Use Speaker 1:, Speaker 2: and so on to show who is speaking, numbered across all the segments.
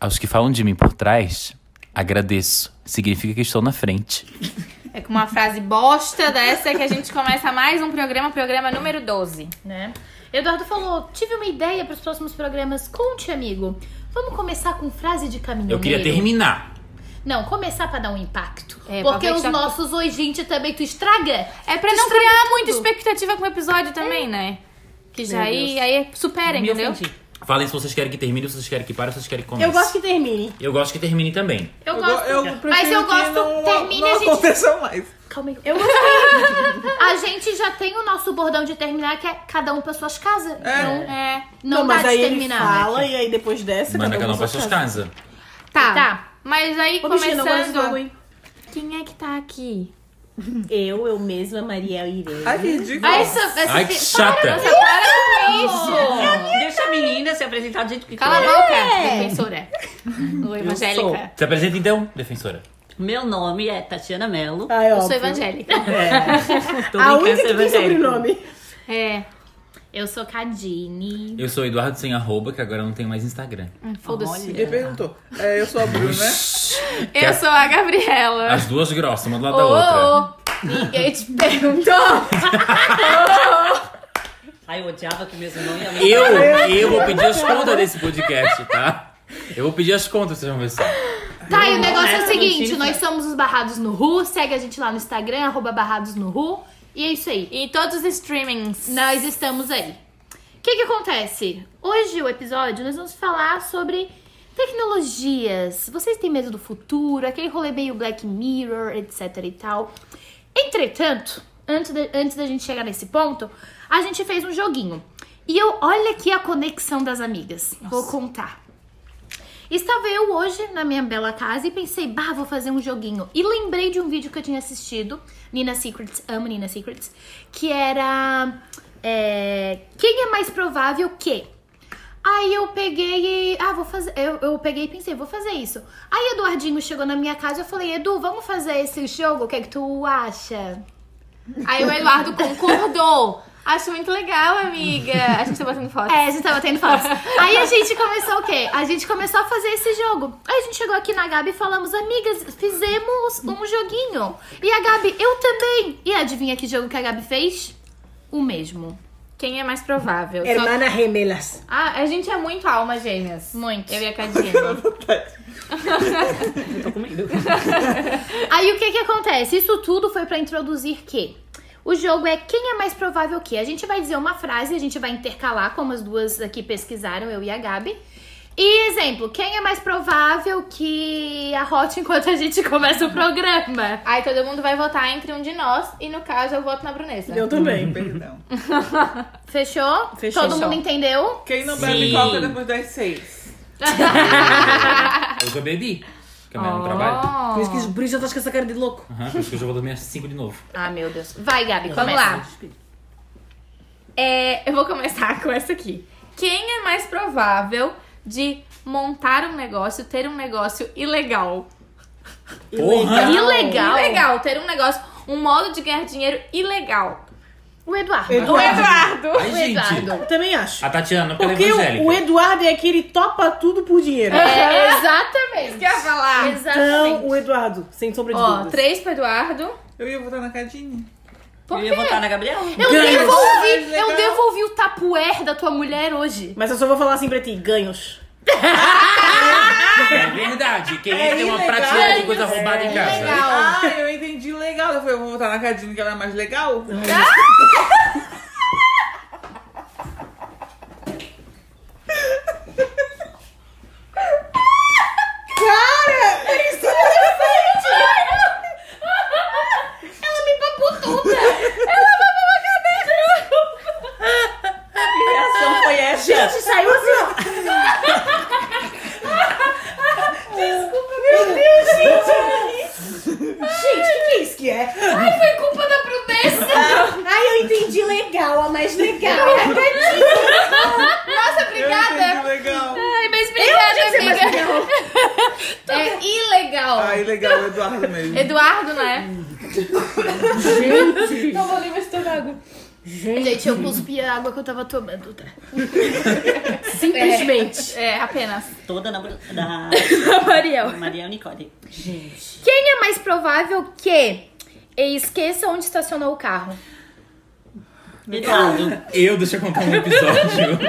Speaker 1: Aos que falam de mim por trás, agradeço. Significa que estou na frente.
Speaker 2: É com uma frase bosta dessa que a gente começa mais um programa, programa número 12.
Speaker 3: né? Eduardo falou: tive uma ideia para os próximos programas. Conte, amigo. Vamos começar com frase de caminhoneiro.
Speaker 1: Eu queria terminar.
Speaker 3: Não, começar para dar um impacto.
Speaker 2: É, pra
Speaker 3: Porque
Speaker 2: ver que
Speaker 3: os
Speaker 2: tá-
Speaker 3: nossos oi, gente, também tu estraga.
Speaker 2: É pra
Speaker 3: Tu
Speaker 2: não
Speaker 3: estraga
Speaker 2: criar
Speaker 3: tudo.
Speaker 2: muita expectativa com o episódio também, né? Que já
Speaker 4: Meu
Speaker 2: aí,
Speaker 4: Deus.
Speaker 2: aí supera,
Speaker 4: Me
Speaker 2: entendeu?
Speaker 4: ofendi.
Speaker 1: Falem se vocês querem que termine, se vocês querem que pare, se vocês querem que comece.
Speaker 4: Eu gosto que termine.
Speaker 1: Eu gosto que termine também.
Speaker 3: Eu
Speaker 4: go-
Speaker 3: gosto. mas
Speaker 4: prefiro
Speaker 3: eu
Speaker 4: que
Speaker 3: gosto.
Speaker 4: Não,
Speaker 3: termine
Speaker 4: não
Speaker 3: a gente.
Speaker 4: aconteça mais.
Speaker 3: Calma aí.
Speaker 4: Eu gostei.
Speaker 3: A gente já tem o nosso bordão de terminar, que é cada um pra suas casas. Não,
Speaker 2: É.
Speaker 3: não, dá
Speaker 4: mas
Speaker 3: de
Speaker 4: aí ele
Speaker 3: terminar.
Speaker 4: fala e aí depois dessa.
Speaker 1: Manda
Speaker 4: cada
Speaker 1: cada um pra
Speaker 4: pra
Speaker 1: suas casas.
Speaker 2: Tá.
Speaker 3: Tá.
Speaker 2: Mas aí
Speaker 4: Ô, bichinha, não gosto de
Speaker 2: começando.
Speaker 4: água, hein?
Speaker 2: Quem é que tá aqui?
Speaker 5: Eu, eu mesma, Maria Irene.
Speaker 4: Ai, que ridículo.
Speaker 2: Ah,
Speaker 3: Aí essa, essa
Speaker 1: Ai, que chata.
Speaker 5: Deixa a menina se apresentar do jeito que
Speaker 2: Cala a
Speaker 5: quer.
Speaker 2: boca, defensora. Ou evangélica.
Speaker 5: sou.
Speaker 1: Se apresenta então, defensora.
Speaker 5: Meu nome é Tatiana Mello.
Speaker 4: Ai,
Speaker 2: Eu
Speaker 4: ó.
Speaker 2: sou evangélica.
Speaker 5: Tô
Speaker 4: A
Speaker 5: brincando,
Speaker 4: única que
Speaker 5: sou
Speaker 4: tem
Speaker 5: evangélica.
Speaker 4: sobrenome.
Speaker 2: É.
Speaker 3: Eu sou Cadine.
Speaker 1: Eu sou o Eduardo sem arroba, que agora eu não tenho mais Instagram.
Speaker 2: Foda-se.
Speaker 4: Ele perguntou. É, eu sou a Bruna, né?
Speaker 2: Eu sou a Gabriela.
Speaker 1: As duas grossas, uma do
Speaker 2: Ô,
Speaker 1: lado da outra.
Speaker 2: ô, ô. ninguém te perguntou.
Speaker 5: Ai, eu odiava que o mesmo nome era
Speaker 1: Eu, eu vou pedir as contas desse podcast, tá? Eu vou pedir as contas, vocês vão ver só. É
Speaker 3: Tá, e o negócio é o
Speaker 5: essa
Speaker 3: seguinte:
Speaker 5: mentira.
Speaker 3: nós somos os Barrados no Ru. Segue a gente lá no Instagram, arroba Barrados no Ru. E é isso aí.
Speaker 2: E todos os streamings.
Speaker 3: Nós estamos aí. O que, que acontece? Hoje, o episódio, nós vamos falar sobre tecnologias. Vocês têm medo do futuro, aquele rolê meio Black Mirror, etc e tal. Entretanto, antes da, antes da gente chegar nesse ponto, a gente fez um joguinho. E eu, olha aqui a conexão das amigas. Vou contar. Estava eu hoje na minha bela casa e pensei, bah, vou fazer um joguinho. E lembrei de um vídeo que eu tinha assistido, Nina Secrets, amo Nina Secrets, que era. é, quem é mais provável que? Aí eu peguei e. Ah, vou fazer. Eu, eu peguei e pensei, vou fazer isso. Aí Eduardinho chegou na minha casa e eu falei, Edu, vamos fazer esse jogo? O que é que tu acha?
Speaker 2: Aí o Eduardo concordou. Acho muito legal, amiga. A gente tá batendo foto.
Speaker 3: É, a gente tava tendo fotos. Aí a gente começou o quê? A gente começou a fazer esse jogo. Aí a gente chegou aqui na Gabi e falamos, amigas, fizemos um joguinho. E a Gabi, eu também. E adivinha que jogo que a Gabi fez? O mesmo.
Speaker 2: Quem é mais provável? Só-
Speaker 4: Hermana Remelas.
Speaker 2: Ah, a gente é muito alma gêmeas.
Speaker 3: Muito.
Speaker 2: Eu e a Cadinha.
Speaker 5: Tô com medo.
Speaker 3: Aí o que que acontece? Isso tudo foi pra introduzir que o jogo é quem é mais provável que. A gente vai dizer uma frase, a gente vai intercalar, como as duas aqui pesquisaram, eu e a Gabi. E exemplo, quem é mais provável que arrote enquanto a gente começa o programa?
Speaker 2: Aí todo mundo vai votar entre um de nós e no caso eu voto na Brunessa.
Speaker 4: Eu também, perdão.
Speaker 3: Fechou?
Speaker 4: Fechou.
Speaker 3: Todo mundo entendeu?
Speaker 4: Quem não
Speaker 1: Sim.
Speaker 4: bebe coca depois das seis?
Speaker 1: Eu já bebi. Que amanhã eu não trabalho.
Speaker 2: Oh.
Speaker 4: Por isso que, por isso eu tô com essa cara de louco.
Speaker 1: Aham, por isso que eu já vou dormir às 5 de novo.
Speaker 3: Ah, meu Deus. Vai, Gabi,
Speaker 2: Vamos
Speaker 3: começa.
Speaker 2: lá. É, eu vou começar com essa aqui. Quem é mais provável de montar um negócio, ter um negócio ilegal?
Speaker 1: Porra!
Speaker 3: Ilegal?
Speaker 2: Ah. Ilegal, ter um negócio, um modo de ganhar dinheiro ilegal.
Speaker 3: O Eduardo.
Speaker 2: O
Speaker 4: Eduardo.
Speaker 2: Eduardo!
Speaker 1: Ai,
Speaker 3: O
Speaker 1: gente.
Speaker 3: Eduardo.
Speaker 4: Eu também acho.
Speaker 1: A Tatiana, porque ela é
Speaker 4: Porque
Speaker 1: evangélica.
Speaker 4: o, o Eduardo é aquele topa tudo por dinheiro.
Speaker 3: É, exatamente.
Speaker 2: Quer falar?
Speaker 3: Exatamente.
Speaker 4: Então, o Eduardo, sem sombra de
Speaker 2: Ó,
Speaker 4: dúvidas.
Speaker 2: três pro Eduardo.
Speaker 4: Eu ia votar na Cadine.
Speaker 2: Por
Speaker 5: Eu
Speaker 2: quê?
Speaker 5: ia votar na Gabriela.
Speaker 3: Eu
Speaker 4: Ganhos.
Speaker 3: devolvi,
Speaker 4: Legal.
Speaker 3: eu devolvi o tapuer da tua mulher hoje.
Speaker 4: Mas eu só vou falar assim pra ti, ganhos.
Speaker 1: É verdade. Quem
Speaker 4: É
Speaker 1: tem uma
Speaker 4: ilegal. É
Speaker 1: prateleira de coisa roubada em casa?
Speaker 2: Ilegal.
Speaker 6: Ah, eu entendi legal. Eu falei, eu vou votar na Cadine que ela é mais legal.
Speaker 4: A reação foi essa. Gente, saiu assim, ó. Desculpa, meu Deus, gente. Gente, o que é isso que é? Ah.
Speaker 3: Foi culpa da Prudência.
Speaker 4: Ai, eu entendi legal, a mais legal.
Speaker 2: Nossa,
Speaker 6: Eu
Speaker 2: obrigada!
Speaker 6: entendi legal.
Speaker 2: Ai, mas obrigada, amiga. É ilegal.
Speaker 6: Ai, legal, o Eduardo mesmo.
Speaker 2: Eduardo, né?
Speaker 4: Gente.
Speaker 2: Não vou nem mais tomar água.
Speaker 7: Gente, eu cuspi a água que eu tava tomando, tá? Simplesmente.
Speaker 2: É, apenas.
Speaker 4: Toda na, bru- da
Speaker 7: Mariel.
Speaker 4: Maria Nicole.
Speaker 7: Quem é mais provável que esqueça onde estacionou o carro?
Speaker 4: Eduardo.
Speaker 1: Eu, deixa eu contar um episódio.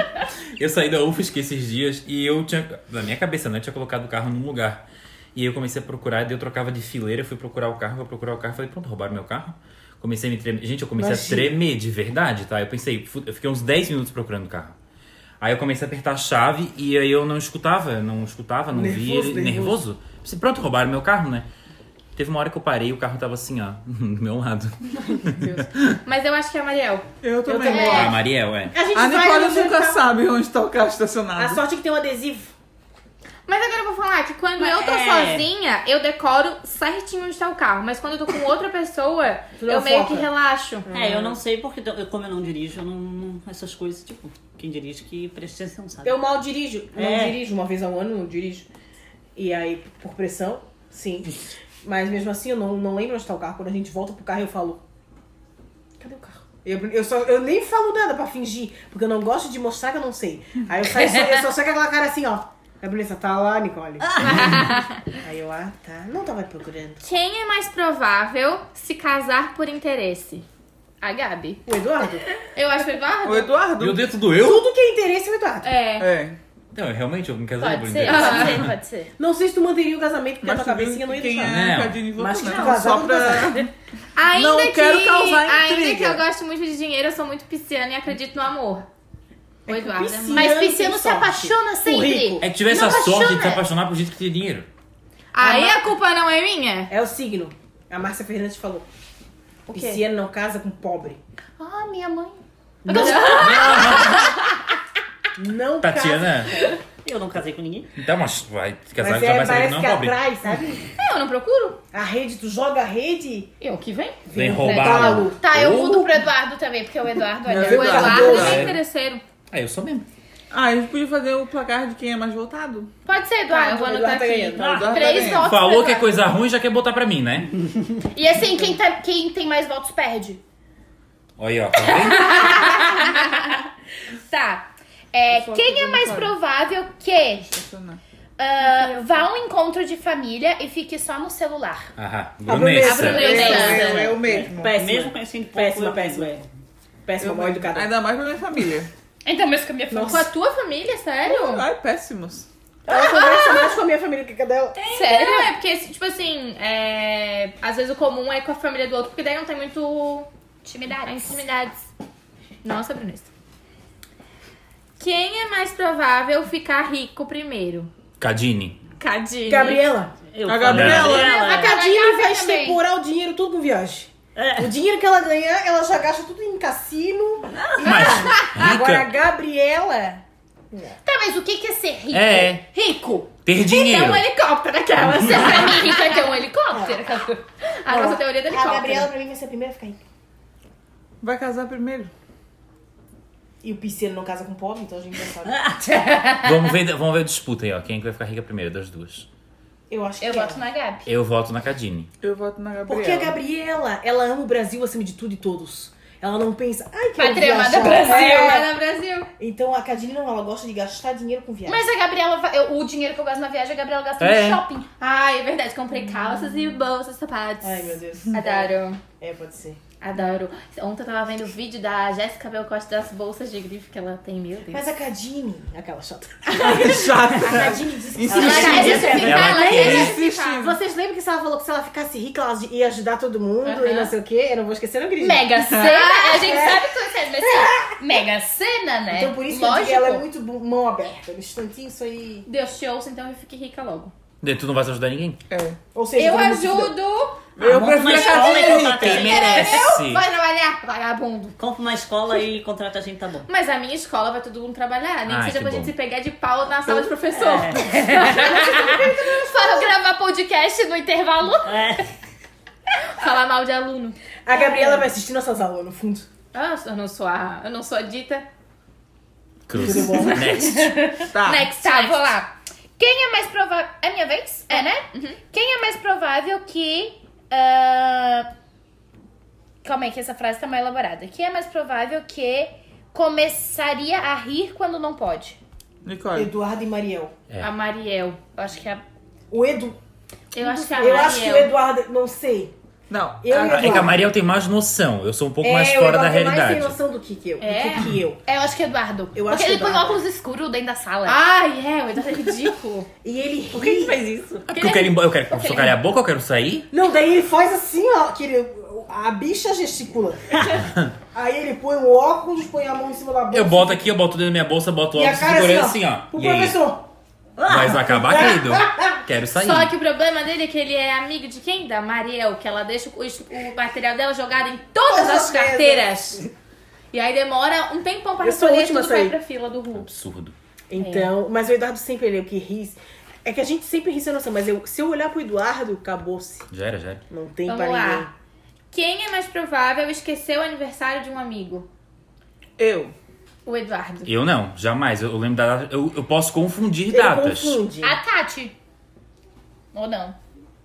Speaker 1: eu saí da UFSC esses dias e eu tinha. Na minha cabeça, né? Eu tinha colocado o carro num lugar. E eu comecei a procurar, daí eu trocava de fileira, fui procurar o carro, fui procurar o carro, falei, pronto, roubaram meu carro. Comecei a me tremer. Gente, eu comecei a tremer de verdade, tá? Eu pensei, fu- eu fiquei uns 10 minutos procurando o carro. Aí eu comecei a apertar a chave e aí eu não escutava, eu não escutava, não via,
Speaker 6: Nervoso,
Speaker 1: nervoso. nervoso. Pensei, pronto, roubaram meu carro, né? Teve uma hora que eu parei e o carro tava assim, ó, do meu lado.
Speaker 2: Mas eu acho que é a Mariel.
Speaker 6: Eu também.
Speaker 1: Ah, A Mariel, é.
Speaker 8: A gente
Speaker 6: A
Speaker 8: vai no
Speaker 6: Nicole
Speaker 8: museu
Speaker 6: nunca
Speaker 8: e fala-
Speaker 6: sabe onde tá o carro
Speaker 8: A
Speaker 6: estacionado.
Speaker 8: sorte é que tem um adesivo.
Speaker 2: Mas agora eu vou falar que quando
Speaker 8: Mas
Speaker 2: eu tô
Speaker 8: é.
Speaker 2: sozinha, eu decoro certinho onde tá o carro. Mas quando eu tô com outra pessoa,
Speaker 8: Tu não
Speaker 2: eu meio que
Speaker 8: foca.
Speaker 2: relaxo.
Speaker 4: É, eu não sei porque, eu- como eu não dirijo, eu não, não- essas coisas, tipo, quem dirige que preste atenção, sabe?
Speaker 8: Eu mal dirijo. Não
Speaker 4: É.
Speaker 8: dirijo, uma vez ao ano não dirijo. E aí, por pressão, sim. Mas mesmo assim, eu não, não lembro onde tá o carro. Quando a gente volta pro carro, eu falo... Cadê o carro? Eu, eu, só, eu nem falo nada pra fingir, porque eu não gosto de mostrar que eu não sei. Aí eu saio só, eu só saio com aquela cara assim, ó. A beleza, tá lá, Nicole. aí eu, ah, tá. Não tava procurando.
Speaker 2: Quem é mais provável se casar por interesse? A Gabi.
Speaker 8: O Eduardo?
Speaker 2: Eu acho que o Eduardo?
Speaker 6: O Eduardo.
Speaker 1: Meu dedo doeu?
Speaker 8: Tudo que é interesse é o Eduardo.
Speaker 2: É.
Speaker 6: É.
Speaker 1: Não, eu realmente eu me casei
Speaker 7: Pode
Speaker 1: por
Speaker 7: ser,
Speaker 1: interesse.
Speaker 7: pode ser, pode ser.
Speaker 8: Não sei se tu manteria o casamento, porque a
Speaker 6: Mas
Speaker 8: tua
Speaker 6: tu viu
Speaker 8: cabecinha não ia
Speaker 6: quem
Speaker 8: deixar.
Speaker 1: né?
Speaker 6: é
Speaker 1: Não.
Speaker 6: Cadine votou,
Speaker 8: Mas que
Speaker 6: né?
Speaker 8: casado
Speaker 6: Só
Speaker 8: não
Speaker 6: pra...
Speaker 2: Ainda
Speaker 6: Não
Speaker 2: que,
Speaker 6: quero causar
Speaker 2: Ainda
Speaker 6: intriga. É
Speaker 2: que eu gosto muito de dinheiro, eu sou muito pisciana e acredito no amor. O Eduardo é
Speaker 8: pisciano-
Speaker 2: muito...
Speaker 7: Mas
Speaker 8: Não tem
Speaker 7: Pisciano se
Speaker 8: sorte.
Speaker 7: apaixona sempre.
Speaker 8: rico.
Speaker 1: É que tivesse
Speaker 7: Não
Speaker 1: a sorte de se
Speaker 7: apaixona.
Speaker 1: apaixonar por gente que tem dinheiro.
Speaker 2: Aí a culpa não é minha?
Speaker 8: É o signo. A Márcia Fernandes falou.
Speaker 2: O quê?
Speaker 8: Pisciano não casa com pobre.
Speaker 7: Ah, minha mãe.
Speaker 8: Não casa.
Speaker 1: Tatiana,
Speaker 4: Eu não casei com ninguém.
Speaker 1: dá uma. Vai casar
Speaker 8: Mas
Speaker 1: com a
Speaker 8: é,
Speaker 1: Marcela,
Speaker 8: parece
Speaker 1: né? não,
Speaker 8: que
Speaker 1: pobre.
Speaker 8: atrás, sabe?
Speaker 6: É,
Speaker 2: Eu não procuro.
Speaker 8: A rede, tu joga a rede...
Speaker 2: Eu que vem.
Speaker 1: Vem
Speaker 8: um
Speaker 1: roubá-lo.
Speaker 8: talo.
Speaker 7: Tá, eu
Speaker 1: Ou-
Speaker 7: mudo pro Eduardo também, porque o Eduardo
Speaker 6: Não,
Speaker 7: olha.
Speaker 6: é
Speaker 2: O
Speaker 6: verdade.
Speaker 2: Eduardo
Speaker 1: Ah,
Speaker 2: é
Speaker 1: é.
Speaker 2: interesseiro.
Speaker 1: É, eu sou mesmo.
Speaker 6: Ah, a gente podia fazer o placar de quem é mais votado.
Speaker 7: Pode ser,
Speaker 2: Tá, eu
Speaker 7: Eduardo.
Speaker 2: vou
Speaker 8: Eduardo
Speaker 2: anotar
Speaker 8: tá
Speaker 2: aqui.
Speaker 8: ganhando.
Speaker 6: Ah, Eduardo tá
Speaker 7: Três
Speaker 6: ganhando.
Speaker 7: votos. pro
Speaker 1: Falou que é
Speaker 7: Eduardo.
Speaker 1: coisa ruim, já quer botar pra mim, né?
Speaker 7: E assim, quem, tá- quem tem mais votos perde.
Speaker 1: Olha aí, ó. tá vendo?
Speaker 7: Tá. É, quem é mais provável que
Speaker 6: Funcionar.
Speaker 7: ah, vá a um encontro de família e fique só no celular?
Speaker 1: Aham,
Speaker 8: Brunessa.
Speaker 1: Brunessa.
Speaker 2: Brunessa.
Speaker 6: É, eu, eu mesmo.
Speaker 8: Péssima.
Speaker 4: Mesmo conhecendo pouco.
Speaker 8: Péssima,
Speaker 4: eu-
Speaker 8: péssima. né? Péssima,
Speaker 6: Eu
Speaker 8: mal
Speaker 6: mesmo.
Speaker 8: educada.
Speaker 6: Ainda mais pra minha família.
Speaker 7: Então, mesmo com a minha
Speaker 2: Com a tua família, sério?
Speaker 6: Ai, péssimos.
Speaker 8: Ela conversa mais com a minha família do que com a dela.
Speaker 2: Sério? É, porque, tipo assim, é, às vezes o comum é com a família do outro, porque daí não tem muito Ah,
Speaker 7: Intimidade.
Speaker 2: intimidades. Nossa, Brunessa. Quem é mais provável ficar rico primeiro?
Speaker 1: Cadine.
Speaker 2: Cadine.
Speaker 8: Gabriela,
Speaker 4: Eu
Speaker 6: A Gabriela.
Speaker 7: Ela
Speaker 8: a
Speaker 7: vai
Speaker 8: Cadine
Speaker 7: ganhar
Speaker 8: vai
Speaker 7: também.
Speaker 8: extemporar o dinheiro tudo com viagem.
Speaker 4: É.
Speaker 8: O dinheiro que ela ganhar, ela já gasta tudo em cassino.
Speaker 1: Mas,
Speaker 8: Agora a
Speaker 1: rica.
Speaker 8: Gabriela...
Speaker 7: Tá, mas o que que é ser rico?
Speaker 1: É.
Speaker 7: Rico.
Speaker 1: Ter
Speaker 2: É
Speaker 8: Então
Speaker 2: um
Speaker 1: dinheiro.
Speaker 2: helicóptero aquela. Você pra mim rico é ter um helicóptero. aquela. A nossa teoria é do helicóptero.
Speaker 8: A Gabriela, pra mim, vai ser a primeira a ficar rica.
Speaker 6: Vai casar primeiro.
Speaker 8: E o pisciano não casa com pobre, então a gente já sabe.
Speaker 1: Vamos ver, vamos ver a disputa aí, ó. Quem é que vai ficar rica primeiro das duas?
Speaker 8: Eu acho que é.
Speaker 7: Eu
Speaker 8: ela.
Speaker 7: voto na Gabi.
Speaker 1: Eu voto na Cadine.
Speaker 6: Eu voto na Gabriela.
Speaker 8: Porque a Gabriela, ela ama o Brasil acima de tudo e todos. Ela não pensa, ai que eu
Speaker 7: Pátria
Speaker 8: vou
Speaker 7: amada
Speaker 8: viajar.
Speaker 7: Brasil.
Speaker 8: É.
Speaker 2: Ela é Brasil.
Speaker 8: Então a Cadine não, ela gosta de gastar dinheiro com viagem.
Speaker 7: Mas a Gabriela, vai- eu- o dinheiro que eu gasto na viagem, a Gabriela gasta
Speaker 1: É.
Speaker 7: no shopping.
Speaker 2: Ai, é verdade. Comprei calças e bolsas, sapatos.
Speaker 8: Ai, meu Deus.
Speaker 2: Adoro.
Speaker 8: É, pode ser.
Speaker 2: Adoro. Ontem eu tava vendo o vídeo da Jéssica Belcoste das bolsas de grife que ela tem, meu Deus.
Speaker 8: Mas a Cadine, aquela chata. A
Speaker 6: Chata.
Speaker 8: Cadine disse que
Speaker 6: Insistiu.
Speaker 8: ela
Speaker 7: Ela quer justificar,
Speaker 1: Ela
Speaker 7: ela
Speaker 1: quer.
Speaker 7: quer
Speaker 6: Insistiu.
Speaker 7: justificar.
Speaker 8: Vocês lembram que se ela falou que se ela ficasse rica, ela ia ajudar todo mundo
Speaker 2: Aham.
Speaker 8: e não sei o quê? Eu não vou esquecer, não acredito.
Speaker 7: Mega Sena, a gente sabe que você é, mas assim, Mega Sena, né?
Speaker 8: Então por isso que eu
Speaker 7: Lógico.
Speaker 8: digo, ela é muito bu- mão aberta. No instantinho, isso aí...
Speaker 2: Deus te ouça, então eu fique rica logo.
Speaker 1: Daí Tu não vai ajudar ninguém?
Speaker 6: É.
Speaker 8: Ou seja,
Speaker 2: Eu
Speaker 8: todo mundo se fudeu.
Speaker 2: ajudo.
Speaker 6: Eu prefiro
Speaker 4: Mas
Speaker 6: a
Speaker 4: escola
Speaker 6: Cadine
Speaker 4: então,
Speaker 6: rica.
Speaker 4: e contrata a gente.
Speaker 1: Merece.
Speaker 2: Vai trabalhar, vagabundo.
Speaker 4: Compra uma escola e contrata a gente, tá bom.
Speaker 2: Mas a minha escola vai todo mundo trabalhar. Nem
Speaker 1: Ai,
Speaker 2: que
Speaker 1: que
Speaker 2: seja pra
Speaker 1: bom.
Speaker 2: gente se pegar de pau na sala de professor.
Speaker 4: É.
Speaker 7: Foram gravar podcast no intervalo.
Speaker 4: É.
Speaker 2: Falar mal de aluno.
Speaker 8: A Gabriela vai assistir nossas aulas, no fundo.
Speaker 2: Ah, eu não sou a. Eu não sou a dita.
Speaker 1: Cruz.
Speaker 8: Tudo bom.
Speaker 1: Next.
Speaker 6: Tá.
Speaker 2: Né?
Speaker 7: Next, tá, vou lá. Quem é mais provável. É minha vez?
Speaker 8: uhum.
Speaker 7: É, né? Quem é mais provável que. ah, Calma aí, que essa frase tá mais elaborada. Quem é mais provável que começaria a rir quando não pode?
Speaker 6: Nicole.
Speaker 8: Eduardo e Mariel.
Speaker 1: É.
Speaker 7: A Mariel. Eu acho que a.
Speaker 8: O Edu.
Speaker 7: Eu acho que a
Speaker 8: Eu acho que é-
Speaker 7: Ah,
Speaker 8: o
Speaker 7: Mariel.
Speaker 8: Eduardo. Não sei.
Speaker 6: Não.
Speaker 8: Eu e
Speaker 6: a-
Speaker 1: Ah, É que a Mariel tem mais noção. Eu sou um pouco mais
Speaker 8: é,
Speaker 1: fora
Speaker 8: o Eduardo
Speaker 1: da
Speaker 8: é mais sem
Speaker 1: realidade.
Speaker 8: noção do que, que eu.
Speaker 7: É?
Speaker 8: Do que, que eu.
Speaker 7: É, eu acho que é Eduardo.
Speaker 8: Eu
Speaker 7: Porque
Speaker 8: acho que
Speaker 7: ele põe
Speaker 8: Eduardo. Ah,
Speaker 7: óculos escuros dentro da sala.
Speaker 2: Ai, é, o Eduardo é ridículo.
Speaker 8: E ele ri.
Speaker 4: Por que a gente faz isso?
Speaker 1: Ah, Porque eu quero ir embora, eu quero só calhar a boca, eu quero sair.
Speaker 8: Não, daí ele faz assim, ó. Que ele- a bicha gesticula. Aí ele põe o óculos, põe a mão em cima da boca.
Speaker 1: Eu boto aqui, eu boto dentro da minha bolsa, boto
Speaker 8: e
Speaker 1: logo
Speaker 8: a cara
Speaker 1: segurando
Speaker 8: assim, ó. O
Speaker 1: E aí?
Speaker 8: professor. Ah!
Speaker 1: Mas é vai acabar, querido.
Speaker 8: É.
Speaker 1: Quero sair.
Speaker 2: Só que o problema dele é que ele é amigo de quem? Da Mariel, que ela deixa o, o material dela jogado em todas
Speaker 8: Todas
Speaker 2: as
Speaker 8: as mesas.
Speaker 2: carteiras. E aí demora um tempão pra
Speaker 8: Eu sou a
Speaker 2: responder
Speaker 8: última a
Speaker 2: tudo pra ir
Speaker 8: sair.
Speaker 2: pra fila do Hulk.
Speaker 1: Absurdo.
Speaker 8: Então, mas o Eduardo sempre ele é o que ri. É que a gente sempre ri sem noção, mas eu, se eu olhar pro Eduardo, acabou-se.
Speaker 1: Já era, já era.
Speaker 8: Não tem
Speaker 2: Vamos
Speaker 8: pra ninguém.
Speaker 2: lá. Quem é mais provável esquecer o aniversário de um amigo?
Speaker 6: Eu.
Speaker 2: O Eduardo.
Speaker 1: Eu não, jamais. Eu, eu lembro da data. Eu, eu posso confundir
Speaker 8: Ele
Speaker 1: datas.
Speaker 8: confunde.
Speaker 7: A Tati. Ou não?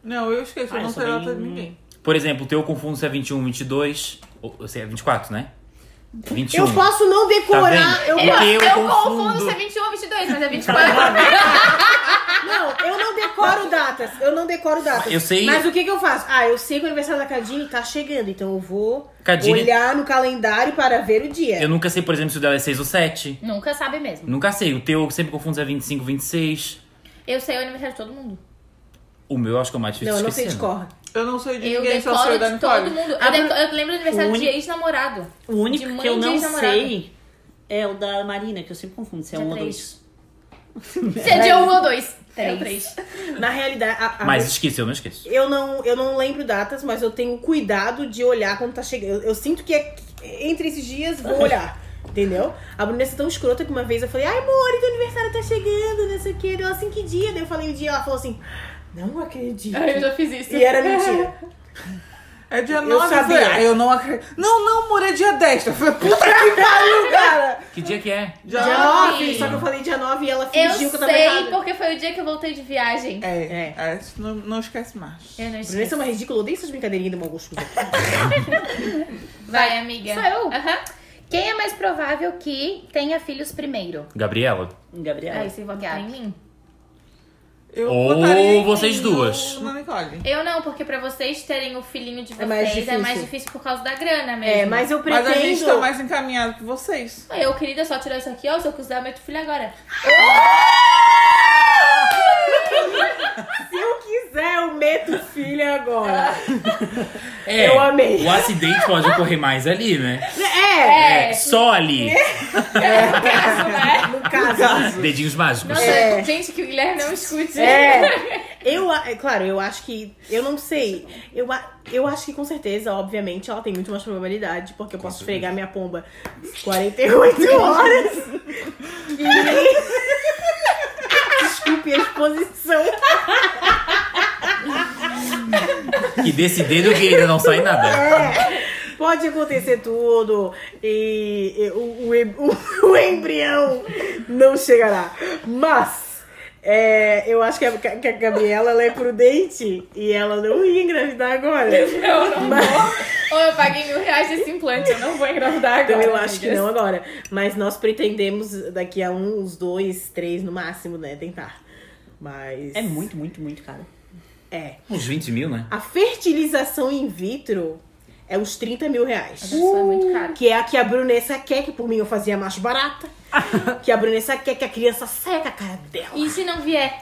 Speaker 6: Não, eu esqueço.
Speaker 4: Ah,
Speaker 6: eu não
Speaker 4: isso
Speaker 6: sei a
Speaker 4: bem-
Speaker 6: data de ninguém.
Speaker 1: Por exemplo, o teu eu confundo se é 21, 22. Ou, ou se é 24, né? 21.
Speaker 8: Eu posso não
Speaker 1: tá
Speaker 8: decorar.
Speaker 1: vendo?
Speaker 8: eu,
Speaker 1: É que eu,
Speaker 2: Eu confundo se é
Speaker 1: confundo.
Speaker 2: 21 ou 22, mas é 24.
Speaker 8: não, eu não decoro datas. Eu não decoro datas.
Speaker 1: Eu sei-
Speaker 8: Mas o que, que eu faço? Ah, eu sei que o aniversário da Cadine tá chegando, então eu vou
Speaker 1: Cadine-
Speaker 8: olhar no calendário para ver o dia.
Speaker 1: Eu nunca sei, por exemplo, se o dela é 6 ou 7.
Speaker 7: Nunca sabe mesmo.
Speaker 1: Nunca sei. O teu eu sempre confundo se é 25, 26.
Speaker 2: Eu sei o aniversário de todo mundo.
Speaker 1: O meu eu acho que é o mais difícil
Speaker 8: Não, eu
Speaker 1: de
Speaker 8: não sei
Speaker 1: esquecer.
Speaker 8: de
Speaker 1: né?
Speaker 8: cor.
Speaker 6: Eu não sei de
Speaker 2: Eu
Speaker 6: ninguém, só sei
Speaker 2: decoro
Speaker 6: da
Speaker 2: de todo
Speaker 6: Nicole.
Speaker 2: mundo. Eu,
Speaker 4: Ah,
Speaker 2: deco- eu lembro do aniversário
Speaker 4: o
Speaker 2: de
Speaker 4: único-
Speaker 2: ex-namorado.
Speaker 4: O único
Speaker 2: De mãe
Speaker 4: que eu
Speaker 2: de
Speaker 4: não
Speaker 2: ex-namorado.
Speaker 4: sei é o da Marina, que eu sempre confundo se é
Speaker 2: Dia
Speaker 4: um ou
Speaker 2: três.
Speaker 4: dois.
Speaker 7: Se é dia 1 ou 2.
Speaker 2: um Três.
Speaker 7: 3.
Speaker 8: Na realidade, a- a-
Speaker 1: Mas esqueci, eu não esqueço.
Speaker 8: eu, não, eu não lembro datas, mas eu tenho cuidado de olhar quando tá chegando. Eu, eu sinto que é- entre esses dias vou olhar. Entendeu? A Bruna é tão escrota que uma vez eu falei, ai, amor, teu aniversário tá chegando, não sei o quê. Deu assim, que dia? Daí eu falei o dia, ela falou assim, não acredito.
Speaker 2: Eu já fiz isso.
Speaker 8: E era mentira.
Speaker 6: É dia
Speaker 8: Eu
Speaker 6: 9,
Speaker 8: sabia.
Speaker 6: velho. Eu não acredito. Não, não, amor, é dia 10. Eu falei, puta que pariu, cara.
Speaker 1: Que dia que é?
Speaker 6: Já.
Speaker 8: Dia 9,
Speaker 2: nove.
Speaker 8: só que eu falei dia 9 e ela
Speaker 2: Eu
Speaker 8: fingiu que eu tava
Speaker 2: sei
Speaker 8: errada.
Speaker 2: porque foi o dia que eu voltei de viagem.
Speaker 6: É,
Speaker 8: É.
Speaker 6: é. isso não, não esquece mais.
Speaker 2: Eu não
Speaker 8: Bruna, isso é
Speaker 2: esqueço.
Speaker 8: uma ridícula, eu odeio essas brincadeirinhas do mau gosto.
Speaker 2: Vai, amiga.
Speaker 7: Sou eu?
Speaker 2: Aham.
Speaker 7: Quem é mais provável que tenha filhos primeiro?
Speaker 1: Gabriela.
Speaker 4: Gabriela.
Speaker 2: Aí você vota
Speaker 7: Gabi.
Speaker 2: em mim?
Speaker 6: Eu
Speaker 1: Ou
Speaker 6: votaria em-
Speaker 1: vocês duas.
Speaker 6: Na Nicole.
Speaker 2: Eu não, porque pra vocês terem o filhinho de vocês
Speaker 8: É mais
Speaker 2: é mais
Speaker 8: difícil.
Speaker 2: difícil por causa da grana mesmo.
Speaker 8: É, mas eu
Speaker 6: Mas
Speaker 8: pretendo...
Speaker 6: a gente tá mais encaminhado que vocês.
Speaker 2: Eu, querida, só tirar isso aqui, ó. Se eu quiser, eu meto filho agora.
Speaker 8: Se eu quiser, eu meto filha agora.
Speaker 1: É,
Speaker 8: Eu amei.
Speaker 1: O acidente pode ocorrer mais ali, né?
Speaker 8: É,
Speaker 1: É, só ali.
Speaker 8: no caso.
Speaker 1: Dedinhos mágicos.
Speaker 2: né? Nossa,
Speaker 8: É.
Speaker 2: gente, que o Guilherme não escute.
Speaker 8: É. Eu, a- é claro, eu acho que. Eu não sei. Eu, a- eu acho que com certeza, obviamente, ela tem muito mais probabilidade, porque eu posso esfregar minha pomba 48 horas. E- Desculpe a exposição.
Speaker 1: Que desse dedo, querida, não sai nada.
Speaker 8: É. Pode acontecer tudo. E, e o, o em- o- o embrião não chegará. Mas. é, eu acho que a, que a Gabriela ela é prudente e ela não ia engravidar agora.
Speaker 2: Eu não
Speaker 8: Mas-
Speaker 2: vou. Ou eu paguei mil reais desse implante, eu não vou engravidar agora.
Speaker 8: Então eu acho que
Speaker 2: amigas.
Speaker 8: não agora. Mas nós pretendemos daqui a um, uns dois, três no máximo, né? Tentar. Mas.
Speaker 4: É muito, muito, muito caro.
Speaker 8: É.
Speaker 1: Uns 20 mil, né?
Speaker 8: A fertilização in vitro é uns 30 mil reais.
Speaker 2: Nossa, isso é muito caro.
Speaker 8: Que é a que a Brunessa quer, que por mim eu fazia mais barata. que a Brunessa quer que a criança seca a cara dela.
Speaker 2: E se não vier?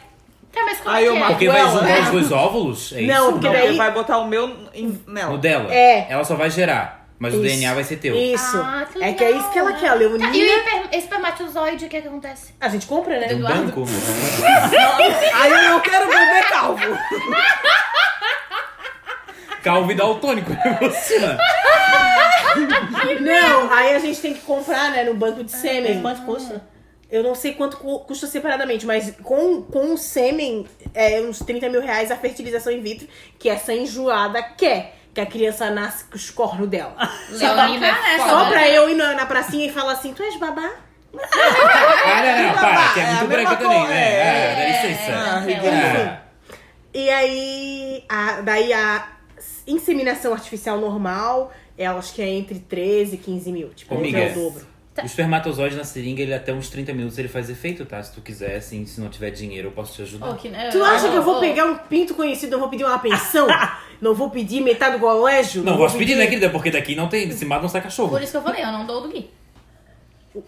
Speaker 7: Tá, mas como
Speaker 6: Aí
Speaker 7: é
Speaker 6: eu
Speaker 7: que
Speaker 6: mato
Speaker 1: Porque
Speaker 6: ela.
Speaker 1: vai juntar os dois óvulos? É
Speaker 8: Não,
Speaker 1: isso?
Speaker 8: porque
Speaker 6: Não,
Speaker 8: daí-
Speaker 6: ele vai botar o meu em-
Speaker 1: O
Speaker 6: nela.
Speaker 1: dela.
Speaker 8: É.
Speaker 1: Ela só vai gerar. Mas o
Speaker 8: Isso.
Speaker 1: DNA vai ser teu.
Speaker 8: Isso.
Speaker 7: Ah, que
Speaker 8: é que é
Speaker 7: legal,
Speaker 8: isso que ela
Speaker 7: né?
Speaker 8: quer, a
Speaker 7: Tá, e o
Speaker 8: Leonina.
Speaker 7: hiper- espermatozoide, o que, que acontece?
Speaker 8: A gente compra, né?
Speaker 1: Do banco?
Speaker 6: Aí eu não quero beber calvo.
Speaker 1: Calvo e daltônico. Luciana.
Speaker 8: Não, aí a gente tem que comprar, né? No banco de
Speaker 1: Ah,
Speaker 8: sêmen.
Speaker 1: é.
Speaker 4: Quanto custa?
Speaker 8: Eu não sei quanto cu- custa separadamente, mas com, com o sêmen, é uns 30 mil reais a fertilização in vitro, que essa enjoada quer. Que a criança nasce com os cornos dela.
Speaker 7: Leonina é
Speaker 8: Só
Speaker 2: né?
Speaker 8: pra eu ir na, na pracinha e falar assim, tu és babá?
Speaker 1: Ah, não, não, para. Que é
Speaker 6: É a
Speaker 1: muito
Speaker 6: mesma
Speaker 1: branca também,
Speaker 6: cor,
Speaker 1: né?
Speaker 6: é.
Speaker 1: É, dá
Speaker 6: Ah,
Speaker 1: licença.
Speaker 6: ridículo.
Speaker 1: Ah,
Speaker 8: E aí, a- daí a inseminação artificial normal eu acho que é entre 13 e 15 mil. Tipo,
Speaker 1: Ô,
Speaker 8: entre
Speaker 1: Miguel.
Speaker 8: o dobro.
Speaker 2: Tá.
Speaker 1: O espermatozoide na seringa, ele até uns 30 minutos ele faz efeito, tá? Se tu quiser, assim, se não tiver dinheiro, eu posso te ajudar.
Speaker 2: Ô, que ne-
Speaker 8: Tu acha
Speaker 2: ô,
Speaker 8: que eu
Speaker 2: ô,
Speaker 8: vou pegar um pinto conhecido, eu vou pedir uma pensão? não vou pedir metade do colégio?
Speaker 1: Não, posso pedir, né, querida? Porque daqui não tem, se mata não sai cachorro.
Speaker 2: Por isso que eu falei, eu não dou o do Gui.
Speaker 8: Eu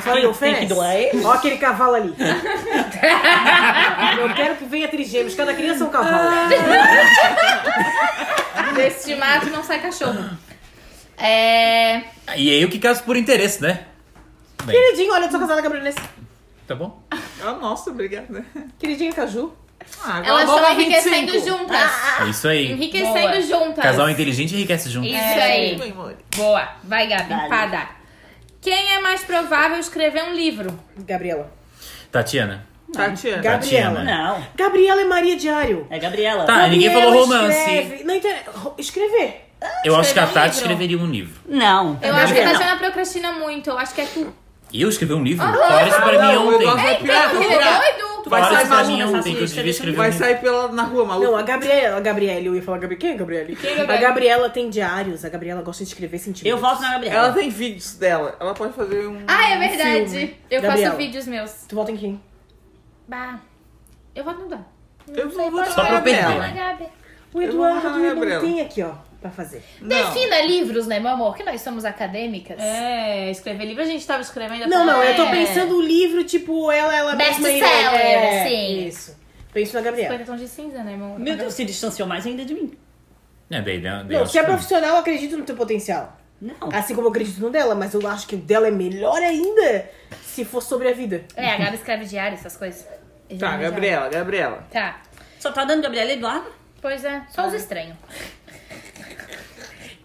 Speaker 8: falei,
Speaker 4: Tem-
Speaker 8: oferece.
Speaker 4: tem que doar
Speaker 1: é
Speaker 4: ele?
Speaker 8: Ó aquele cavalo ali. eu quero que venha trigêmeos. Cada criança é um cavalo.
Speaker 2: Deste mato não sai cachorro. É.
Speaker 1: E aí o que caso por interesse, né? Bem,
Speaker 8: Queridinho, olha, eu sou casada com a Brunessa.
Speaker 1: tá bom?
Speaker 6: Ah, nossa, obrigada.
Speaker 8: Queridinho Caju.
Speaker 6: Ah, agora
Speaker 2: Elas
Speaker 6: bola
Speaker 2: estão enriquecendo
Speaker 6: 25.
Speaker 2: juntas.
Speaker 7: Ah,
Speaker 1: É isso aí.
Speaker 2: Enriquecendo juntas.
Speaker 1: Casal inteligente enriquece junto.
Speaker 2: Isso
Speaker 6: É,
Speaker 2: aí.
Speaker 6: meu amor.
Speaker 2: Boa. Vai, Gabi.
Speaker 4: Vale.
Speaker 2: Empada. Quem é mais provável escrever um livro?
Speaker 8: Gabriela.
Speaker 1: Tatiana.
Speaker 6: Tatiana.
Speaker 8: Gabi-
Speaker 1: Tatiana.
Speaker 4: Não,
Speaker 8: Gabriela é Maria Diário.
Speaker 4: é Gabriela.
Speaker 1: Tá. Ah, ninguém
Speaker 8: Gabriela
Speaker 1: falou romance.
Speaker 8: Escreve. Não inter- ro- Escrever.
Speaker 1: Eu acho que a
Speaker 2: Escrever um
Speaker 1: Tati
Speaker 2: livro.
Speaker 1: escreveria um livro.
Speaker 4: Não.
Speaker 8: É
Speaker 2: Eu acho que a
Speaker 4: Gabriela.
Speaker 2: Tatiana procrastina muito. Eu acho que é tu.
Speaker 1: E eu escrevi um livro? Fala isso pra
Speaker 6: Ah,
Speaker 1: mim é
Speaker 6: não, eu gosto-
Speaker 1: ontem.
Speaker 6: Vai
Speaker 2: Ei,
Speaker 6: pirar,
Speaker 2: tu
Speaker 6: vai
Speaker 2: é
Speaker 6: pirar.
Speaker 2: doido?
Speaker 6: vai
Speaker 1: Fala
Speaker 6: sair
Speaker 1: isso pra
Speaker 6: maluco
Speaker 1: mim
Speaker 4: nessa
Speaker 1: ontem que eu devia
Speaker 4: lista,
Speaker 1: escrever um
Speaker 6: Vai
Speaker 1: livro.
Speaker 6: sair pela, na rua, maluco.
Speaker 8: Não, a Gabriela. A Gabriela. Eu ia falar Gabriela. Quem é a Gabriela?
Speaker 2: é a Gabriela?
Speaker 8: A Gabriela tem diários. A Gabriela gosta de escrever sentimentos.
Speaker 4: Eu volto na Gabriela.
Speaker 6: Ela tem vídeos dela. Ela pode fazer um.
Speaker 2: Ah, é
Speaker 6: um filme.
Speaker 2: verdade. Eu
Speaker 8: Gabriela.
Speaker 2: faço vídeos meus.
Speaker 8: Tu volta em quem?
Speaker 2: Bah. Eu vou mudar.
Speaker 6: Eu vou votar
Speaker 1: Só
Speaker 6: na
Speaker 1: pra perder,
Speaker 6: Gabriela.
Speaker 1: né?
Speaker 8: O
Speaker 6: Eu vou voltar na
Speaker 8: Eduardo ele não
Speaker 6: Gabriela.
Speaker 8: tem aqui, ó, pra fazer.
Speaker 6: Não.
Speaker 3: Defina livros, né, meu amor? Que nós somos acadêmicas.
Speaker 2: É, escrever livro a gente tava escrevendo.
Speaker 8: Não, não, eu tô
Speaker 3: É.
Speaker 8: pensando o livro, tipo, ela, ela
Speaker 3: Best
Speaker 8: mesma,
Speaker 3: seller, assim.
Speaker 8: é,
Speaker 3: sim.
Speaker 8: Isso. Penso na Gabriela.
Speaker 2: Cinquenta tons de cinza, né, meu amor?
Speaker 4: Meu Deus, se distanciou mais ainda de mim.
Speaker 1: É, daí, daí, daí
Speaker 8: Não,
Speaker 1: eu
Speaker 8: se é
Speaker 1: acho que-
Speaker 8: profissional, eu acredito no teu potencial.
Speaker 4: assim. Não.
Speaker 8: Assim como eu acredito no dela, mas eu acho que o dela é melhor ainda se for sobre a vida.
Speaker 3: É, a Gabi escreve diário, essas coisas. Eu
Speaker 6: Tá,
Speaker 3: já-
Speaker 6: Gabriela, Gabriela.
Speaker 3: Tá.
Speaker 4: Só tá dando Gabriela e Eduardo.
Speaker 3: Pois é, só os estranhos.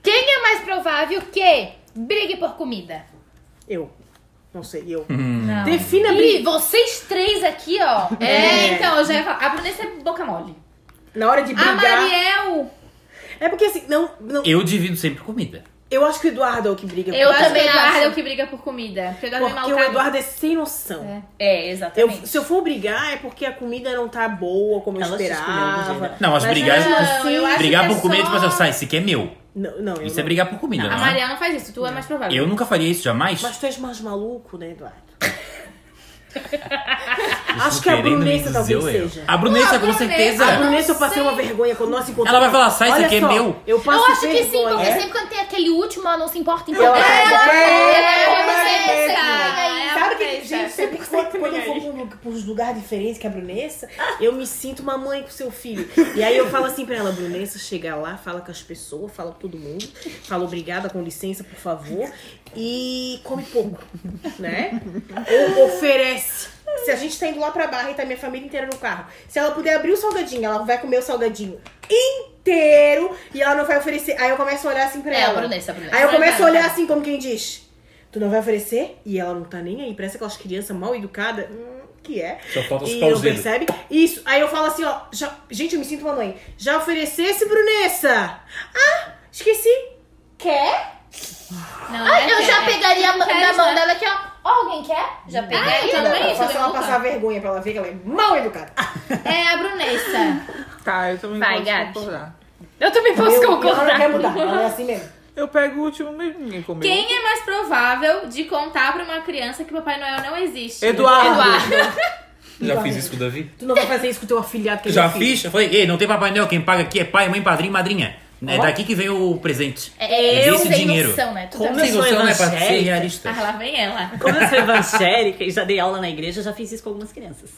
Speaker 3: Quem é mais provável que brigue por comida?
Speaker 8: Eu. Não sei, eu.
Speaker 4: Hum.
Speaker 3: Não.
Speaker 8: Defina a briga.
Speaker 3: Ih, vocês três aqui, ó.
Speaker 2: É, então, eu já ia falar.
Speaker 3: A Brunessa é boca mole.
Speaker 8: Na hora de
Speaker 3: A
Speaker 8: brigar.
Speaker 3: Mariel,
Speaker 8: É porque assim, não, não.
Speaker 1: Eu divido sempre comida.
Speaker 8: Eu acho que o Eduardo é o que briga.
Speaker 2: Eu
Speaker 8: porque-
Speaker 2: acho que o
Speaker 3: também
Speaker 2: Eduardo
Speaker 3: acho.
Speaker 2: é o que briga por comida. Porque o Eduardo é
Speaker 8: Porque o
Speaker 2: maltratado.
Speaker 8: Eduardo é sem noção.
Speaker 3: É,
Speaker 8: Eu-
Speaker 3: exatamente.
Speaker 8: se eu for brigar, é porque a comida não tá boa como eu
Speaker 4: Ela se escolheu do
Speaker 8: esperava.
Speaker 4: jeito. né?
Speaker 1: Não, as
Speaker 8: Mas
Speaker 4: é
Speaker 1: brigas.
Speaker 8: não, eu acho
Speaker 1: brigar
Speaker 2: que
Speaker 1: por
Speaker 2: é
Speaker 1: comida,
Speaker 2: só-
Speaker 1: tipo assim, sai, esse aqui é meu.
Speaker 8: Não, não. eu
Speaker 1: Isso é
Speaker 8: não.
Speaker 1: brigar por comida,
Speaker 2: A
Speaker 1: não é?
Speaker 2: Mariel não faz isso, tu é mais provável.
Speaker 1: Eu nunca faria isso jamais.
Speaker 8: Mas tu és mais maluco, né, Eduardo?
Speaker 1: Isso
Speaker 8: Acho que a
Speaker 1: querendo me
Speaker 8: Brunessa
Speaker 1: dizer
Speaker 8: talvez
Speaker 1: o erro.
Speaker 8: seja.
Speaker 1: A Brunessa, com certeza.
Speaker 8: A Brunessa, eu passei uma vergonha quando nós encontramos.
Speaker 1: é. Ela vai falar, sai, isso
Speaker 8: Olha
Speaker 1: aqui é
Speaker 8: só,
Speaker 1: meu.
Speaker 8: Eu passo
Speaker 3: Eu acho que sim,
Speaker 8: vergonha. É?
Speaker 3: porque sempre quando tem aquele último, ela não se importa em
Speaker 8: Ela-
Speaker 3: É,
Speaker 8: É,
Speaker 3: você-
Speaker 8: é,
Speaker 3: você
Speaker 8: é,
Speaker 3: briga aí.
Speaker 8: Sabe que, gente, sempre que quando quando eu vou pra uns lugares diferentes que a Brunessa, eu me sinto uma mãe com seu filho. E aí eu falo assim pra ela, Brunessa, chega lá, fala com as pessoas, fala com todo mundo, fala obrigada, com licença, por favor, e come pouco, né? Ou oferece. Se a gente tá indo lá pra Barra e tá minha família inteira no carro, se ela puder abrir o salgadinho, ela vai comer o salgadinho inteiro e ela não vai oferecer. Aí eu começo a olhar assim pra
Speaker 3: É,
Speaker 8: ela.
Speaker 3: a Brunessa, a Brunessa.
Speaker 8: Aí eu começo a
Speaker 3: Vai, vai,
Speaker 8: olhar assim, como quem diz: Tu não vai oferecer? E ela não tá nem aí. Parece aquelas crianças mal educadas. Hum, que é.
Speaker 1: Só falta
Speaker 8: E
Speaker 1: chupar
Speaker 8: não
Speaker 1: os dedos.
Speaker 8: percebe? Isso. Aí eu falo assim: Ó, já- gente, eu me sinto uma mãe. Já oferecesse, Brunessa? Ah, esqueci. Quer?
Speaker 2: Não,
Speaker 3: Ah,
Speaker 2: é
Speaker 3: eu
Speaker 2: que-
Speaker 3: já pegaria a mão-
Speaker 2: Quer
Speaker 3: na mão
Speaker 2: ajudar?
Speaker 3: dela aqui, ó. Ó, Alguém quer? Já
Speaker 2: eu
Speaker 3: pegaria.
Speaker 2: também.
Speaker 8: eu
Speaker 2: isso
Speaker 8: faço
Speaker 2: me
Speaker 8: ela
Speaker 2: preocupa.
Speaker 8: passar vergonha pra ela ver que ela é mal educada.
Speaker 2: É a Brunessa.
Speaker 6: Tá, eu também
Speaker 3: Vai,
Speaker 6: posso
Speaker 3: Gabi.
Speaker 6: concordar.
Speaker 3: Eu também posso
Speaker 8: Eu- Ela não
Speaker 3: concordar.
Speaker 8: quer mudar. Ela é assim mesmo.
Speaker 6: Eu pego o último mesmo, ninguém comeu.
Speaker 2: Quem é mais provável de contar pra uma criança que Papai Noel não existe?
Speaker 6: Eduardo.
Speaker 2: Eduardo.
Speaker 1: Já fiz isso com o Davi?
Speaker 8: Tu não vai fazer isso com o teu afilhado que ele é
Speaker 1: Já
Speaker 8: filho.
Speaker 1: fiz? Eu falei, ei, não tem Papai Noel, quem paga aqui é pai, mãe, padrinho, madrinha. É daqui que vem o presente.
Speaker 3: É, eu
Speaker 1: Desse
Speaker 3: sem
Speaker 1: dinheiro.
Speaker 3: noção, né? Tu
Speaker 4: Como
Speaker 3: também.
Speaker 4: eu sou
Speaker 1: né? Pra ser
Speaker 4: evangélica.
Speaker 1: realista.
Speaker 2: Ah, lá vem ela.
Speaker 4: Como eu sou evangélica e já dei aula na igreja, eu já fiz isso com algumas crianças.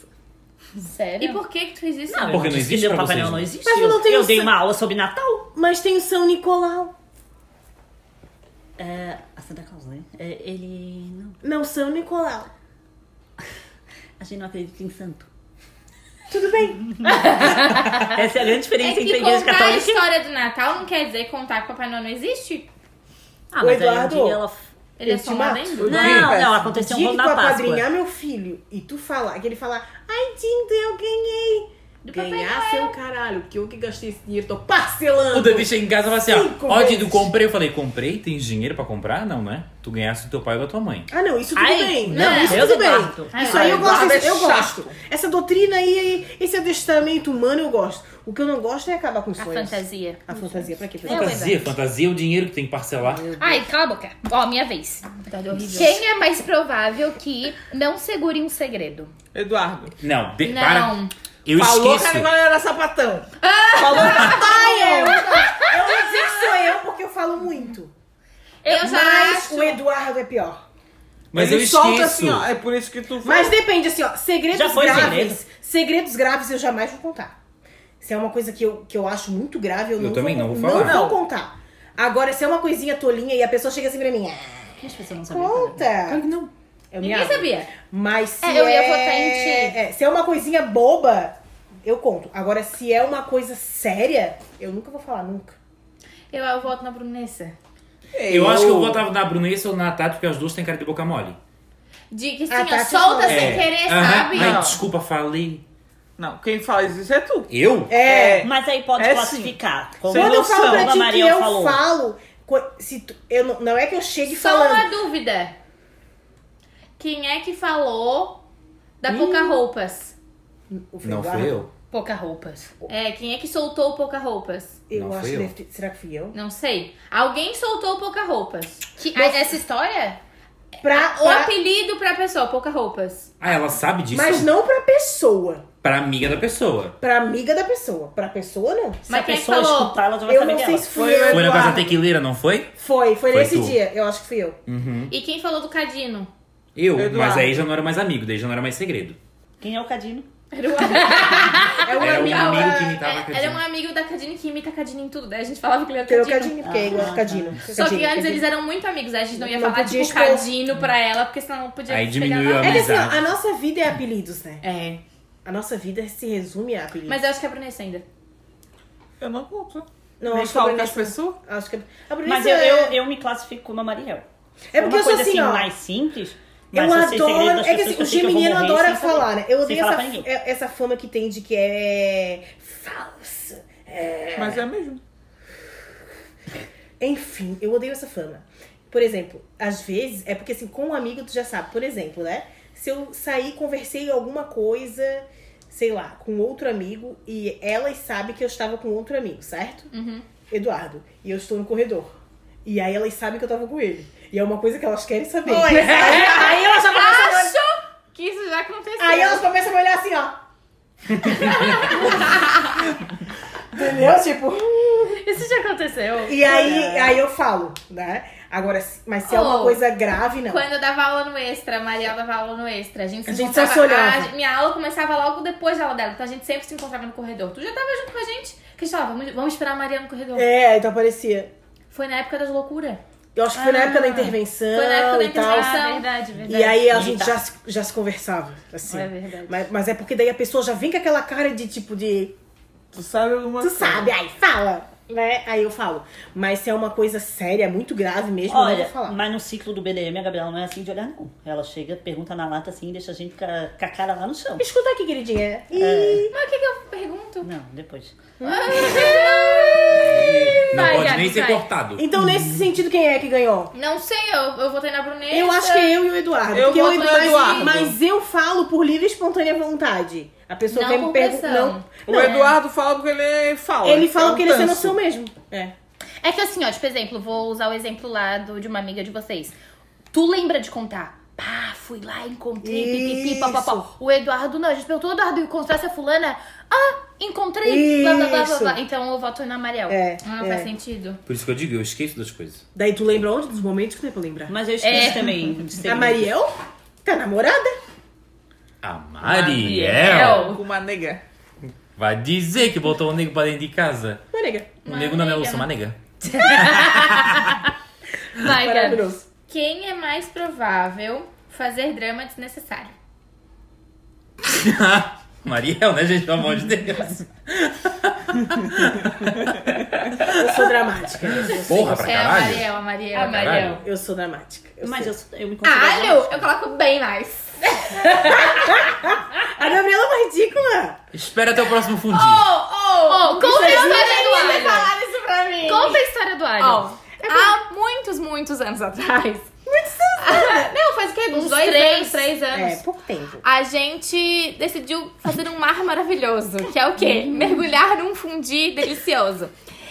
Speaker 3: Sério?
Speaker 2: E por que que tu fez isso?
Speaker 4: Não,
Speaker 1: Porque
Speaker 4: eu
Speaker 1: não
Speaker 4: disse
Speaker 1: existe
Speaker 4: que
Speaker 1: pra
Speaker 4: Papai
Speaker 1: vocês,
Speaker 4: Noel não
Speaker 1: né?
Speaker 4: existe.
Speaker 8: Mas eu
Speaker 4: eu
Speaker 8: não tenho
Speaker 4: eu dei
Speaker 8: sa-
Speaker 4: uma aula sobre Natal.
Speaker 8: Mas tem o São Nicolau.
Speaker 4: É, a Santa Claus, né? É, ele... Não,
Speaker 8: Não, São Nicolau.
Speaker 4: a gente não acredita em santo.
Speaker 8: Tudo bem.
Speaker 4: Essa é a grande
Speaker 2: É
Speaker 4: diferença entre a
Speaker 2: que contar
Speaker 4: igreja
Speaker 2: a
Speaker 4: católica
Speaker 2: história do Natal não quer dizer contar que Papai Noel não existe.
Speaker 4: Ah,
Speaker 8: O
Speaker 4: mas aí um
Speaker 8: Eduardo-
Speaker 4: dia ela...
Speaker 2: Ele é
Speaker 8: Eu
Speaker 2: só
Speaker 8: te
Speaker 2: uma
Speaker 8: mato.
Speaker 2: lenda.
Speaker 4: Não,
Speaker 6: Eduardo-
Speaker 4: não,
Speaker 8: O dia
Speaker 4: aconteceu um
Speaker 8: que
Speaker 4: rolo
Speaker 8: tu
Speaker 4: na Páscoa.
Speaker 8: apadrinhar meu filho e tu falar, que ele falar, ai, Dindo, eu ganhei.
Speaker 3: Do
Speaker 8: Ganhar seu caralho, porque eu que gastei esse dinheiro, tô parcelando.
Speaker 1: O Davi chega em casa e fala assim, ó,
Speaker 8: Cinco
Speaker 1: ó,
Speaker 8: vezes.
Speaker 1: Dido, comprei. Eu falei, comprei? Tem dinheiro pra comprar? Não, né? Tu ganhasse do teu pai ou da tua mãe.
Speaker 8: Ah, não, isso tudo
Speaker 4: Ai,
Speaker 8: bem.
Speaker 4: não,
Speaker 8: Não, isso
Speaker 4: eu
Speaker 8: tudo bem.
Speaker 4: guardo.
Speaker 8: Isso aí eu
Speaker 6: Ai,
Speaker 8: gosto.
Speaker 6: guarda é
Speaker 8: eu
Speaker 6: chato.
Speaker 8: gosto. Essa doutrina aí, aí, esse adestramento humano eu gosto. O que eu não gosto é acabar com os
Speaker 3: A
Speaker 8: sonhos.
Speaker 3: fantasia.
Speaker 8: A fantasia, pra quê? Pra quê?
Speaker 1: Fantasia, fantasia é o dinheiro que tem que parcelar.
Speaker 3: Ai, cala a boca. Ó, minha vez.
Speaker 2: Tá
Speaker 3: Quem é mais provável que não segure um segredo?
Speaker 6: Eduardo.
Speaker 1: Não, de,
Speaker 3: Não.
Speaker 1: para. Eu
Speaker 6: Falou que
Speaker 1: esqueço.
Speaker 6: a galera era sapatão. Falou que
Speaker 8: Ah, eu, não. eu vou dizer que sou eu porque eu falo muito.
Speaker 3: Eu
Speaker 8: Mas o Eduardo é pior.
Speaker 1: Mas eu
Speaker 6: ele
Speaker 1: esqueço.
Speaker 6: solta assim, ó. É por isso que tu
Speaker 8: Mas depende, assim, ó. Segredos
Speaker 4: Já foi
Speaker 8: graves.
Speaker 4: segredo?
Speaker 8: Segredos graves eu jamais vou contar. Se é uma coisa que eu, que eu acho muito grave, eu,
Speaker 1: Eu
Speaker 8: não
Speaker 1: também
Speaker 8: vou,
Speaker 1: não vou falar.
Speaker 8: Não vou contar. Agora, se é uma coisinha tolinha e a pessoa chega assim pra mim, ah,
Speaker 4: Por que as pessoas não sabem?
Speaker 8: conta.
Speaker 1: Não.
Speaker 8: Eu me
Speaker 3: né?" Ninguém
Speaker 8: abro.
Speaker 3: sabia.
Speaker 8: Mas se
Speaker 3: É, eu ia
Speaker 8: é-
Speaker 3: votar em ti.
Speaker 8: é, se é uma coisinha boba, eu conto. Agora, se é uma coisa séria, eu nunca vou falar, nunca.
Speaker 2: Eu, eu voto na Brunessa.
Speaker 1: Eu acho que eu votava na Bruna esse ou na Tati, porque as duas têm cara de boca mole.
Speaker 2: De que assim,
Speaker 8: Ah,
Speaker 2: ó,
Speaker 8: tá,
Speaker 2: solta
Speaker 8: tá.
Speaker 2: sem querer,
Speaker 1: É. aham.
Speaker 2: sabe?
Speaker 1: Ai,
Speaker 6: Não.
Speaker 1: desculpa, falei.
Speaker 6: Não, quem faz isso é tu.
Speaker 1: Eu?
Speaker 8: É.
Speaker 4: Mas aí pode
Speaker 6: É
Speaker 4: classificar. Como
Speaker 6: Sem
Speaker 8: Quando eu falo
Speaker 4: noção,
Speaker 8: pra
Speaker 4: como a
Speaker 8: ti que
Speaker 4: Mariel
Speaker 8: eu
Speaker 4: falou.
Speaker 8: falo, co- se tu- eu não, não é que eu chegue
Speaker 2: Só uma
Speaker 8: falando.
Speaker 2: dúvida. Quem é que falou da pouca roupas?
Speaker 8: O
Speaker 1: Não
Speaker 8: Eduardo,
Speaker 1: fui eu.
Speaker 3: Pouca roupas.
Speaker 2: É, quem é que soltou o pouca roupas?
Speaker 8: Eu
Speaker 1: Não
Speaker 8: acho
Speaker 1: fui
Speaker 8: que
Speaker 1: eu.
Speaker 8: deve ter- Será que fui eu?
Speaker 2: Não sei. Alguém soltou o pouca roupas.
Speaker 3: Que, a-
Speaker 2: é
Speaker 3: essa história?
Speaker 8: Pra,
Speaker 4: Ah,
Speaker 2: O
Speaker 8: pra-
Speaker 2: apelido pra pessoa, pouca roupas.
Speaker 1: Ah, ela sabe disso?
Speaker 8: mas não pra pessoa.
Speaker 1: Pra amiga da pessoa.
Speaker 8: Pra amiga da pessoa. Pra pessoa, não.
Speaker 4: Se
Speaker 2: Mas
Speaker 4: a
Speaker 2: quem é que
Speaker 4: pessoa
Speaker 2: falou?
Speaker 4: escutar, ela já vai
Speaker 8: Eu
Speaker 4: saber
Speaker 8: não
Speaker 4: dela.
Speaker 8: sei se fui
Speaker 6: Foi
Speaker 8: eu.
Speaker 6: o
Speaker 1: Foi na
Speaker 8: Eduardo.
Speaker 1: casa da tequileira, não foi?
Speaker 8: Foi, foi
Speaker 1: Foi
Speaker 8: nesse
Speaker 1: tu.
Speaker 8: dia. Eu acho que fui eu.
Speaker 1: Uhum.
Speaker 2: E quem falou do cadino?
Speaker 1: Eu,
Speaker 6: Eduardo.
Speaker 1: mas aí já não era mais amigo, daí já não era mais segredo.
Speaker 4: Quem é o Cadino?
Speaker 2: Era um amigo,
Speaker 8: É uma
Speaker 1: Era um
Speaker 8: amiga.
Speaker 1: amigo que imitava a
Speaker 2: é, era um
Speaker 1: Cadine.
Speaker 2: amigo da Cadine que imita a Cadine em tudo. Daí a gente falava que ele era
Speaker 8: Pelo
Speaker 2: Cadino.
Speaker 8: Cadinho, porque é igual
Speaker 4: Ah,
Speaker 8: a Cadino.
Speaker 2: Só que
Speaker 8: Cadinho,
Speaker 2: antes
Speaker 8: Cadinho.
Speaker 2: eles eram muito amigos. aí A gente não ia
Speaker 8: Não
Speaker 2: falar,
Speaker 8: podia
Speaker 2: tipo,
Speaker 8: expor.
Speaker 2: Cadino pra ela, porque senão não podia
Speaker 1: Aí
Speaker 2: pegar
Speaker 1: diminuiu
Speaker 2: nada.
Speaker 1: a
Speaker 8: É que assim, ó,
Speaker 1: amizade.
Speaker 8: a nossa vida é apelidos, né?
Speaker 2: É.
Speaker 8: A nossa vida se resume a apelidos.
Speaker 2: Mas eu acho que é a Brunessa ainda.
Speaker 6: Eu não conto.
Speaker 8: não,
Speaker 6: Nem
Speaker 8: acho que a
Speaker 6: falo com as
Speaker 8: Brunessa-
Speaker 6: pessoas.
Speaker 8: Acho que a Brunessa
Speaker 4: é Mas eu,
Speaker 8: é-
Speaker 4: eu, eu me classifico como a Mariel.
Speaker 8: É porque
Speaker 4: uma
Speaker 8: eu sou
Speaker 4: coisa
Speaker 8: assim, ó.
Speaker 4: mais simples.
Speaker 8: Eu
Speaker 4: mas sei segredo
Speaker 8: adoro.
Speaker 4: das
Speaker 8: É que
Speaker 4: pessoas
Speaker 8: assim, o
Speaker 4: eu sei eu vou
Speaker 8: geminiano
Speaker 4: morrer
Speaker 8: adora
Speaker 4: sem saber.
Speaker 8: falar, né? Eu
Speaker 4: Sem
Speaker 8: odeio
Speaker 4: falar
Speaker 8: essa,
Speaker 4: pra ninguém.
Speaker 8: é- essa fama que tem de que é falsa. É...
Speaker 6: Mas é mesmo.
Speaker 8: Enfim, eu odeio essa fama. Por exemplo, às vezes, é porque assim, com um amigo tu já sabe. Por exemplo, né? Se eu saí, conversei alguma coisa, sei lá, com outro amigo e elas sabem que eu estava com outro amigo, certo? Eduardo, e eu estou no corredor. E aí elas sabem que eu estava com ele. E é uma coisa que elas querem saber. aí elas já começam a
Speaker 2: Acho que isso já aconteceu.
Speaker 8: Aí elas começam a me olhar assim, ó. Entendeu? Tipo.
Speaker 2: Isso já aconteceu.
Speaker 8: E aí, aí eu falo, né? Agora, se- mas se é uma
Speaker 2: Oh.
Speaker 8: coisa grave, não.
Speaker 2: Quando eu dava aula no extra, a Mariel dava aula no extra. A gente se
Speaker 8: A gente só
Speaker 2: encontrava.
Speaker 8: se olhava.
Speaker 2: a gen- minha aula começava logo depois da aula dela, então a gente sempre se encontrava no corredor. Tu já tava junto com a gente? Que a gente falava, vamos, vamos esperar a Mariel no corredor.
Speaker 8: É, então aparecia.
Speaker 2: Foi na época das loucuras.
Speaker 8: Eu acho que foi na
Speaker 2: Ah.
Speaker 8: época da intervenção
Speaker 2: Foi na época da
Speaker 8: e tal.
Speaker 2: intervenção.
Speaker 3: verdade,
Speaker 8: E aí a
Speaker 4: E
Speaker 8: gente
Speaker 4: tá.
Speaker 8: já, se- já se conversava, assim.
Speaker 2: É verdade.
Speaker 8: Mas, mas é porque daí a pessoa já vem com aquela cara de tipo de.
Speaker 6: Tu sabe alguma
Speaker 8: Tu
Speaker 6: coisa.
Speaker 8: sabe, aí fala! Né? Aí eu falo. Mas se é uma coisa séria, muito grave mesmo, eu não vou
Speaker 4: Olha,
Speaker 8: falar.
Speaker 4: mas no ciclo do BDM, a Gabriela não é assim de olhar, não. Ela chega, pergunta na lata assim e deixa a gente com a, com a cara lá no chão.
Speaker 8: Escuta aqui, queridinha. É. Ih,
Speaker 2: Mas o que, que eu pergunto?
Speaker 4: Não, depois.
Speaker 1: Não
Speaker 2: Vai,
Speaker 1: pode
Speaker 2: Gabi,
Speaker 1: nem ser
Speaker 2: vai.
Speaker 1: cortado.
Speaker 8: Então, nesse sentido, quem é que ganhou?
Speaker 2: Não sei, eu, eu votei na Brunessa.
Speaker 8: Eu acho que é eu e o Eduardo.
Speaker 6: Eu
Speaker 8: porque
Speaker 6: voto
Speaker 8: eu,
Speaker 6: no
Speaker 8: mas,
Speaker 6: Eduardo.
Speaker 8: mas eu falo por livre e espontânea vontade. A pessoa
Speaker 2: Não
Speaker 8: vem
Speaker 2: por
Speaker 8: me perguntar.
Speaker 2: pressão.
Speaker 8: Não, é.
Speaker 6: O Eduardo fala porque ele um fala.
Speaker 8: ele fala que ele é sem
Speaker 6: noção
Speaker 8: noção mesmo. É.
Speaker 3: É que assim, ó, tipo, exemplo, vou usar o exemplo lá do, de uma amiga de vocês. Tu lembra de contar? Pá, fui lá, encontrei, pipipi,
Speaker 8: Isso.
Speaker 3: papapá. O Eduardo não, a gente perguntou, Eduardo, encontrasse a fulana? Ah, encontrei, blá, blá, blá, blá,
Speaker 8: Isso.
Speaker 3: blá. Então eu voto na Mariel.
Speaker 8: É,
Speaker 2: Ah,
Speaker 8: é.
Speaker 2: faz sentido.
Speaker 1: Por isso que eu digo, eu esqueço das coisas.
Speaker 8: Daí tu lembra onde? Dos momentos que não é pra lembrar.
Speaker 4: Mas eu esqueci também de
Speaker 8: A
Speaker 4: segredo.
Speaker 8: Mariel tá namorada.
Speaker 1: A Mariel
Speaker 2: Mariel.
Speaker 6: Com uma nega.
Speaker 1: vai dizer que botou o nego pra dentro de casa.
Speaker 8: Uma nega.
Speaker 1: O nego não é Lúcia, uma nega.
Speaker 2: Vai, Gabi.
Speaker 8: Maravilhoso.
Speaker 2: Quem é mais provável fazer drama desnecessário?
Speaker 1: Mariel, né, gente? Pelo amor de Deus.
Speaker 8: Eu sou dramática.
Speaker 1: Porra, pra
Speaker 2: é a
Speaker 1: caralho.
Speaker 2: Mariel, a Mariel.
Speaker 3: A Mariel.
Speaker 1: Caralho.
Speaker 8: Eu sou dramática. Eu
Speaker 4: Mas
Speaker 8: sei.
Speaker 4: eu, eu me considero.
Speaker 2: Alho, eu coloco bem mais.
Speaker 8: A Gabriela é uma ridícula.
Speaker 1: Espera até o próximo fundinho.
Speaker 2: Oh,
Speaker 3: Oh, conta a história do
Speaker 2: Você
Speaker 3: alho.
Speaker 2: falar isso pra mim.
Speaker 3: Conta a história do alho.
Speaker 2: Ó, há muitos, muitos anos atrás. É Muitos anos atrás? Não, faz o quê? Uns,
Speaker 3: Uns
Speaker 2: dois
Speaker 3: três.
Speaker 2: anos, três anos.
Speaker 8: É, pouco tempo.
Speaker 2: A gente decidiu fazer um mar maravilhoso, que é o quê? Mergulhar num fundi delicioso.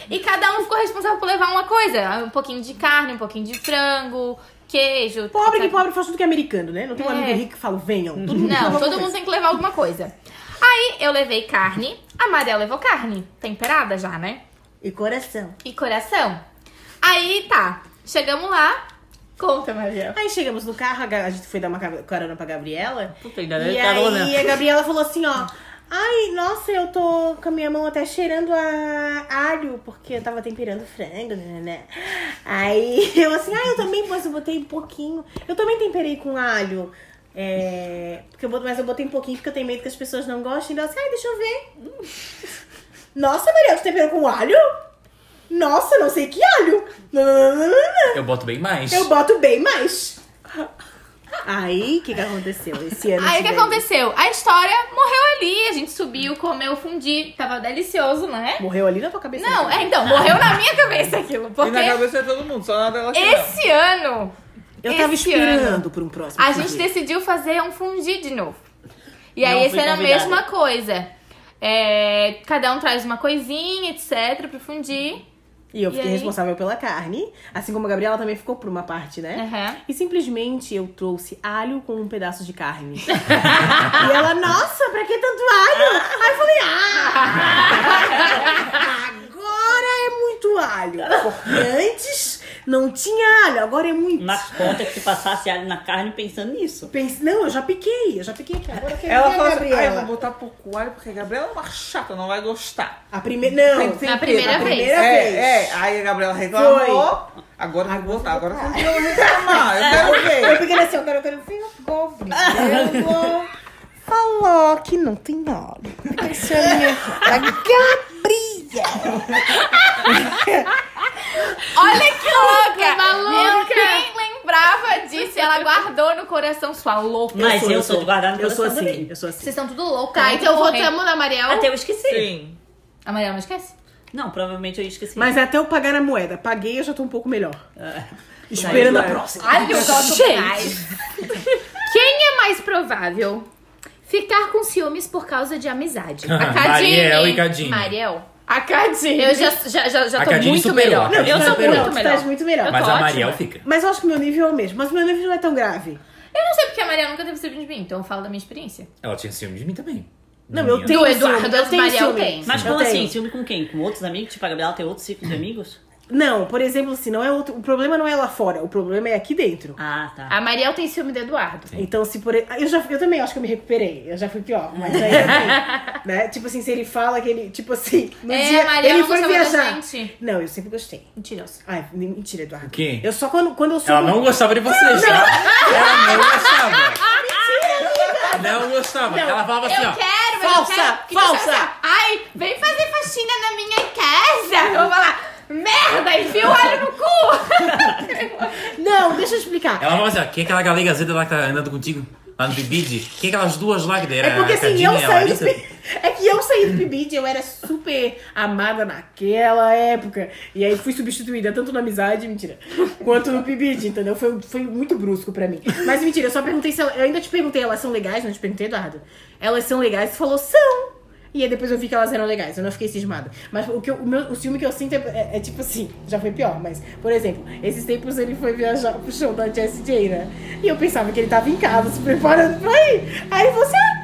Speaker 2: E cada um ficou responsável por levar uma coisa. Um pouquinho de carne, um pouquinho de frango, queijo.
Speaker 8: Pobre que
Speaker 2: etc.
Speaker 8: pobre faz tudo que é americano, né? Não tem um
Speaker 2: É.
Speaker 8: amigo rico que fala, venham. Todo mundo
Speaker 2: Não,
Speaker 8: fala
Speaker 2: todo
Speaker 8: uma
Speaker 2: mundo
Speaker 8: coisa.
Speaker 2: tem que levar alguma coisa. Aí eu levei carne, a Mariel levou carne, temperada já, né?
Speaker 8: E coração.
Speaker 2: E coração. Aí tá, chegamos lá. Conta,
Speaker 4: É.
Speaker 2: Mariel.
Speaker 8: Aí chegamos no carro, a Ga- a gente foi dar uma ca- carona pra Gabriela.
Speaker 4: Puta, ainda
Speaker 8: E
Speaker 4: é carona.
Speaker 8: aí a Gabriela falou assim, ó. Ai, nossa, eu tô com a minha mão até cheirando a alho, porque eu tava temperando frango, né, né? Aí eu assim, ai, eu também, mas eu botei um pouquinho. Eu também temperei com alho. É, porque eu bot- mas eu botei um pouquinho porque eu tenho medo que as pessoas não gostem. Ela assim, ai, deixa eu ver. Nossa, Maria, tu temperou com alho? Nossa, não sei que alho.
Speaker 1: Eu boto bem mais.
Speaker 8: Eu boto bem mais. Aí, o que, que aconteceu esse ano?
Speaker 2: Aí o
Speaker 8: de
Speaker 2: que
Speaker 8: velho?
Speaker 2: aconteceu? A história morreu ali, a gente subiu, comeu fundi, tava delicioso, né?
Speaker 8: Morreu ali na tua cabeça?
Speaker 2: Não, é então, morreu na minha cabeça aquilo,
Speaker 6: E na
Speaker 2: porque
Speaker 6: cabeça de todo mundo, só na dela que não.
Speaker 2: esse ano
Speaker 8: Eu tava
Speaker 2: esse
Speaker 8: esperando
Speaker 2: ano,
Speaker 8: por um próximo.
Speaker 2: a gente
Speaker 8: fundi.
Speaker 2: decidiu fazer um fundi de novo. E
Speaker 4: Não
Speaker 2: aí esse
Speaker 4: fui
Speaker 2: ano a
Speaker 4: convidada.
Speaker 2: mesma coisa. É, cada um traz uma coisinha, etc, pro fundir.
Speaker 8: E eu
Speaker 2: E
Speaker 8: fiquei
Speaker 2: aí?
Speaker 8: responsável pela carne, assim como a Gabriela também ficou por uma parte, né?
Speaker 2: Aham.
Speaker 8: E simplesmente eu trouxe alho com um pedaço de carne. e ela, nossa, pra que tanto alho? Aí eu falei, ah! Agora é muito alho. Porque antes não tinha alho, agora é muito.
Speaker 4: Mas conta que se passasse alho na carne pensando nisso.
Speaker 8: Pense- Não, eu já piquei, eu já piquei aqui. Agora eu quero
Speaker 6: Ela
Speaker 8: ver é a
Speaker 6: fala assim, ah, eu
Speaker 8: Gabriela.
Speaker 6: vou botar pouco alho, porque a Gabriela é uma chata, não vai gostar.
Speaker 8: A primeira. Não,
Speaker 6: Tem que ser
Speaker 3: Na
Speaker 6: inteira,
Speaker 3: primeira
Speaker 6: a
Speaker 3: vez.
Speaker 8: primeira vez.
Speaker 6: É, é, aí a Gabriela reclamou. Agora tem que botar, agora tem que reclamar, eu quero
Speaker 8: Eu
Speaker 6: ver.
Speaker 8: fiquei assim, eu quero, eu quero ver o Goblin. Eu vou- Falou que não tem óleo. Esse é a minha- a Gabriela.
Speaker 2: Olha que louca!
Speaker 3: maluca!
Speaker 2: Eu nem lembrava disso, ela guardou no coração sua louca.
Speaker 4: Mas eu, sou de guardar no
Speaker 8: Eu sou
Speaker 4: coração
Speaker 8: assim,
Speaker 4: também.
Speaker 8: eu sou assim.
Speaker 3: Vocês estão tudo louca.
Speaker 2: Tá, então
Speaker 3: então
Speaker 2: eu vou
Speaker 3: votamos na Mariel.
Speaker 4: Até eu esqueci.
Speaker 6: Sim.
Speaker 2: A Mariel não esquece?
Speaker 4: Não, provavelmente eu esqueci.
Speaker 8: Mas é até eu pagar a moeda. Paguei, eu já tô um pouco melhor.
Speaker 4: Ah,
Speaker 8: Esperando a próxima.
Speaker 2: Ai, eu gosto demais.
Speaker 3: Gente, quem é mais provável ficar com ciúmes por causa de amizade?
Speaker 2: A Cadine.
Speaker 1: Mariel e Cadine.
Speaker 3: Mariel?
Speaker 2: A Cadine.
Speaker 3: Eu já, já, já, já
Speaker 1: A
Speaker 3: tô
Speaker 1: Cadine
Speaker 3: muito
Speaker 1: superou,
Speaker 3: melhor.
Speaker 1: a Cadine
Speaker 3: Eu tô
Speaker 1: superou.
Speaker 3: muito
Speaker 8: Tu
Speaker 3: melhor.
Speaker 8: estás muito melhor.
Speaker 2: é
Speaker 3: Eu
Speaker 1: Mas
Speaker 3: tô
Speaker 1: a
Speaker 3: ótima.
Speaker 1: Mariel fica.
Speaker 8: Mas eu acho que meu nível é o mesmo. Mas meu nível não é tão grave.
Speaker 2: Eu não sei porque a Mariel nunca teve ciúme de mim, então eu falo da minha experiência.
Speaker 1: Ela tinha ciúme de mim também.
Speaker 8: Não,
Speaker 1: De
Speaker 8: eu
Speaker 1: mim,
Speaker 8: tenho
Speaker 3: Do Eduardo,
Speaker 8: ciúme,
Speaker 3: do
Speaker 8: eu tenho
Speaker 3: Mariel
Speaker 8: ciúme.
Speaker 3: tem.
Speaker 4: Mas
Speaker 8: Eu
Speaker 4: como
Speaker 8: tenho.
Speaker 4: assim? Ciúme com quem? Com outros amigos? Tipo, a Gabriela tem outro ciclo de amigos?
Speaker 8: Não, por exemplo, assim, não é outro... o problema não é lá fora. O problema é aqui dentro.
Speaker 4: Ah, tá.
Speaker 3: A Mariel tem ciúme do Eduardo.
Speaker 8: Então, se por ele- eu já eu também acho que eu me recuperei. Eu já fui pior, mas ainda assim, né? Tipo assim, se ele fala que ele, tipo assim, no
Speaker 2: É,
Speaker 8: dia
Speaker 2: Maria,
Speaker 8: ele
Speaker 2: não
Speaker 8: foi
Speaker 2: gostava da
Speaker 8: viajar.
Speaker 2: gente.
Speaker 8: Não, eu sempre gostei.
Speaker 2: Mentiroso.
Speaker 8: Ai, nem- mentira, Eduardo.
Speaker 1: O quê?
Speaker 8: Eu só quando quando eu sou
Speaker 1: Ela não gostava de vocês, tá? Ela não gostava. Não gostava. Ela falava assim,
Speaker 2: Eu
Speaker 1: ó.
Speaker 2: quero, mas
Speaker 8: Falsa,
Speaker 2: eu quero. que
Speaker 8: falsa.
Speaker 2: tu faça- Ai, vem fazer faxina na minha casa. Eu vou falar, merda, enfia o olho no cu.
Speaker 8: Não, deixa eu explicar.
Speaker 1: Ela falava assim, ó. Quem é aquela galega zeta lá que tá andando contigo? Lá no Bibid? Quem é aquelas duas lá que era
Speaker 8: É porque
Speaker 1: a
Speaker 8: assim,
Speaker 1: Cadinha
Speaker 8: eu
Speaker 1: e a
Speaker 8: saí do...
Speaker 1: Larissa?
Speaker 8: Pi- É que eu saí do PIBID, eu era super amada naquela época. E aí fui substituída tanto na amizade, mentira, quanto no PIBID, entendeu? Foi, foi muito brusco pra mim. Mas mentira, eu só perguntei se... ela- Eu ainda te perguntei, elas são legais? Não te perguntei, Eduardo. Elas são legais? Você falou, são! E aí depois eu vi que elas eram legais, eu não fiquei cismada. Mas o, que eu- o, meu, o ciúme que eu sinto é, é- é tipo assim, já foi pior, mas, por exemplo, esses tempos ele foi viajar pro show da Jessie J, né? E eu pensava que ele tava em casa se preparando pra ir. Aí você, "Ah,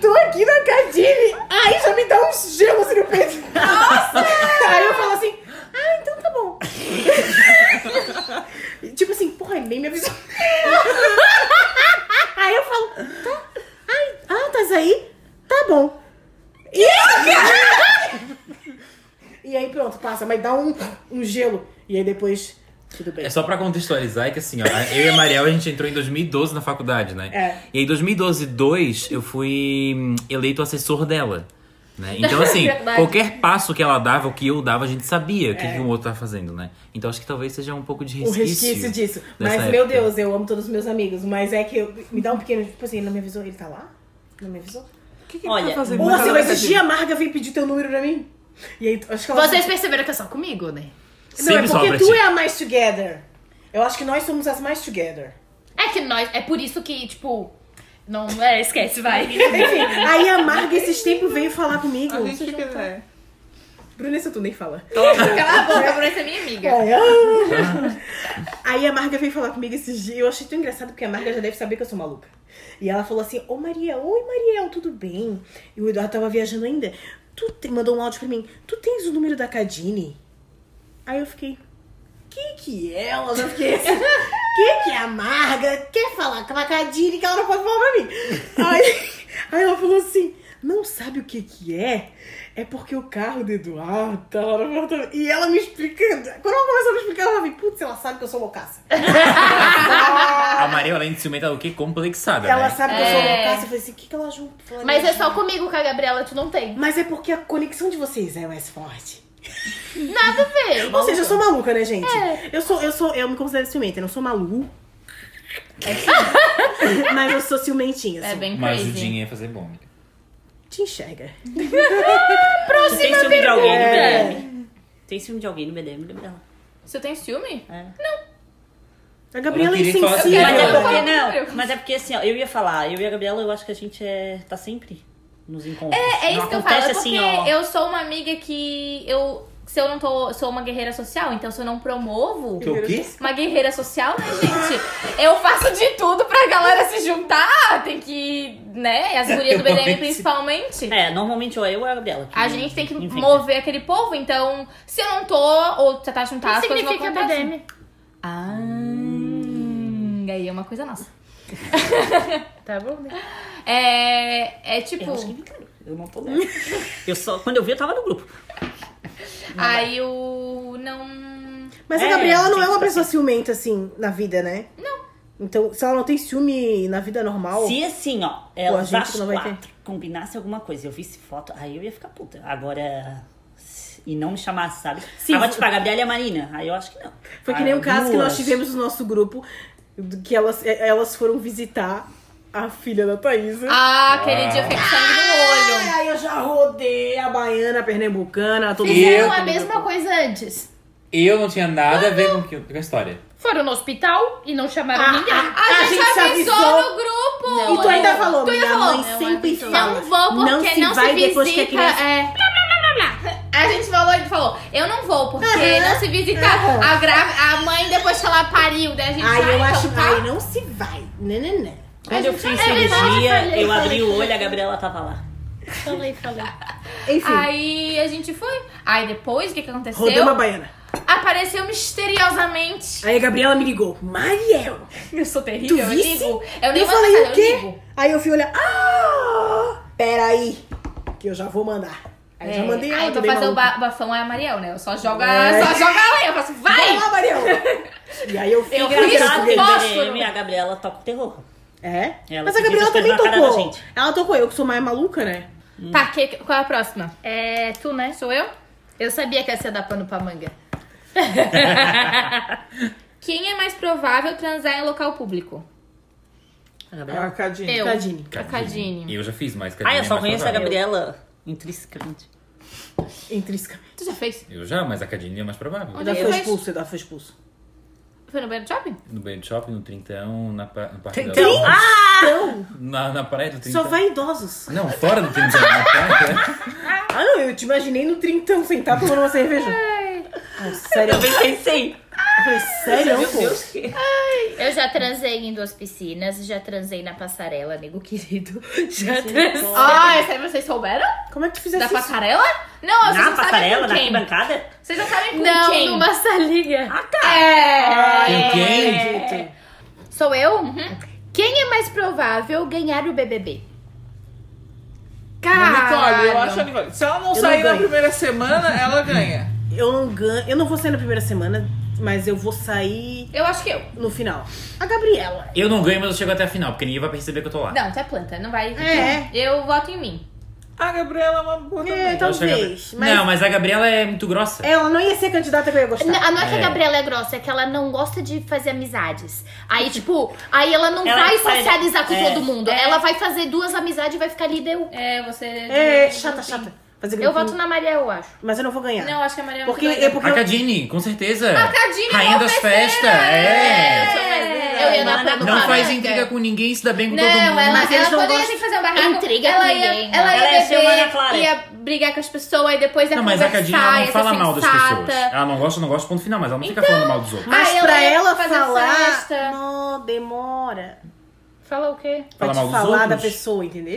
Speaker 8: Tô aqui na Cadine. Aí já me dá um gelo assim no peito. Nossa! Aí eu falo assim, ah, então tá bom. tipo assim, porra, nem me avisou. aí eu falo, tá, ai, ah, tá aí? Tá bom. E E aí pronto, passa, mas dá um, um gelo. E aí depois, tudo bem.
Speaker 1: É só pra contextualizar, é que assim, ó, eu e a Mariel, a gente entrou em 2012 na faculdade, né?
Speaker 8: É.
Speaker 1: E em 2012, 2, eu fui hum, eleito assessor dela. né? Então, assim,
Speaker 2: Verdade.
Speaker 1: qualquer passo que ela dava, o que eu dava, a gente sabia o que, que o outro tava fazendo, né? Então acho que talvez seja um pouco de
Speaker 8: É. O
Speaker 1: resquício.
Speaker 8: resquício disso. Mas,
Speaker 1: dessa
Speaker 8: meu
Speaker 1: época.
Speaker 8: Deus, eu amo todos os meus amigos. Mas é que eu- me dá um pequeno. Tipo assim, ele não me avisou? Ele tá lá? Não me avisou?
Speaker 6: O que, que
Speaker 4: Olha,
Speaker 6: ele tá fazendo?
Speaker 8: Ou
Speaker 6: na
Speaker 8: assim,
Speaker 6: casa
Speaker 8: mas
Speaker 6: da
Speaker 8: esse
Speaker 6: gente?
Speaker 8: dia a Marga veio pedir teu número pra mim. E aí, acho que ela.
Speaker 2: Vocês perceberam que é só comigo, né?
Speaker 8: Não, é
Speaker 1: Sempre sobra
Speaker 8: porque tu
Speaker 1: ti.
Speaker 8: é a mais together. Eu acho que nós somos as mais together.
Speaker 2: É que nós. É por isso que, tipo. Não, é, esquece, vai.
Speaker 8: Enfim, aí a Marga esses tempos veio falar comigo.
Speaker 6: A gente que é.
Speaker 8: Brunessa, tu nem fala.
Speaker 2: Cala a boca, por essa minha amiga.
Speaker 8: Ai, ah. Aí a Marga veio falar comigo esses dias. Eu achei tão engraçado porque a Marga já deve saber que eu sou maluca. E ela falou assim: Ô Maria, oi Mariel, tudo bem? E o Eduardo tava viajando ainda. Tu te- mandou um áudio pra mim: Tu tens o número da Cadine? Aí eu fiquei: Que que é? Ela já fiquei assim. Que que é a Marga? Quer falar com a Cadine que ela não pode falar pra mim? Aí, aí ela falou assim: Não sabe o que que é? É porque o carro do Eduardo tá lá no apartamento. E ela me explicando. Quando ela começou a me explicar, ela me putz, ela sabe que eu sou loucaça.
Speaker 1: A Maria, além de ciumenta, ela é o quê? Complexada,
Speaker 8: Ela
Speaker 1: né?
Speaker 8: sabe que eu sou
Speaker 2: É.
Speaker 8: loucaça. Eu falei assim, o que, que ela juntou?
Speaker 2: Mas é só comigo com a Gabriela, tu não tem.
Speaker 8: Mas é porque a conexão de vocês é mais forte.
Speaker 2: Nada a ver.
Speaker 8: Ou seja, eu sou maluca, né, gente?
Speaker 2: É.
Speaker 8: Eu sou, eu sou, eu me considero ciumenta, eu não sou malu. Mas eu sou ciumentinha, assim.
Speaker 2: É bem
Speaker 1: Mas o
Speaker 2: crazy.
Speaker 1: Dinho ia fazer bom. amiga.
Speaker 8: Te enxerga.
Speaker 4: Tu tem ciúme de alguém no BDM? Tem ciúme de alguém no BDM, lembra dela?
Speaker 2: Você tem ciúme?
Speaker 8: A Gabriela é
Speaker 1: queria falar-
Speaker 4: Mas
Speaker 1: Sim,
Speaker 8: insensível.
Speaker 4: é,
Speaker 1: eu
Speaker 4: porque,
Speaker 2: eu-
Speaker 4: não, mas é porque assim, ó, eu ia falar, eu e a Gabriela, eu acho que a gente é, tá sempre nos encontros.
Speaker 2: É, é isso
Speaker 4: Não
Speaker 2: que eu falo.
Speaker 4: acontece
Speaker 2: É
Speaker 4: assim,
Speaker 2: porque
Speaker 4: ó.
Speaker 2: eu sou uma amiga que eu. Se eu não tô. Sou uma guerreira social, então se eu não promovo.
Speaker 1: o quê?
Speaker 2: Uma guerreira social, né, gente? Eu faço de tudo pra galera se juntar. Tem que. né? As gurias do BDM principalmente.
Speaker 4: É, normalmente ou eu ou a Gabriela.
Speaker 2: A gente tem que
Speaker 4: enfim.
Speaker 2: mover aquele povo, então se eu não tô ou tentar juntar as coisas não acontecem. Ah, aí é uma coisa nossa.
Speaker 3: Tá bom, né?
Speaker 2: É, é tipo,
Speaker 4: Eu acho que me engano, eu não tô nessa. Eu só, quando eu vi, eu tava no grupo.
Speaker 2: aí o não
Speaker 8: Mas a
Speaker 4: É,
Speaker 8: Gabriela não
Speaker 4: tem
Speaker 8: é uma
Speaker 4: que-
Speaker 8: pessoa ciumenta, assim, na vida, né? Não. Então, se ela não tem ciúme na vida normal,
Speaker 4: Se assim, ó,
Speaker 8: a
Speaker 4: elas
Speaker 8: gente
Speaker 4: as
Speaker 8: não vai ter.
Speaker 4: quatro combinasse alguma coisa, eu visse foto, aí eu ia ficar puta. Agora. se- E não me chamasse, sabe?
Speaker 8: Sim.
Speaker 4: Tava tipo a Gabriela e a Marina. Aí eu acho que não.
Speaker 8: foi que nem um
Speaker 4: Ah,
Speaker 8: caso que nós
Speaker 4: duas.
Speaker 8: tivemos no nosso grupo, que elas, é, elas foram visitar a filha da Thaísa.
Speaker 2: Ah, aquele dia eu fiquei com sangue no olho.
Speaker 8: Ai, eu já rodei a baiana, a pernambucana, todo
Speaker 2: é
Speaker 1: Fizeram
Speaker 8: mundo.
Speaker 1: a
Speaker 3: mesma coisa antes.
Speaker 1: Eu não tinha nada a ver com, que- com a história.
Speaker 3: Foram no hospital e não chamaram
Speaker 8: Ah,
Speaker 3: ninguém.
Speaker 2: A, gente,
Speaker 8: se
Speaker 2: avisou
Speaker 8: avisou.
Speaker 2: no grupo.
Speaker 8: E tu ainda falou,
Speaker 2: é. Tu ainda
Speaker 8: minha
Speaker 2: falou. é
Speaker 8: mãe sempre fala.
Speaker 2: Não vou porque não se,
Speaker 8: vai
Speaker 2: visita.
Speaker 8: depois que a criança...
Speaker 2: é. Blá, blá, blá, blá, blá. A gente falou, ele falou, eu não vou porque não se visita. A, gra- a mãe depois que ela pariu, daí a gente
Speaker 8: Ai,
Speaker 2: ah,
Speaker 8: eu
Speaker 2: então
Speaker 8: acho...
Speaker 2: tá.
Speaker 8: Ai, não se vai. Né, né, né.
Speaker 4: Quando eu fiz cirurgia, Um eu abri o olho, a Gabriela tava lá.
Speaker 3: Falei, falei.
Speaker 8: Enfim,
Speaker 2: Aí a gente foi. Aí depois, o que, que aconteceu?
Speaker 8: rodei uma baiana.
Speaker 2: Apareceu misteriosamente.
Speaker 8: Aí a Gabriela me ligou. Mariel!
Speaker 2: Eu sou terrível,
Speaker 8: Tu
Speaker 2: eu
Speaker 8: visse?
Speaker 2: digo. Eu nem
Speaker 8: eu
Speaker 2: vou
Speaker 8: falei
Speaker 2: passar,
Speaker 8: o
Speaker 2: eu
Speaker 8: quê?
Speaker 2: digo.
Speaker 8: Aí eu fui olhar. Ah! Peraí, que eu já vou mandar. Aí eu já
Speaker 2: É,
Speaker 8: mandei ela
Speaker 2: aí pra
Speaker 8: também,
Speaker 2: fazer o
Speaker 8: maluca.
Speaker 2: ba- bafão é a Mariel, né? Eu só jogo, a-
Speaker 8: É.
Speaker 2: só jogo a lenha. Eu faço,
Speaker 8: Vai
Speaker 2: vai!
Speaker 8: lá, Mariel! e aí eu fui.
Speaker 2: Eu
Speaker 8: graças
Speaker 2: fiz
Speaker 8: a
Speaker 4: Engraçado que
Speaker 8: Deus.
Speaker 2: posso.
Speaker 4: no BDM, a Gabriela toca o terror.
Speaker 8: É?
Speaker 4: Ela
Speaker 8: Mas a
Speaker 4: que fez
Speaker 8: Gabriela
Speaker 4: as
Speaker 8: também
Speaker 4: coisas na cara da
Speaker 8: tocou.
Speaker 4: gente.
Speaker 8: Ela tocou, eu que sou mais maluca, né?
Speaker 2: Tá, que- qual é a próxima?
Speaker 3: É, tu, né?
Speaker 2: Sou eu?
Speaker 3: Eu sabia que essa ia dar pano pra manga.
Speaker 2: Quem é mais provável transar em local público?
Speaker 4: A
Speaker 6: Ah,
Speaker 4: Gabriela.
Speaker 6: Cadinho.
Speaker 2: Eu.
Speaker 8: Tadinho.
Speaker 2: A Cadine.
Speaker 1: E eu já fiz mais Cadine.
Speaker 4: Ah, eu
Speaker 1: é
Speaker 4: só
Speaker 1: mais
Speaker 4: conheço a
Speaker 1: provável.
Speaker 4: Gabriela intrinsecamente.
Speaker 8: Intrinsecamente.
Speaker 2: Tu já fez?
Speaker 1: Eu já, mas a Cadine é mais provável.
Speaker 2: Onde
Speaker 8: Já
Speaker 2: é que
Speaker 8: foi
Speaker 2: faz?
Speaker 8: expulso, Eduardo foi expulso.
Speaker 2: Foi no banheiro do shopping?
Speaker 1: No banho de shopping, no Trintão, na, pa- na parte da...
Speaker 4: Então, ah,
Speaker 8: Não,
Speaker 1: Na, na praia do Trintão.
Speaker 8: só vai idosos.
Speaker 1: Não, fora do Trintão, na praia.
Speaker 8: Ah, não, eu te imaginei no trintão sentado tomando uma cerveja. Ah, sério, eu
Speaker 4: também pensei.
Speaker 8: falei, sério, pô.
Speaker 3: Eu já transei em duas piscinas, já transei na passarela, nego querido. Já transei.
Speaker 2: Ah, essa aí vocês souberam?
Speaker 8: Como é que
Speaker 2: Da
Speaker 8: tu fizesse isso?
Speaker 2: passarela? Não, vocês
Speaker 4: Na
Speaker 2: não sabem
Speaker 4: passarela,
Speaker 2: com
Speaker 4: na
Speaker 2: quem.
Speaker 4: arquibancada?
Speaker 2: Vocês não sabem com
Speaker 3: Não,
Speaker 2: quem.
Speaker 3: numa salinha.
Speaker 2: É.
Speaker 1: Com quem?
Speaker 8: Acredito.
Speaker 3: Sou eu? Quem é mais provável ganhar o BBB?
Speaker 6: Ah, Nicole, eu
Speaker 2: Caralho.
Speaker 6: acho a Nicole. Se ela não
Speaker 8: não
Speaker 6: sair na
Speaker 8: ganho.
Speaker 6: primeira semana, ela ganha.
Speaker 8: Eu não ganho. Eu não vou sair na primeira semana, mas eu vou sair
Speaker 2: Eu acho que eu.
Speaker 8: no final. A Gabriela.
Speaker 1: Eu não ganho, mas eu chego até a final, porque ninguém vai perceber que eu tô lá.
Speaker 2: Não, tu é planta, não vai.
Speaker 8: É.
Speaker 2: Eu voto em mim.
Speaker 6: A Gabriela é uma boa também.
Speaker 8: É, talvez. Mas
Speaker 1: Não, mas a Gabriela é muito grossa.
Speaker 8: ela não ia ser a candidata que eu ia gostar.
Speaker 3: N- A não é que
Speaker 1: É.
Speaker 3: a Gabriela é grossa, é que ela não gosta de fazer amizades. Aí, tipo, aí ela não
Speaker 4: Ela
Speaker 3: vai
Speaker 4: sai-
Speaker 3: socializar com
Speaker 4: é.
Speaker 3: todo mundo. Ela vai fazer duas amizades e vai ficar ali deu.
Speaker 2: É, você.
Speaker 8: É, chata, chata. Fazer
Speaker 3: Eu
Speaker 8: grupinho.
Speaker 3: voto na Maria, eu acho.
Speaker 8: Mas eu não vou ganhar.
Speaker 2: Não, acho que a Maria
Speaker 8: porque
Speaker 2: é
Speaker 8: é
Speaker 2: muito
Speaker 8: porque
Speaker 1: A Cadine, com certeza. A
Speaker 2: Cadine é
Speaker 1: Rainha
Speaker 2: uma
Speaker 1: das
Speaker 2: festeira,
Speaker 1: festas. É.
Speaker 2: É.
Speaker 3: Eu ia na praia do
Speaker 1: Não faz
Speaker 3: Paraná.
Speaker 1: intriga com ninguém, se dá bem com
Speaker 2: Não,
Speaker 1: todo mundo.
Speaker 2: ela, é
Speaker 8: Mas eles
Speaker 2: ela
Speaker 8: não
Speaker 2: poderia
Speaker 8: gostam-
Speaker 2: ter que fazer um barraco.
Speaker 3: Intriga
Speaker 2: ela
Speaker 3: com
Speaker 2: ia,
Speaker 3: ninguém, né?
Speaker 2: ela ia
Speaker 4: Ela ia ser uma Ana
Speaker 2: beber,
Speaker 4: Clara.
Speaker 2: ia brigar com as pessoas, e depois ia
Speaker 1: Não, mas
Speaker 2: conversar,
Speaker 1: a Cadine ela
Speaker 2: ia
Speaker 1: não
Speaker 2: ser
Speaker 1: fala mal das
Speaker 2: sensata.
Speaker 1: pessoas. Ela não gosta, não gosta, ponto final, mas ela não fica falando mal dos outros.
Speaker 8: Mas
Speaker 2: Ah, ela
Speaker 8: pra
Speaker 2: ia
Speaker 8: ela
Speaker 2: fazer
Speaker 8: falar,
Speaker 2: festa.
Speaker 8: não, demora.
Speaker 3: Fala o quê?
Speaker 1: Fala
Speaker 8: pra
Speaker 1: mal
Speaker 8: te
Speaker 1: dos
Speaker 8: falar da
Speaker 1: outros.
Speaker 8: pessoa, entendeu?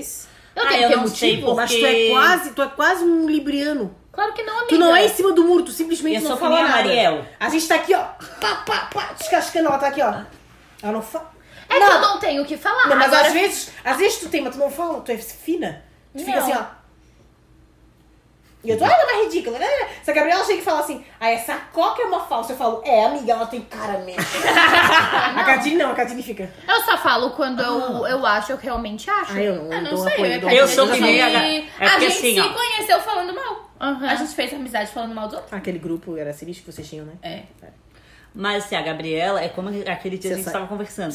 Speaker 3: Eu
Speaker 4: Ah,
Speaker 3: tenho
Speaker 4: eu
Speaker 3: que ter
Speaker 4: não sei,
Speaker 3: motivo?
Speaker 4: pô.
Speaker 8: Mas tu é
Speaker 4: Porque-
Speaker 8: quase, tu é quase um libriano.
Speaker 3: Claro que não, amiga.
Speaker 8: Tu não é em cima do muro, tu simplesmente
Speaker 4: Eu
Speaker 8: não
Speaker 4: sou que
Speaker 8: fala
Speaker 4: nem a
Speaker 8: nada.
Speaker 4: Mariel.
Speaker 8: A gente tá aqui, ó, pá, pá, pá, descascando, ela tá aqui, ó. Ela não fala.
Speaker 3: É que eu não tenho o que falar.
Speaker 8: Não, mas
Speaker 3: Agora,
Speaker 8: às vezes, às vezes tu tem, mas tu não fala, tu é fina. Tu
Speaker 3: Não.
Speaker 8: fica assim, ó. E eu tô, ah, ela é ridícula. né? Se a Gabriela chega e fala assim, ah, essa coca é uma falsa. Eu falo, é, amiga, ela tem cara mesmo. a Cadine não, a Cadine fica.
Speaker 3: eu só falo quando eu, eu acho, eu realmente acho.
Speaker 8: Ah, eu não,
Speaker 2: Ah, não
Speaker 8: dou
Speaker 2: sei,
Speaker 8: apoio,
Speaker 2: eu
Speaker 8: dou
Speaker 2: ia
Speaker 4: Eu
Speaker 8: apoio.
Speaker 4: sou que nem a-
Speaker 2: A,
Speaker 4: é porque
Speaker 2: gente
Speaker 4: assim,
Speaker 2: se
Speaker 4: ó.
Speaker 2: conheceu falando mal.
Speaker 3: Aham.
Speaker 2: A gente fez amizade falando mal dos outros.
Speaker 8: Aquele grupo era sinistro que vocês tinham, né?
Speaker 2: É.
Speaker 4: Mas se a Gabriela é como aquele dia
Speaker 8: Você
Speaker 4: a gente
Speaker 8: sabe.
Speaker 4: tava conversando.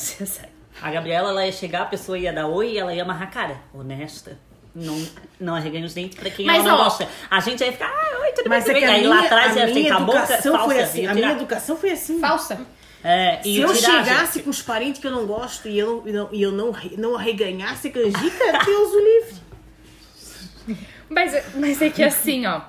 Speaker 4: A Gabriela, ela ia chegar, a pessoa ia dar oi e ela ia amarrar a cara. Honesta. Não, não arreganha os dentes pra quem
Speaker 3: Mas,
Speaker 4: ela não
Speaker 3: ó,
Speaker 4: gosta. A ia ia ficar, ah, oi, tudo
Speaker 8: Mas
Speaker 4: bem,
Speaker 8: é
Speaker 4: tudo bem.
Speaker 8: que a
Speaker 4: Aí
Speaker 8: minha,
Speaker 4: lá atrás
Speaker 8: a
Speaker 4: ia
Speaker 8: minha
Speaker 4: ficar a boca
Speaker 8: educação
Speaker 4: falsa.
Speaker 8: foi assim.
Speaker 4: ia tirar.
Speaker 8: A minha educação foi assim.
Speaker 3: Falsa.
Speaker 4: É, e
Speaker 8: Se
Speaker 4: ia
Speaker 8: eu
Speaker 4: tirar,
Speaker 8: chegasse com os parentes que eu não gosto e eu não, e não, e eu não, re- não arreganhasse canjica, Deus o livre.
Speaker 3: Mas, mas é que assim, ó.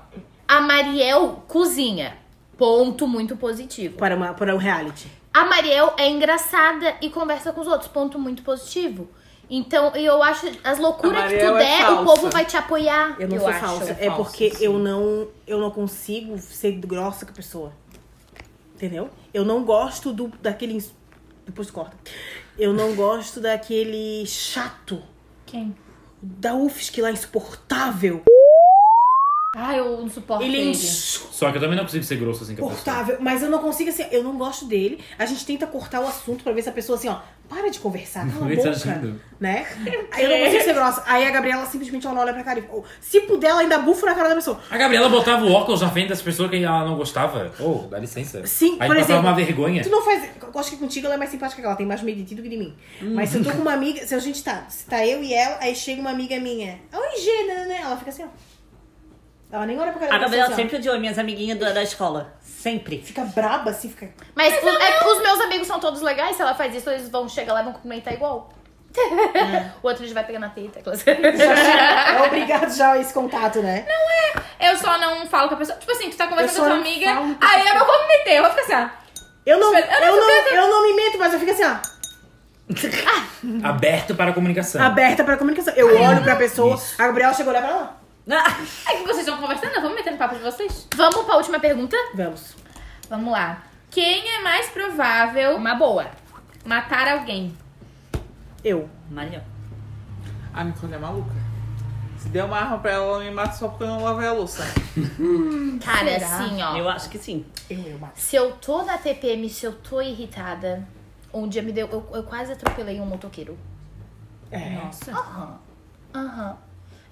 Speaker 3: A Mariel cozinha. Ponto muito positivo.
Speaker 8: Para, uma, para um reality.
Speaker 3: A Mariel é engraçada e conversa com os outros. Ponto muito positivo. Então, eu acho, as
Speaker 6: A
Speaker 3: loucuras que tu
Speaker 6: Mariel é
Speaker 3: der, o
Speaker 6: falsa.
Speaker 3: povo vai te apoiar.
Speaker 8: Eu não sou
Speaker 3: acho.
Speaker 8: falsa. É porque eu não eu não consigo ser grossa com a pessoa. Entendeu? Eu não gosto do daquele ins- depois corta. Eu não gosto daquele chato
Speaker 3: Quem?
Speaker 8: da UFSC lá insuportável.
Speaker 3: Ah, eu não suporto
Speaker 8: Ele
Speaker 3: ele.
Speaker 8: é insuportável,
Speaker 1: Só que eu também não consigo ser grosso assim com a pessoa.
Speaker 8: mas eu não consigo assim, eu não gosto dele. A gente tenta cortar o assunto pra ver se a pessoa assim, ó, para de conversar, cala a
Speaker 1: Eles
Speaker 8: boca.
Speaker 1: tá agindo.
Speaker 8: Né? Aí eu não consigo ser grossa. Aí a Gabriela simplesmente ela olha pra cara e ou, se puder ela ainda bufa na cara da pessoa.
Speaker 1: A Gabriela botava o óculos na frente das pessoas que ela não gostava. Ô, dá licença.
Speaker 8: Sim,
Speaker 1: Aí
Speaker 8: por
Speaker 1: passava
Speaker 8: exemplo,
Speaker 1: uma vergonha.
Speaker 8: Tu não faz. Eu acho que contigo ela é mais simpática que ela, tem mais medo de ti do que de mim. Mas se eu tô com uma amiga, se a gente tá, se tá eu e ela, aí chega uma amiga minha. Oi, Gê, né, né, né? Ela fica assim, ó. Ela nem olha pra cara
Speaker 4: A
Speaker 8: da pessoa,
Speaker 4: Gabriela
Speaker 8: assim, ó.
Speaker 4: sempre odiou minhas amiguinhas da, da escola. Sempre.
Speaker 8: Fica braba assim, fica.
Speaker 3: Mas, o- é porque os meus amigos são todos legais. Se ela faz isso, eles vão chegar lá e vão cumprimentar igual. o outro já vai pegar na teta. aquelas-
Speaker 8: é obrigado já esse contato, né?
Speaker 2: Eu só não falo com a pessoa. Tipo assim, tu tá conversando
Speaker 8: Eu
Speaker 2: com a
Speaker 8: só
Speaker 2: tua
Speaker 8: não
Speaker 2: amiga,
Speaker 8: falo com a
Speaker 2: aí eu não vou me meter, eu vou ficar assim, ó.
Speaker 8: Eu não, eu,
Speaker 2: Espera, eu
Speaker 8: não, eu não me meto, mas eu fico assim, ó,
Speaker 1: Aberto para a comunicação.
Speaker 8: aberta pra comunicação. Eu olho pra pessoa,
Speaker 1: Isso.
Speaker 8: a Gabriela chegou a olhar pra ela.
Speaker 2: É que vocês estão conversando, eu vou me meter no papo de vocês.
Speaker 3: Vamos pra última pergunta?
Speaker 8: Vamos.
Speaker 2: Vamos lá. Quem é mais provável
Speaker 3: Uma boa.
Speaker 2: matar alguém?
Speaker 8: Eu.
Speaker 4: Maria.
Speaker 6: A Nicole é maluca. Se der uma arma pra ela, ela me mata só porque eu não lavei a louça.
Speaker 3: Cara, assim, ó.
Speaker 4: Eu acho que sim.
Speaker 8: Eu, eu mato.
Speaker 3: Se eu tô na TPM, se eu tô irritada, um dia me deu. Eu, eu quase atropelei um motoqueiro.
Speaker 8: É.
Speaker 3: Aham. Aham.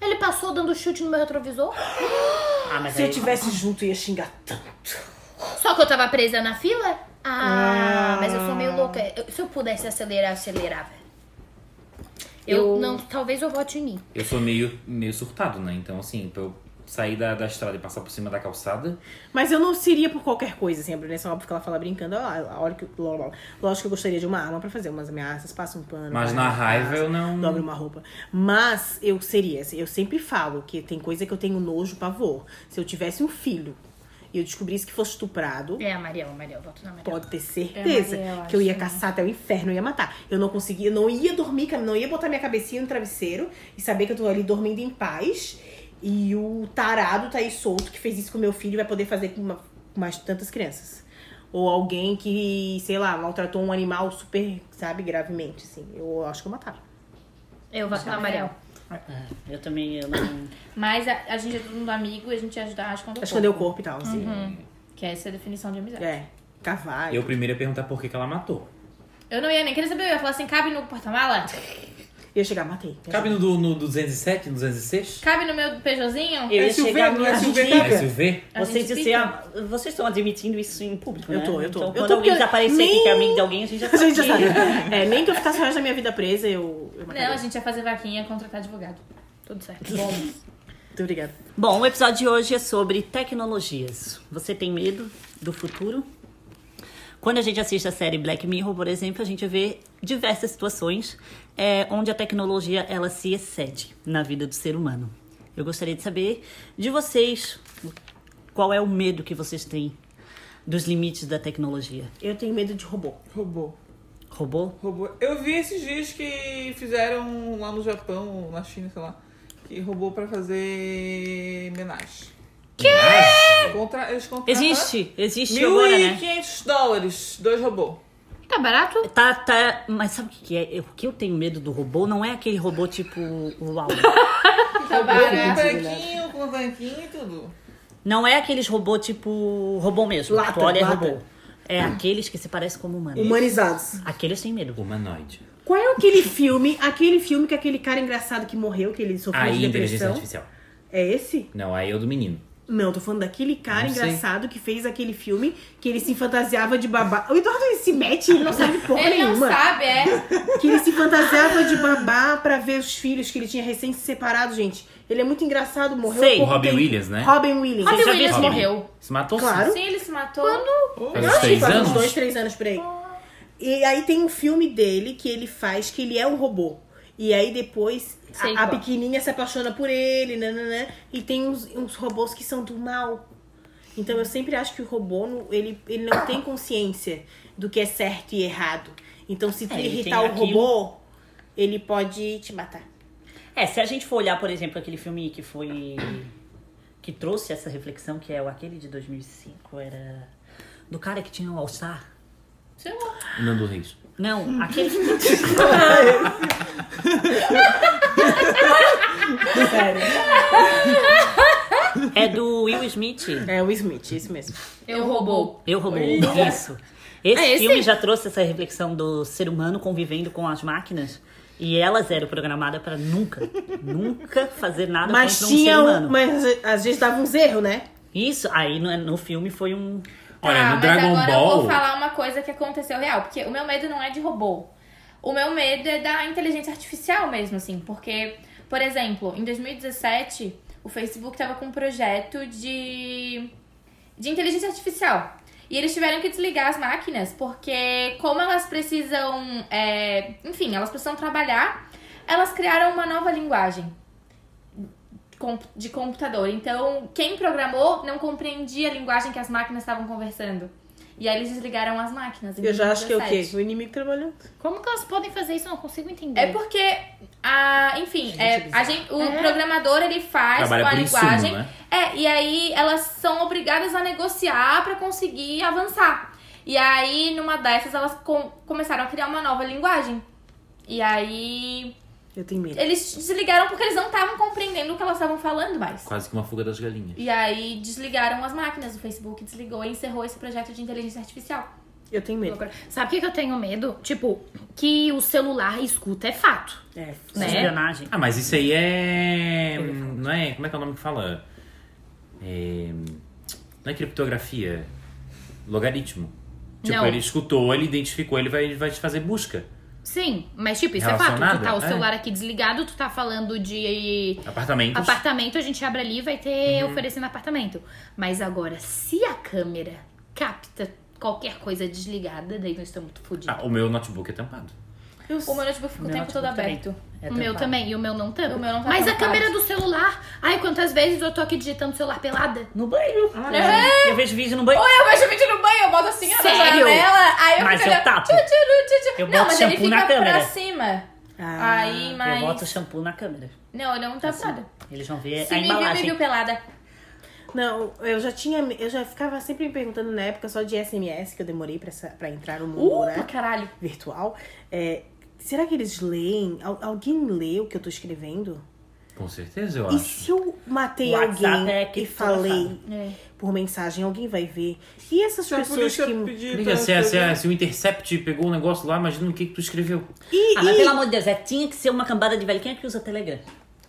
Speaker 3: Ele passou dando chute no meu retrovisor.
Speaker 4: Ah, mas
Speaker 8: Se eu
Speaker 4: aí...
Speaker 8: tivesse junto, ia xingar tanto.
Speaker 3: Só que eu tava presa na fila. Ah,
Speaker 8: Ah.
Speaker 3: mas eu sou meio louca. Eu- se eu pudesse acelerar, eu acelerava. Eu, não. Talvez eu vote em mim.
Speaker 1: Eu sou meio, meio surtado, né? Então, assim, pra eu sair da, da estrada e passar por cima da calçada.
Speaker 8: Mas eu não seria por qualquer coisa, assim, a Brunessa, óbvio que ela fala brincando, ó, a hora que, eu- blá, blá, blá. lógico que eu gostaria de uma arma pra fazer umas ameaças, passa um pano.
Speaker 1: Mas
Speaker 8: vai,
Speaker 1: na
Speaker 8: passa,
Speaker 1: raiva eu não-
Speaker 8: Dobra uma roupa. Mas eu seria, assim, eu sempre falo que tem coisa que eu tenho nojo, pavor. Se eu tivesse um filho e eu descobrisse que fosse estuprado,
Speaker 3: É, a Mariel, Mariel, voto na Mariel.
Speaker 8: pode ter certeza
Speaker 2: É, Maria, eu
Speaker 8: que eu ia
Speaker 2: acho, né?
Speaker 8: caçar até o inferno, eu ia matar. Eu não conseguia, eu não ia dormir, não ia botar minha cabecinha no travesseiro e saber que eu tô ali dormindo em paz. E o tarado tá aí solto que fez isso com meu filho vai poder fazer com uma- com mais tantas crianças. Ou alguém que, sei lá, maltratou um animal super, sabe, gravemente, assim. Eu acho que eu matava.
Speaker 2: Tá
Speaker 3: Eu voto na Mariel.
Speaker 4: É, Eu também, eu não...
Speaker 2: Mas a, a gente é todo mundo amigo e a gente ajuda a esconder o
Speaker 8: Acho que eu o corpo e tal, assim.
Speaker 2: Que essa é a definição de amizade.
Speaker 8: É. Cavalo.
Speaker 1: Eu primeiro ia perguntar por que, que ela matou.
Speaker 2: Eu não ia nem querer saber, eu ia falar assim, cabe no porta-mala?
Speaker 8: Ia chegar, matei.
Speaker 1: Cabe no, do- no 207, 206?
Speaker 2: Cabe no meu Peugeotzinho?
Speaker 4: Eu ia
Speaker 6: SUV,
Speaker 4: chegar
Speaker 6: não
Speaker 4: no
Speaker 6: é SUV,
Speaker 4: admitir.
Speaker 6: cara?
Speaker 1: SUV?
Speaker 4: Vocês,
Speaker 2: gente
Speaker 4: disser, ah, vocês estão admitindo isso em público,
Speaker 8: Eu
Speaker 4: né?
Speaker 8: tô, eu tô.
Speaker 4: Então,
Speaker 8: Eu
Speaker 4: quando
Speaker 8: tô porque
Speaker 4: alguém desaparecer
Speaker 8: nem-
Speaker 4: que é amigo de alguém, a gente já
Speaker 8: A
Speaker 4: sabe.
Speaker 8: gente já
Speaker 4: quem
Speaker 8: sabe.
Speaker 4: é.
Speaker 8: É, nem que eu ficasse o resto da minha vida presa, eu. eu mataria.
Speaker 2: Não, a gente ia fazer vaquinha contratar advogado. Tudo certo.
Speaker 8: Muito obrigada.
Speaker 4: Bom, o episódio de hoje é sobre tecnologias. Você tem medo do futuro? Quando a gente assiste a série Black Mirror, por exemplo, a gente vê diversas situações eh, onde a tecnologia ela se excede na vida do ser humano. Eu gostaria de saber de vocês qual é o medo que vocês têm dos limites da tecnologia.
Speaker 8: Eu tenho medo de robô.
Speaker 6: Robô.
Speaker 4: Robô?
Speaker 6: Robô. Eu vi esses dias que fizeram lá no Japão, na China, sei lá, que robô pra fazer homenagem.
Speaker 1: Que?
Speaker 6: Contra, eles contratam
Speaker 4: Existe, existe agora, né?
Speaker 6: 1.500 dólares, dois robôs.
Speaker 7: Tá barato?
Speaker 4: Tá, tá, mas sabe o que que é? Eu- O que eu tenho medo do robô não é aquele robô tipo uau.
Speaker 2: Tá
Speaker 6: Com
Speaker 2: barato.
Speaker 6: tanquinho, Um com tanquinho e tudo.
Speaker 4: Não é aqueles robô tipo robô mesmo.
Speaker 8: Lata,
Speaker 4: tu olha é
Speaker 8: lata.
Speaker 4: robô. É aqueles que se parecem como humanos.
Speaker 8: Humanizados.
Speaker 4: Aqueles têm medo.
Speaker 1: Humanoide.
Speaker 8: Qual é aquele filme? Aquele filme que aquele cara engraçado que morreu, que ele sofreu
Speaker 1: Aí,
Speaker 8: de
Speaker 1: inteligência
Speaker 8: depressão.
Speaker 1: artificial.
Speaker 8: É esse?
Speaker 1: Não, aí é o do menino.
Speaker 8: Não, tô falando daquele cara
Speaker 1: Não sei.
Speaker 8: engraçado que fez aquele filme que ele se fantasiava de babá. O Eduardo ele se mete, ele não sabe porra
Speaker 2: Ele não
Speaker 8: nenhuma.
Speaker 2: sabe, é.
Speaker 8: Que ele se fantasiava de babá pra ver os filhos que ele tinha recém se separado, gente. Ele é muito engraçado, morreu.
Speaker 4: Sei.
Speaker 8: há
Speaker 1: O
Speaker 8: pouco
Speaker 1: Robin
Speaker 8: tempo.
Speaker 1: Williams, né?
Speaker 8: Robin Williams.
Speaker 4: Robin
Speaker 1: Você já viu
Speaker 4: Williams
Speaker 1: esse filme?
Speaker 3: morreu.
Speaker 1: Se matou
Speaker 8: Claro.
Speaker 2: Sim, ele se matou. Quando?
Speaker 1: tipo, Faz uns três
Speaker 8: faz
Speaker 1: anos?
Speaker 8: uns dois, três anos por aí. E aí tem um filme dele que ele faz que ele é um robô. E aí depois a-
Speaker 3: Sei
Speaker 8: a,
Speaker 3: qual.
Speaker 8: pequenininha se apaixona por ele, né, né, né? E tem uns, uns robôs que são do mal. Então eu sempre acho que o robô, não- ele, ele não tem consciência do que é certo e errado. Então se tu
Speaker 4: É, ele
Speaker 8: irritar o
Speaker 4: tem aquilo.
Speaker 8: robô, ele pode te matar.
Speaker 4: É, se a gente for olhar, por exemplo, aquele filme que foi. que trouxe essa reflexão, que é o aquele de 2005, era. do cara que tinha o All-Star.
Speaker 3: Sei lá.
Speaker 1: Nando Reis.
Speaker 4: Não, aquele.
Speaker 8: Sério.
Speaker 4: é do Will Smith.
Speaker 8: É o Smith, isso mesmo.
Speaker 3: Eu roubou.
Speaker 4: Eu robô. Isso. Esse,
Speaker 3: É esse?
Speaker 4: filme já trouxe essa reflexão do ser humano convivendo com as máquinas. E elas eram programadas pra nunca, nunca fazer nada
Speaker 8: Mas
Speaker 4: contra um
Speaker 8: tinha
Speaker 4: ser
Speaker 8: um,
Speaker 4: humano.
Speaker 8: mas às vezes dava uns erros, né?
Speaker 4: Isso, aí no, no filme foi um.
Speaker 1: Olha, no
Speaker 2: Ah, mas
Speaker 1: Dragon
Speaker 2: agora eu
Speaker 1: Ball.
Speaker 2: vou falar uma coisa que aconteceu real, porque o meu medo não é de robô. O meu medo é da inteligência artificial mesmo, assim, porque, por exemplo, em 2017, o Facebook tava com um projeto de, de inteligência artificial. E eles tiveram que desligar as máquinas, porque como elas precisam, é, enfim, elas precisam trabalhar, elas criaram uma nova linguagem com- de computador. Então, quem programou não compreendia a linguagem que as máquinas estavam conversando. E aí eles desligaram as máquinas. em
Speaker 8: Eu
Speaker 4: Uhum,
Speaker 8: já acho que é o quê?
Speaker 2: 2017.
Speaker 8: O inimigo trabalhando.
Speaker 3: Como que elas podem fazer isso? Eu não consigo entender.
Speaker 2: É porque, a, enfim, é, a gente, o
Speaker 3: É.
Speaker 2: programador ele faz
Speaker 1: Trabalha
Speaker 2: com a
Speaker 1: por
Speaker 2: linguagem.
Speaker 1: insumo, né?
Speaker 2: É, e aí elas são obrigadas a negociar pra conseguir avançar. E aí, numa dessas, elas com- começaram a criar uma nova linguagem. E aí,
Speaker 8: Eu tenho medo.
Speaker 2: eles desligaram porque eles não estavam compreendendo o que elas estavam falando mais.
Speaker 1: Quase que uma fuga das galinhas.
Speaker 2: E aí, desligaram as máquinas. O Facebook desligou e encerrou esse projeto de inteligência artificial.
Speaker 8: Eu tenho medo.
Speaker 3: Sabe o que, que eu tenho medo? Tipo, que o celular escuta é fato.
Speaker 4: É,
Speaker 3: Né?
Speaker 4: espionagem.
Speaker 1: Ah, mas isso aí é. Não é. Como é que é o nome que fala? É... Não é criptografia. Logaritmo. Tipo,
Speaker 3: Não.
Speaker 1: ele escutou, ele identificou, ele vai, vai te fazer busca.
Speaker 3: Sim, mas tipo, isso é fato.
Speaker 1: Relacionado?
Speaker 3: Tu tá o
Speaker 1: É.
Speaker 3: celular aqui desligado, tu tá falando de
Speaker 1: Apartamentos.
Speaker 3: apartamento, a gente abre ali e vai ter oferecendo apartamento. Mas agora, se a câmera capta qualquer coisa desligada, daí nós estamos muito fodidos.
Speaker 1: Ah, o meu notebook é tampado.
Speaker 8: Eu
Speaker 2: O meu notebook fica o
Speaker 4: Meu
Speaker 2: tempo todo
Speaker 4: notebook também.
Speaker 2: aberto.
Speaker 4: É
Speaker 3: o meu
Speaker 4: tampado.
Speaker 3: também, e o meu não tampa.
Speaker 2: O meu não tá
Speaker 3: Mas a
Speaker 2: tampado.
Speaker 3: câmera do celular. Ai, quantas vezes eu tô aqui digitando o celular pelada?
Speaker 4: No banho. Eu vejo vídeo no banho.
Speaker 2: Ou eu vejo vídeo no banho, eu boto assim ó, na
Speaker 3: Sério?
Speaker 2: janela, aí eu
Speaker 4: Mas
Speaker 2: fico
Speaker 4: eu
Speaker 2: olhando,
Speaker 4: tapo.
Speaker 2: tchu, tchu, tchu, tchu.
Speaker 4: Eu
Speaker 2: não,
Speaker 4: boto
Speaker 2: mas ele
Speaker 4: shampoo
Speaker 2: fica
Speaker 4: na câmera.
Speaker 2: pra cima.
Speaker 8: Ah,
Speaker 2: aí,
Speaker 4: Eu boto
Speaker 2: mas...
Speaker 4: shampoo na câmera.
Speaker 2: Não, ele não tá nada.
Speaker 4: Eles vão ver
Speaker 2: Se
Speaker 4: a
Speaker 2: me viu, me
Speaker 4: embalagem.
Speaker 2: viu pelada.
Speaker 8: Ah. Não, eu já tinha. Eu já ficava sempre me perguntando na época só de SMS, que eu demorei pra, essa- pra entrar no mundo, né?
Speaker 2: Uh,
Speaker 4: Uh!
Speaker 2: Caralho.
Speaker 8: Virtual. É, será que eles leem? Al- alguém lê o que eu tô escrevendo?
Speaker 1: Com certeza, eu
Speaker 8: E
Speaker 1: acho.
Speaker 8: se eu matei
Speaker 4: WhatsApp
Speaker 8: alguém
Speaker 4: é que
Speaker 8: e
Speaker 4: tu
Speaker 8: falei?
Speaker 4: sabe.
Speaker 2: É.
Speaker 8: por mensagem, alguém vai ver. E essas
Speaker 4: é
Speaker 6: Se a
Speaker 8: pessoas
Speaker 6: polícia
Speaker 8: que.
Speaker 6: pedir
Speaker 1: Amiga,
Speaker 6: pra
Speaker 1: se, a- se a-
Speaker 6: escrever-
Speaker 1: se o Intercept pegou o negócio lá, imagina o que, que tu escreveu.
Speaker 8: E,
Speaker 4: Ah, mas
Speaker 8: e-
Speaker 4: pelo amor de Deus, é, tinha que ser uma cambada de velho. Quem é que usa Telegram?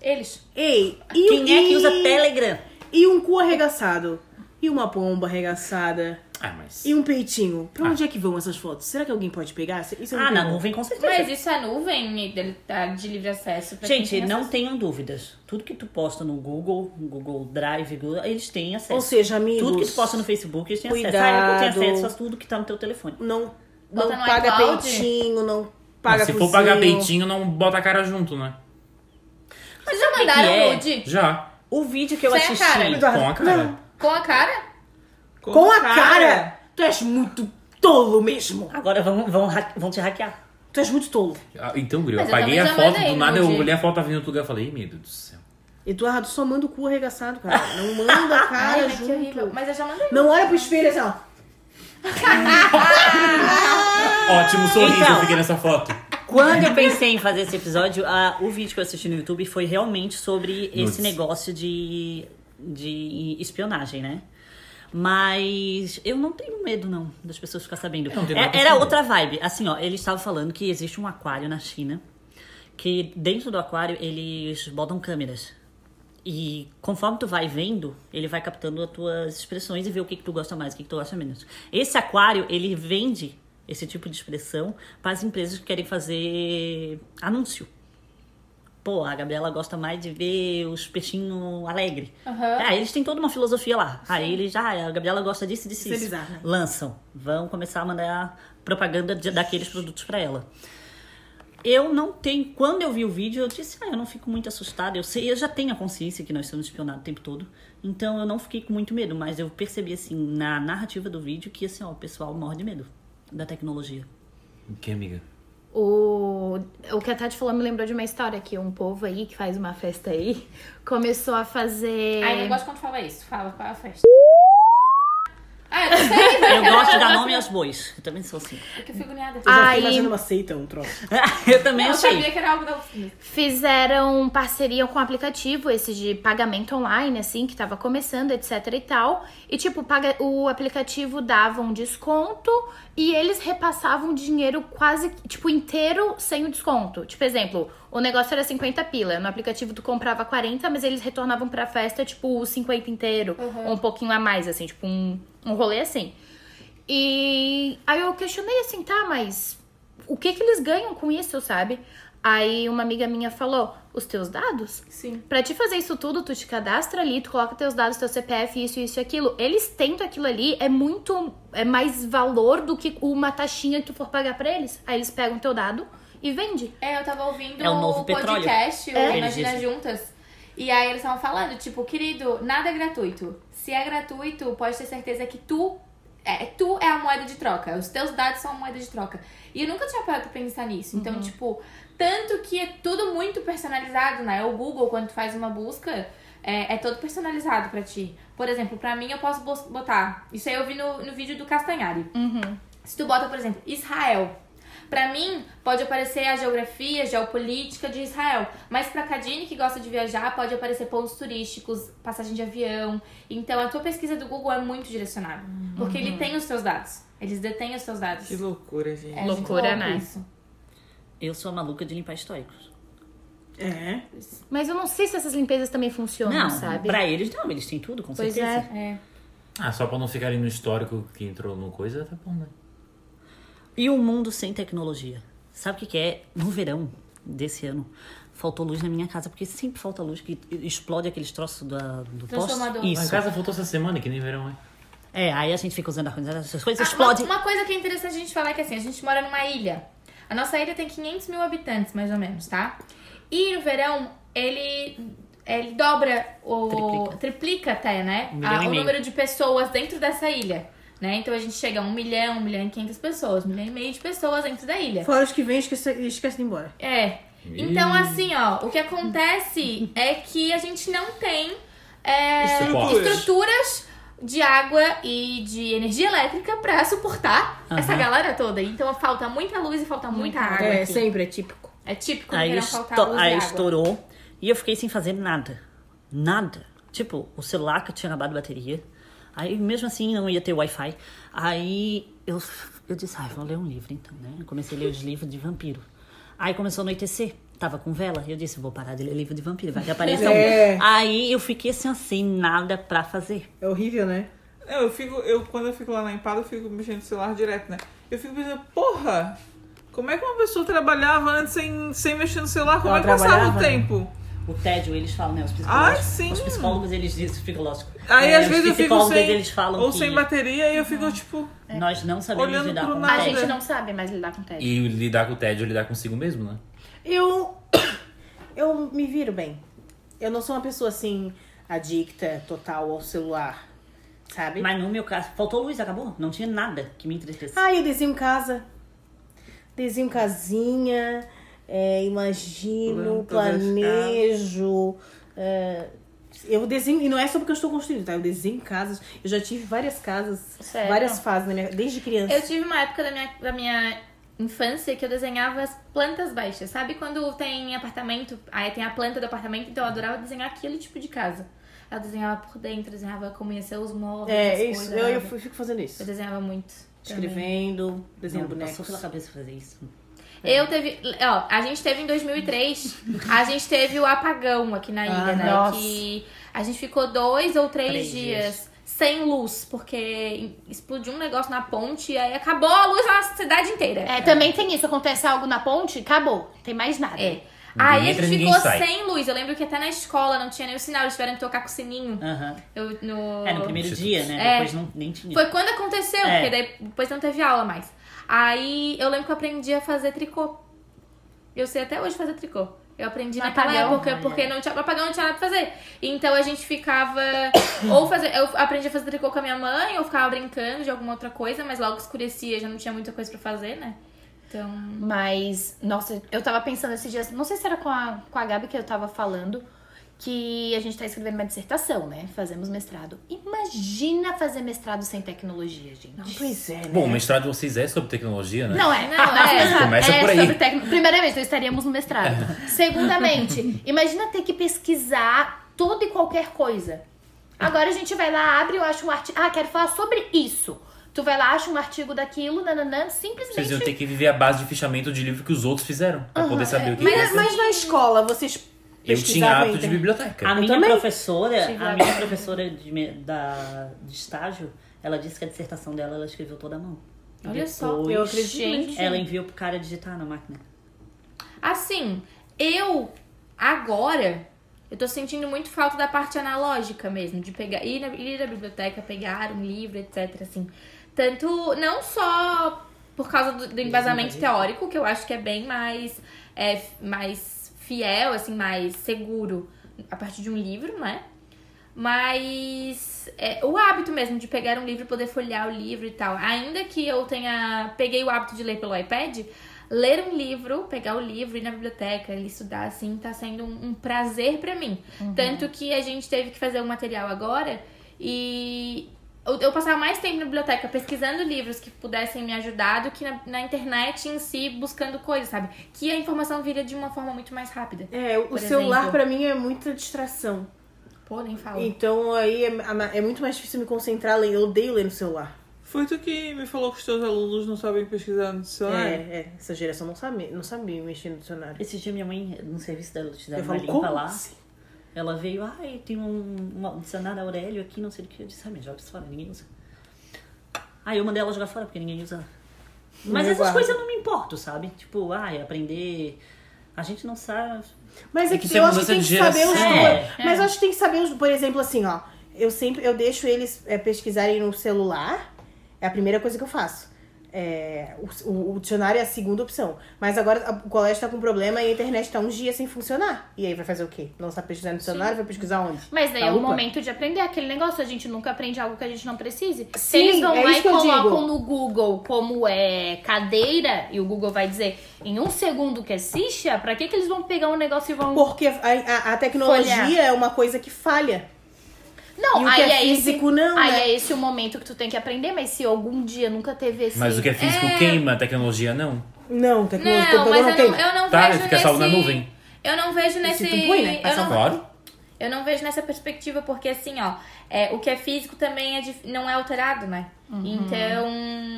Speaker 9: Eles.
Speaker 8: Ei, e
Speaker 4: Quem é que usa
Speaker 8: e-
Speaker 4: Telegram?
Speaker 8: E um cu arregaçado. E uma pomba arregaçada.
Speaker 1: Ah, mas.
Speaker 8: E um peitinho. Pra onde é que vão essas fotos? Será que alguém pode pegar? Isso eu não
Speaker 4: Ah, na
Speaker 8: tenho-
Speaker 4: nuvem com certeza.
Speaker 2: Mas isso é nuvem e ele tá de livre acesso pra quem
Speaker 4: Gente,
Speaker 2: tem
Speaker 4: não
Speaker 2: acesso.
Speaker 4: tenham dúvidas. Tudo que tu posta no Google, no Google Drive, Google, eles têm acesso.
Speaker 8: Ou seja, amigos.
Speaker 4: tudo que tu posta no Facebook, eles têm acesso.
Speaker 8: cuidado.
Speaker 4: A Apple tem acesso a tudo que tá no teu telefone.
Speaker 8: Não,
Speaker 2: Bota
Speaker 8: não
Speaker 2: no
Speaker 8: paga
Speaker 2: iCloud?
Speaker 8: peitinho, não
Speaker 1: Mas
Speaker 8: paga
Speaker 1: se for
Speaker 8: cozinho.
Speaker 1: pagar peitinho, não bota a cara junto, né?
Speaker 2: Vocês já
Speaker 4: que
Speaker 2: mandaram
Speaker 4: é?
Speaker 2: nude?
Speaker 1: Já.
Speaker 4: O vídeo que eu
Speaker 2: Sem a
Speaker 4: assisti.
Speaker 2: cara.
Speaker 8: Eduardo,
Speaker 1: Com a cara.
Speaker 8: não.
Speaker 2: Com a cara?
Speaker 8: Com a cara! Tu és muito tolo mesmo.
Speaker 4: Agora vão, vão, ha- vão te hackear.
Speaker 8: Tu és muito tolo.
Speaker 1: Ah, Então, Gri, eu
Speaker 2: Mas eu
Speaker 1: apaguei
Speaker 2: também
Speaker 1: a
Speaker 2: já
Speaker 1: foto,
Speaker 2: mandei
Speaker 1: do nada eu
Speaker 2: nude.
Speaker 1: olhei a foto, tava vindo outro lugar e falei, "Ih, meu Deus do céu.
Speaker 8: Eduardo, só manda o cu arregaçado, cara. Não manda a cara
Speaker 2: Ai, mas que horrível.
Speaker 8: junto.
Speaker 2: Mas eu já mandei. um.
Speaker 8: Não olha pro espelho assim, ó.
Speaker 1: Ótimo sorriso
Speaker 4: Então.
Speaker 1: eu fiquei nessa foto.
Speaker 4: Quando eu pensei em fazer esse episódio, a- o vídeo que eu assisti no YouTube foi realmente sobre
Speaker 1: Nudes.
Speaker 4: esse negócio de, de espionagem, né? Mas eu não tenho medo, não, das pessoas ficar sabendo.
Speaker 1: não tenho
Speaker 4: É-
Speaker 1: nada pra
Speaker 4: era
Speaker 1: saber.
Speaker 4: outra vibe. Assim, ó, eles estavam falando que existe um aquário na China, que dentro do aquário eles botam câmeras. E conforme tu vai vendo, ele vai captando as tuas expressões e vê o que, que tu gosta mais, o que, que tu gosta menos. Esse aquário, ele vende esse tipo de expressão para as empresas que querem fazer anúncio. Pô, a Gabriela gosta mais de ver os peixinhos alegre. Ah, eles têm toda uma filosofia lá. Aí eles, ah, a Gabriela gosta disso, disso,
Speaker 8: Isso é
Speaker 4: disso.
Speaker 8: bizarro, né?
Speaker 4: Lançam. Vão começar a mandar propaganda de- daqueles produtos para ela. Eu não tenho. Quando eu vi o vídeo, eu disse, ah, eu não fico muito assustada. Eu sei, eu já tenho a consciência que nós somos espionados o tempo todo. Então eu não fiquei com muito medo, mas eu percebi, assim, na narrativa do vídeo, que assim, ó, o pessoal morre de medo da tecnologia.
Speaker 1: O que, amiga?
Speaker 3: O, o que a Tati falou me lembrou de uma história que um povo aí que faz uma festa aí começou a fazer.
Speaker 8: é.
Speaker 2: Ai, eu gosto quando fala isso. Fala, qual é a festa? Ah, eu não sei,
Speaker 4: Eu gosto de dar nome aos bois. Eu também sou assim.
Speaker 2: porque eu fico agoniada.
Speaker 8: Eu já fiquei
Speaker 3: Aí-
Speaker 8: imaginando uma seita, um troço.
Speaker 4: eu também
Speaker 2: Eu
Speaker 4: achei.
Speaker 2: sabia que era algo da UFM.
Speaker 3: Fizeram parceria com um aplicativo, esse de pagamento online, assim, que tava começando, etc e tal. E, tipo, paga- o aplicativo dava um desconto e eles repassavam o dinheiro quase, tipo, inteiro sem o desconto. Tipo, exemplo, o negócio era 50 pila. No aplicativo tu comprava 40, mas eles retornavam pra festa, tipo, o 50 inteiro. Ou um pouquinho a mais, assim, tipo, um, um rolê assim. E aí eu questionei assim, tá, mas o que que eles ganham com isso, sabe? Aí uma amiga minha falou, os teus dados?
Speaker 2: Sim.
Speaker 3: Pra te fazer isso tudo, tu te cadastra ali, tu coloca teus dados, teu CPF, isso, isso e aquilo. Eles tendo aquilo ali, é muito é mais valor do que uma taxinha que tu for pagar pra eles. Aí eles pegam teu dado e vende.
Speaker 2: É, eu tava ouvindo
Speaker 4: É o novo
Speaker 2: podcast,
Speaker 3: É.
Speaker 2: o
Speaker 4: Eles
Speaker 2: Imagina
Speaker 4: dizem.
Speaker 2: Juntas. E aí eles estavam falando, tipo, querido, nada é gratuito. Se é gratuito, pode ter certeza que tu é, tu é a moeda de troca. Os teus dados são a moeda de troca. E eu nunca tinha parado pra pensar nisso. Então, tipo, tanto que é tudo muito personalizado, né? O Google, quando tu faz uma busca, é, é todo personalizado pra ti. Por exemplo, pra mim eu posso bos- botar. Isso aí eu vi no, no vídeo do Castanhari. Se tu bota, por exemplo, Israel. Pra mim, pode aparecer a geografia, a geopolítica de Israel. Mas pra Cadine, que gosta de viajar, pode aparecer pontos turísticos, passagem de avião. Então, a tua pesquisa do Google é muito direcionada. Porque
Speaker 3: Uhum.
Speaker 2: ele tem os teus dados. Eles detêm os teus dados.
Speaker 6: Que loucura, gente.
Speaker 2: É muito
Speaker 3: Loucura,
Speaker 2: louco
Speaker 3: né?
Speaker 2: Isso.
Speaker 4: Eu sou a maluca de limpar históricos.
Speaker 8: É.
Speaker 3: Mas eu não sei se essas limpezas também funcionam,
Speaker 4: não,
Speaker 3: sabe?
Speaker 4: pra eles não, eles têm tudo, com
Speaker 3: Pois
Speaker 4: certeza.
Speaker 3: é.
Speaker 2: É.
Speaker 1: Ah, só pra não ficarem no histórico que entrou no coisa, tá bom, né?
Speaker 4: E o mundo sem tecnologia. Sabe o que, que é? No verão desse ano, faltou luz na minha casa, porque sempre falta luz, que explode aqueles troços da, do
Speaker 2: Transformador.
Speaker 1: Lá
Speaker 4: poste.
Speaker 1: em
Speaker 4: Isso.
Speaker 1: casa faltou essa semana, que nem verão, hein?
Speaker 4: É, aí a gente fica usando ar-condicionado, essas coisas,
Speaker 2: Ah,
Speaker 4: explode.
Speaker 2: Uma, uma coisa que é interessante a gente falar é que assim, a gente mora numa ilha. A nossa ilha tem 500 mil habitantes, mais ou menos, tá? E no verão, ele, ele dobra o. Triplica,
Speaker 4: Triplica.
Speaker 2: até, né?
Speaker 4: Um milhão
Speaker 2: a-
Speaker 4: e
Speaker 2: o
Speaker 4: meio.
Speaker 2: número de pessoas dentro dessa ilha. Né? Então a gente chega a um milhão, um milhão e quinhentas pessoas, um milhão e meio de pessoas dentro da ilha.
Speaker 8: Fora os que vêm esquece, esquece de ir embora.
Speaker 2: É. Então, assim, ó, o que acontece é que a gente não tem é,
Speaker 1: Suporte.
Speaker 2: estruturas de água e de energia elétrica pra suportar
Speaker 4: Aham.
Speaker 2: essa galera toda. Então falta muita luz e falta muita, água.
Speaker 8: É,
Speaker 2: aqui.
Speaker 8: sempre é típico.
Speaker 2: É típico do
Speaker 4: Aí,
Speaker 2: verão
Speaker 4: esto-
Speaker 2: faltar luz e
Speaker 4: aí
Speaker 2: água.
Speaker 4: estourou e eu fiquei sem fazer nada. Nada. Tipo, o celular que eu tinha acabado a bateria. Aí, mesmo assim, não ia ter Wi-Fi. Aí eu, eu disse, ai, vou ler um livro então, né? Eu comecei a ler os livros de vampiro. Aí começou a anoitecer. Tava com vela, eu disse, vou parar de ler livro de vampiro, vai que apareça um.
Speaker 8: É.
Speaker 4: Aí eu fiquei assim, assim, nada pra fazer.
Speaker 8: É horrível, né?
Speaker 6: Não, eu fico, eu, quando eu fico lá na empada, eu fico mexendo no celular direto, né? Eu fico pensando, porra, como é que uma pessoa trabalhava antes sem, sem mexer no celular? Como
Speaker 8: Ela
Speaker 6: é que passava o
Speaker 8: trabalhava, né?
Speaker 6: tempo?
Speaker 4: O tédio, eles falam, né? Os
Speaker 6: Ai,
Speaker 4: psicólogos.
Speaker 6: sim.
Speaker 4: Os psicólogos, eles dizem, psicológico.
Speaker 6: Aí
Speaker 4: É,
Speaker 6: às
Speaker 4: os
Speaker 6: vezes eu fico
Speaker 4: psicólogos,
Speaker 6: sem.
Speaker 4: eles falam
Speaker 6: ou
Speaker 4: que
Speaker 6: sem bateria e eu fico tipo.
Speaker 4: Nós não sabemos
Speaker 6: Olhando
Speaker 4: lidar
Speaker 6: pro
Speaker 4: com o
Speaker 6: nada.
Speaker 3: A
Speaker 4: tédio.
Speaker 3: gente não sabe mais lidar com tédio.
Speaker 1: E lidar com o tédio, lidar consigo mesmo, né?
Speaker 8: Eu. Eu me viro bem. Eu não sou uma pessoa assim, adicta total ao celular. Sabe?
Speaker 4: Mas no meu caso, faltou luz, acabou. Não tinha nada que me entretesse.
Speaker 8: Ah, eu desenho casa. Desenho casinha, é, imagino,
Speaker 6: Planto
Speaker 8: planejo. é, eu desenho, e não é só porque eu estou construindo, tá? Eu desenho casas. Eu já tive várias casas,
Speaker 2: Sério?
Speaker 8: várias fases na minha, desde criança.
Speaker 2: Eu tive uma época da minha, da minha infância que eu desenhava as plantas baixas. Sabe quando tem apartamento, aí tem a planta do apartamento, então eu adorava desenhar aquele tipo de casa. Eu desenhava por dentro, desenhava como ia ser os móveis. as
Speaker 8: é, isso,
Speaker 2: coisas,
Speaker 8: eu, eu
Speaker 2: nada.
Speaker 8: fico fazendo isso.
Speaker 2: Eu desenhava muito. também.
Speaker 8: Escrevendo,
Speaker 4: Não,
Speaker 8: desenhando bonecos.
Speaker 4: passou pela cabeça fazer isso.
Speaker 2: Eu teve. Ó, a gente teve em 2003, a gente teve o apagão aqui na ilha, né?
Speaker 8: nossa.
Speaker 2: Que a gente ficou dois ou três,
Speaker 4: Três
Speaker 2: dias.
Speaker 4: dias.
Speaker 2: Sem luz, porque explodiu um negócio na ponte e aí acabou a luz na cidade inteira.
Speaker 7: É, também tem isso. Acontece algo na ponte, acabou. Tem mais nada.
Speaker 2: É. Aí a
Speaker 1: entra,
Speaker 2: gente
Speaker 1: ninguém
Speaker 2: ficou
Speaker 1: sai.
Speaker 2: sem luz. Eu lembro que até na escola não tinha nem o sinal, eles tiveram que tocar com o sininho.
Speaker 4: Aham.
Speaker 2: Eu, no...
Speaker 4: É, no primeiro dia,
Speaker 2: É.
Speaker 4: né? Depois não, nem tinha.
Speaker 2: Foi quando aconteceu,
Speaker 4: É.
Speaker 2: porque daí depois não teve aula mais. Aí eu lembro que eu aprendi a fazer tricô. Eu sei até hoje fazer tricô. Eu aprendi
Speaker 7: No
Speaker 2: naquela
Speaker 7: apagão,
Speaker 2: época,
Speaker 7: olha.
Speaker 4: né?
Speaker 2: porque não tinha, no apagão não tinha nada pra fazer. Então a gente ficava. ou fazer. Eu aprendi a fazer tricô com a minha mãe, ou ficava brincando de alguma outra coisa, mas logo escurecia, já não tinha muita coisa pra fazer, né? Então.
Speaker 7: Mas, nossa, eu tava pensando esses dias, não sei se era com a, com a Gabi que eu tava falando, que a gente tá escrevendo uma dissertação, né? Fazemos mestrado. Imagina fazer mestrado sem tecnologia, gente. Não,
Speaker 8: Pois é, né?
Speaker 1: Bom, o mestrado de vocês é sobre tecnologia, né?
Speaker 7: é.
Speaker 2: Não,
Speaker 7: Nosso
Speaker 2: é.
Speaker 7: mestrado
Speaker 1: Começa
Speaker 7: é
Speaker 1: por aí. É.
Speaker 7: sobre tecno- Primeiramente, nós estaríamos no mestrado. Segundamente, imagina ter que pesquisar tudo e qualquer coisa. Agora a gente vai lá, abre, eu acho um artigo. Ah, quero falar sobre isso. Tu vai lá, acha um artigo daquilo, nananã,
Speaker 1: Vocês
Speaker 7: simplesmente.
Speaker 1: iam ter que viver a base de fichamento de livro que os outros fizeram, pra poder
Speaker 2: é,
Speaker 1: saber o que
Speaker 8: Mas,
Speaker 1: que
Speaker 8: mas na escola, vocês
Speaker 1: Eu tinha
Speaker 8: pesquisavam então.
Speaker 1: hábito de
Speaker 8: internet?
Speaker 1: biblioteca.
Speaker 2: Ah,
Speaker 4: A minha
Speaker 8: também.
Speaker 4: professora,
Speaker 7: Tive
Speaker 4: a
Speaker 7: lá.
Speaker 4: minha professora de, me- da, de estágio, ela disse que a dissertação dela ela escreveu toda à mão. E
Speaker 2: Olha só,
Speaker 4: depois
Speaker 8: eu acredito mesmo.
Speaker 4: Ela enviou pro cara digitar na máquina.
Speaker 2: Assim, eu agora eu tô sentindo muito falta da parte analógica mesmo, de pegar ir na, ir na biblioteca, pegar um livro, etc. Assim, tanto não só por causa do, do embasamento teórico, que eu acho que é bem mais é, mais fiel, assim, mais seguro a partir de um livro, né? Mas é, o hábito mesmo de pegar um livro e poder folhear o livro e tal. Ainda que eu tenha. Peguei o hábito de ler pelo iPad, ler um livro, pegar o livro, ir na biblioteca, ele estudar, assim, tá sendo um, um prazer pra mim. Tanto que a gente teve que fazer um material agora e. Eu, eu passava mais tempo na biblioteca pesquisando livros que pudessem me ajudar do que na, na internet em si buscando coisas, sabe? Que a informação viria de uma forma muito mais rápida.
Speaker 8: É, o
Speaker 2: Por
Speaker 8: celular
Speaker 2: exemplo.
Speaker 8: pra mim é muita distração.
Speaker 2: Pô, nem falo.
Speaker 8: Então aí é, é muito mais difícil me concentrar lendo. Eu odeio ler no celular.
Speaker 6: Foi tu que me falou que os teus alunos não sabem pesquisar no celular?
Speaker 8: É, é, essa geração não sabe, não sabe mexer no dicionário.
Speaker 4: Esse dia minha mãe, no serviço dela, te
Speaker 8: Eu
Speaker 4: deram uma
Speaker 8: falo,
Speaker 4: é limpa
Speaker 8: como
Speaker 4: lá.
Speaker 8: assim?
Speaker 4: Ela veio, ai, tem um, uma- um dicionário Aurélio aqui, não sei do que. Eu disse, ai, mas joga isso fora, ninguém usa. Aí eu mandei ela jogar fora, porque ninguém usa. Mas
Speaker 8: Eu
Speaker 4: essas
Speaker 8: guardo.
Speaker 4: coisas eu não me importo, sabe? Tipo, ai, aprender. A gente não sabe.
Speaker 8: Mas é
Speaker 1: É que
Speaker 8: que
Speaker 1: isso é
Speaker 8: eu acho que
Speaker 1: mudança
Speaker 8: tem
Speaker 1: de
Speaker 8: que saber os
Speaker 1: geração.
Speaker 8: dois. Mas eu acho que tem que saber os, por exemplo, assim, ó. Eu sempre eu deixo eles é, pesquisarem no celular. É a primeira coisa que eu faço. É, o, o- o dicionário é a segunda opção. Mas agora a- o colégio tá com problema e a internet tá uns dias sem funcionar. E aí vai fazer o quê? Não sabe pesquisar no dicionário, vai pesquisar onde?
Speaker 7: Mas daí
Speaker 8: Na
Speaker 7: é o
Speaker 8: UPA?
Speaker 7: momento de aprender aquele negócio. A gente nunca aprende algo que a gente não precise. Se
Speaker 8: Sim,
Speaker 7: eles vão
Speaker 8: é
Speaker 7: lá
Speaker 8: isso
Speaker 7: e
Speaker 8: que eu
Speaker 7: colocam
Speaker 8: digo.
Speaker 7: no Google como é cadeira, e o Google vai dizer em um segundo que é cicha, pra que, que eles vão pegar um negócio e vão.
Speaker 8: Porque a, a- a tecnologia
Speaker 7: Folhear.
Speaker 8: é uma coisa que falha.
Speaker 7: Não,
Speaker 8: e o que
Speaker 7: aí
Speaker 8: é
Speaker 7: é esse.
Speaker 8: físico, não,
Speaker 7: Aí
Speaker 8: né?
Speaker 7: é esse o momento que tu tem que aprender, mas se algum dia nunca teve esse.
Speaker 1: Mas o que é físico queima, a tecnologia não.
Speaker 8: Não, tecnologia,
Speaker 2: Não,
Speaker 8: computador
Speaker 2: mas
Speaker 8: não
Speaker 2: eu
Speaker 8: tem.
Speaker 2: não, eu não
Speaker 1: Tá,
Speaker 2: vejo
Speaker 1: fica
Speaker 2: nesse...
Speaker 1: salvo na nuvem.
Speaker 2: Eu não vejo nesse...
Speaker 8: tu põe, né? Passa
Speaker 2: eu, não,
Speaker 1: Claro.
Speaker 2: Eu não vejo nessa perspectiva, porque assim, ó, é, o que é físico também é dif- não é alterado, né?
Speaker 8: Uhum.
Speaker 2: Então.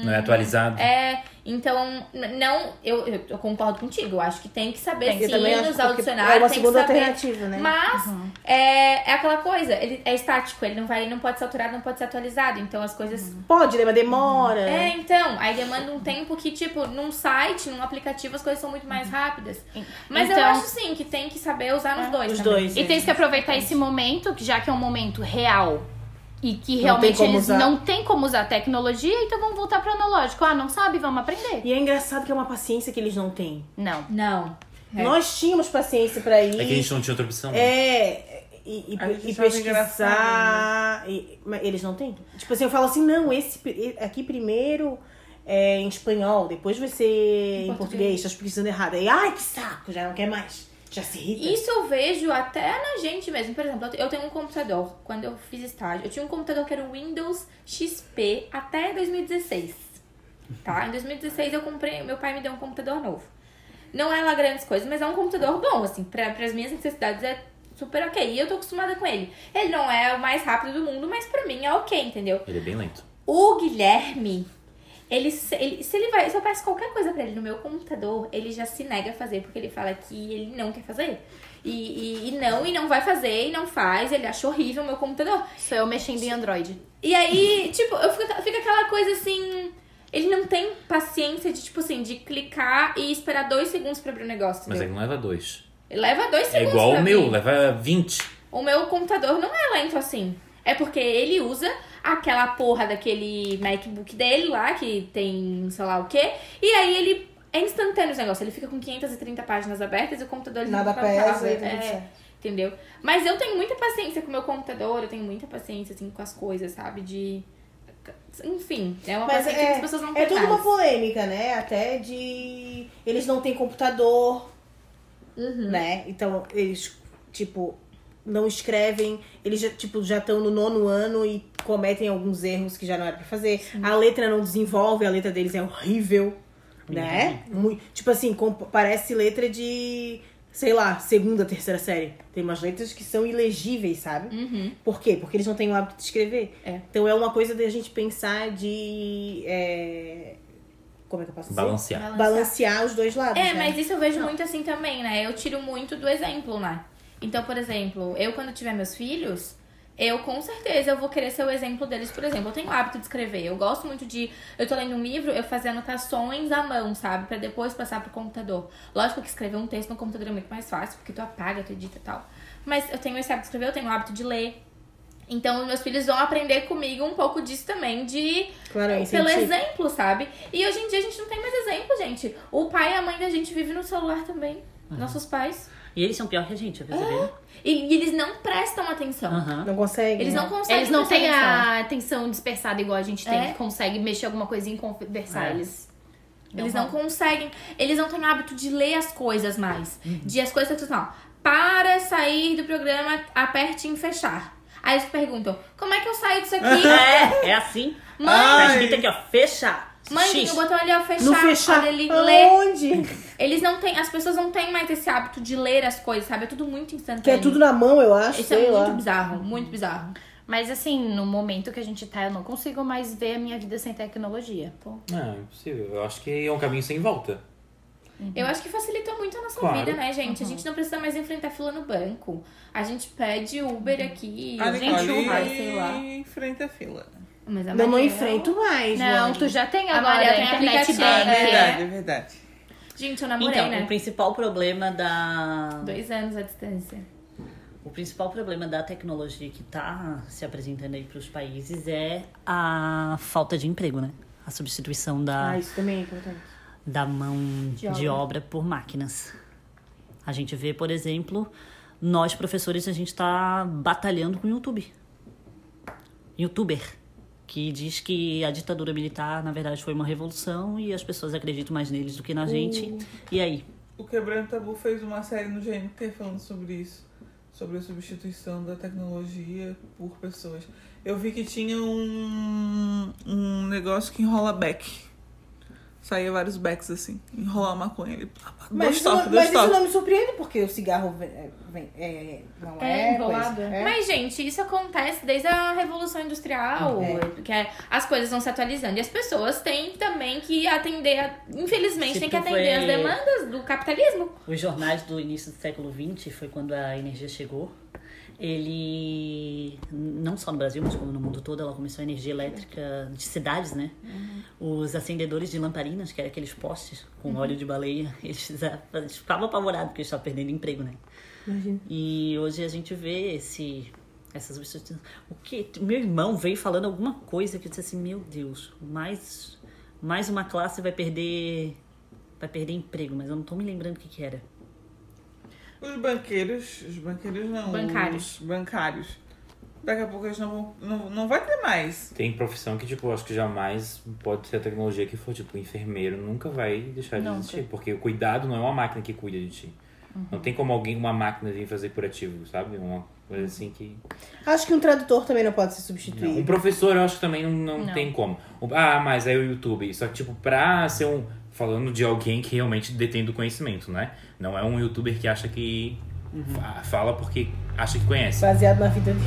Speaker 1: Não é atualizado.
Speaker 2: É, então, n- não, eu, eu, eu concordo contigo, eu acho que tem que saber
Speaker 8: Eu também
Speaker 2: sim
Speaker 8: acho,
Speaker 2: nos
Speaker 8: porque
Speaker 2: audicionários,
Speaker 8: É uma
Speaker 2: tem que
Speaker 8: segunda
Speaker 2: saber.
Speaker 8: alternativa, né?
Speaker 2: Mas é, é aquela coisa, ele é estático, ele não vai, não pode ser alterado, não pode ser atualizado. Então as coisas
Speaker 8: Pode, né? Mas demora.
Speaker 2: é, então, aí demanda um tempo que, tipo, num site, num aplicativo, as coisas são muito mais rápidas. Mas eu
Speaker 3: Então-
Speaker 2: acho sim que tem que saber usar nos dois.
Speaker 4: Os
Speaker 2: também.
Speaker 4: dois.
Speaker 3: E
Speaker 4: é.
Speaker 3: tem que aproveitar esse momento, que já que é um momento real e que
Speaker 8: tem
Speaker 3: realmente
Speaker 8: como
Speaker 3: eles
Speaker 8: usar.
Speaker 3: não tem como usar a tecnologia, então vamos voltar para analógico. Ah, não sabe? Vamos aprender.
Speaker 8: E é engraçado que é uma paciência que eles não têm.
Speaker 3: Não.
Speaker 2: Não. É.
Speaker 8: Nós tínhamos paciência pra ir.
Speaker 1: É que a gente não tinha outra opção. né?
Speaker 8: É, e, e-
Speaker 6: A gente
Speaker 8: e
Speaker 6: achava
Speaker 8: pesquisar.
Speaker 2: né?
Speaker 8: e- mas eles não têm. Tipo assim, eu falo assim, não, esse pri- aqui primeiro é em espanhol, depois vai ser em, português. tá pesquisando errado. Aí, ai, que saco, já não quer mais. Já se irrita.
Speaker 2: Isso eu vejo até na gente mesmo. Por exemplo, eu tenho um computador. Quando eu fiz estágio, eu tinha um computador que era o Windows XP até 2016. Tá? Em 2016 eu comprei, meu pai me deu um computador novo. Não é lá grandes coisas, mas é um computador bom, assim, pra, pras minhas necessidades é super ok. E eu tô acostumada com ele. Ele não é o mais rápido do mundo, mas pra mim é ok, entendeu?
Speaker 1: Ele é bem lento.
Speaker 2: O Guilherme, ele, se- ele- se ele vai, se eu peço qualquer coisa pra ele no meu computador, ele já se nega a fazer, porque ele fala que ele não quer fazer. E, e- e não, e não vai fazer, e não faz, ele acha horrível o meu computador.
Speaker 3: Sou eu mexendo em Android.
Speaker 2: E aí, tipo, eu fico, fica aquela coisa assim. Ele não tem paciência de, tipo assim, de clicar e esperar dois segundos pra abrir o negócio.
Speaker 1: Mas aí
Speaker 2: entendeu?
Speaker 1: não leva dois.
Speaker 2: Ele leva dois
Speaker 1: É
Speaker 2: segundos.
Speaker 1: igual
Speaker 2: pra
Speaker 1: o meu,
Speaker 2: abrir.
Speaker 1: leva 20.
Speaker 2: O meu computador não é lento assim. É porque ele usa aquela porra daquele MacBook dele lá, que tem sei lá o quê. E aí ele é instantâneo os negócios. Ele fica com 530 páginas abertas e o computador... ele
Speaker 8: Nada
Speaker 2: não tá-
Speaker 8: pesa, e tudo
Speaker 2: é,
Speaker 8: certo.
Speaker 2: Entendeu? Mas eu tenho muita paciência com o meu computador, eu tenho muita paciência, assim, com as coisas, sabe? De... Enfim, é uma
Speaker 8: Mas
Speaker 2: paciência
Speaker 8: é-
Speaker 2: que as pessoas não têm
Speaker 8: É toda
Speaker 2: mais.
Speaker 8: uma polêmica, né? Até de. Eles não têm computador, né? Então, eles, tipo, não escrevem. Eles, já, tipo, já estão no nono ano e cometem alguns erros que já não era pra fazer. A letra não desenvolve, a letra deles é horrível, né? Mui- tipo assim, com- parece letra de. Sei lá, segunda, terceira série. Tem umas letras que são ilegíveis, sabe?
Speaker 2: Uhum.
Speaker 8: Por quê? Porque eles não têm o hábito de escrever.
Speaker 2: É.
Speaker 8: Então é uma coisa da gente pensar de. é, Como é que eu posso dizer?
Speaker 1: Balancear.
Speaker 8: Balancear os dois lados.
Speaker 2: É,
Speaker 8: né?
Speaker 2: mas isso eu vejo muito assim também, né? Eu tiro muito do exemplo, né? Então, por exemplo, eu quando tiver meus filhos, eu com certeza eu vou querer ser o exemplo deles. Por exemplo, eu tenho o hábito de escrever. Eu gosto muito de. Eu tô lendo um livro, eu fazer anotações à mão, sabe? Pra depois passar pro computador. Lógico que escrever um texto no computador é muito mais fácil, porque tu apaga, tu edita e tal. Mas eu tenho esse hábito de escrever, eu tenho o hábito de ler. Então, meus filhos vão aprender comigo um pouco disso também, de
Speaker 8: Claro, é um
Speaker 2: pelo
Speaker 8: incentivo.
Speaker 2: exemplo, sabe? E hoje em dia a gente não tem mais exemplo, gente. O pai e a mãe da gente vivem no celular também. Nossos pais.
Speaker 4: E eles são pior que a gente, percebeu?
Speaker 2: E, e eles não prestam atenção.
Speaker 4: né? Aham.
Speaker 8: Não consegue. né?
Speaker 2: Eles não conseguem.
Speaker 3: Eles não
Speaker 2: prestar
Speaker 3: têm
Speaker 2: atenção.
Speaker 3: a atenção dispersada igual a gente tem,
Speaker 2: É.
Speaker 3: que consegue mexer alguma coisinha e conversar.
Speaker 4: É.
Speaker 3: Eles.
Speaker 2: Eles não conseguem. Eles não têm hábito de ler as coisas mais. De as coisas que não. Para sair do programa, aperte em fechar. Aí eles perguntam: como é que eu saio disso aqui?
Speaker 4: É, é assim.
Speaker 2: Mãe,
Speaker 4: Tá escrito aqui, ó, fecha.
Speaker 2: mãe, tem
Speaker 4: X.
Speaker 2: o botão ali, ó, fechar.
Speaker 8: No fechar. Ah.
Speaker 2: Olha ali, lê.
Speaker 8: Onde?
Speaker 2: Eles não têm, as pessoas não têm mais esse hábito de ler as coisas, sabe? É tudo muito instantâneo.
Speaker 8: Que é tudo na mão, eu acho.
Speaker 2: Isso é
Speaker 8: sei
Speaker 2: muito
Speaker 8: lá.
Speaker 2: bizarro, muito bizarro.
Speaker 3: Mas assim, no momento que a gente tá, eu não consigo mais ver a minha vida sem tecnologia. Então, Pô.
Speaker 1: Não, é impossível. Eu acho que é um caminho sem volta.
Speaker 2: Eu acho que facilitou muito a nossa
Speaker 1: Claro.
Speaker 2: vida, né, gente? A gente não precisa mais enfrentar fila no banco. A gente pede Uber aqui,
Speaker 6: A
Speaker 2: a gente
Speaker 6: Ah, Nicole
Speaker 2: Uber, sei lá.
Speaker 6: enfrenta a fila.
Speaker 2: Mas a
Speaker 8: Não, não
Speaker 2: Mariel-
Speaker 8: enfrento mais. né?
Speaker 3: Não,
Speaker 8: mãe.
Speaker 3: tu já tem
Speaker 2: A
Speaker 3: agora
Speaker 2: Maria
Speaker 3: a
Speaker 2: tem
Speaker 3: internet
Speaker 2: aplicativo,
Speaker 6: Ah,
Speaker 2: né?
Speaker 3: dele.
Speaker 6: verdade, é verdade.
Speaker 2: Gente, eu namorei,
Speaker 4: Então, o
Speaker 2: né?
Speaker 4: principal problema da.
Speaker 2: Dois anos à distância.
Speaker 4: O principal problema da tecnologia que está se apresentando aí para os países é a falta de emprego, né? A substituição da,
Speaker 8: Ah, isso também é importante.
Speaker 4: da mão de obra. por máquinas. A gente vê, por exemplo, nós professores, a gente está batalhando com o YouTube. Youtuber. Que diz que a ditadura militar, na verdade, foi uma revolução e as pessoas acreditam mais neles do que na gente. E aí?
Speaker 6: O Quebrando Tabu fez uma série no GNT falando sobre isso. Sobre a substituição da tecnologia por pessoas. Eu vi que tinha um, um negócio que enrola back. Saía vários backs assim, enrolar a maconha ali. pá, pá,
Speaker 8: Mas,
Speaker 6: dois
Speaker 8: isso,
Speaker 6: toques,
Speaker 8: não-
Speaker 6: dois
Speaker 8: mas isso
Speaker 6: toques.
Speaker 8: não me surpreende, porque o cigarro vem, é- vem- é- não
Speaker 3: É
Speaker 8: é,
Speaker 3: enrolado.
Speaker 8: coisa. É.
Speaker 2: Mas, gente, isso acontece desde a Revolução Industrial,
Speaker 8: É.
Speaker 2: que é- as coisas vão se atualizando. E as pessoas têm também que atender, a- infelizmente,
Speaker 4: Se
Speaker 2: têm que
Speaker 4: tu
Speaker 2: atender as
Speaker 4: for-
Speaker 2: demandas do capitalismo.
Speaker 4: Os jornais do início do século XX, foi quando a energia chegou, ele, não só no Brasil, mas como no mundo todo, ela começou a energia elétrica de cidades, né? Os acendedores de lamparinas, que eram aqueles postes com óleo de baleia, eles a- eles ficavam apavorados porque eles estavam perdendo emprego, né? E hoje a gente vê esse, essas substâncias. O que? Meu irmão veio falando alguma coisa que eu disse assim, meu Deus, mais, mais uma classe vai perder. Vai perder emprego, mas eu não tô me lembrando o que, que era.
Speaker 6: Os banqueiros, os banqueiros não.
Speaker 3: Bancários.
Speaker 6: Os bancários. Daqui a pouco eles não vão. Não, não vai ter mais.
Speaker 1: Tem profissão que, tipo, acho que jamais pode ser a tecnologia que for, tipo, enfermeiro nunca vai deixar de
Speaker 4: Nunca.
Speaker 1: existir. Porque o cuidado não é uma máquina que cuida de ti. Não tem como alguém, uma máquina vir fazer curativo, sabe? Uma coisa assim que.
Speaker 8: Acho que um tradutor também não pode ser
Speaker 1: Não, Um
Speaker 8: substituído.
Speaker 1: professor eu acho que também não, não, tem como. O- Ah, mas é o YouTube. Só que, tipo, pra ser um. Falando de alguém que realmente detém do conhecimento, né? Não é um youtuber que acha que. fa- Fala porque acha que conhece.
Speaker 8: Baseado na vida dele.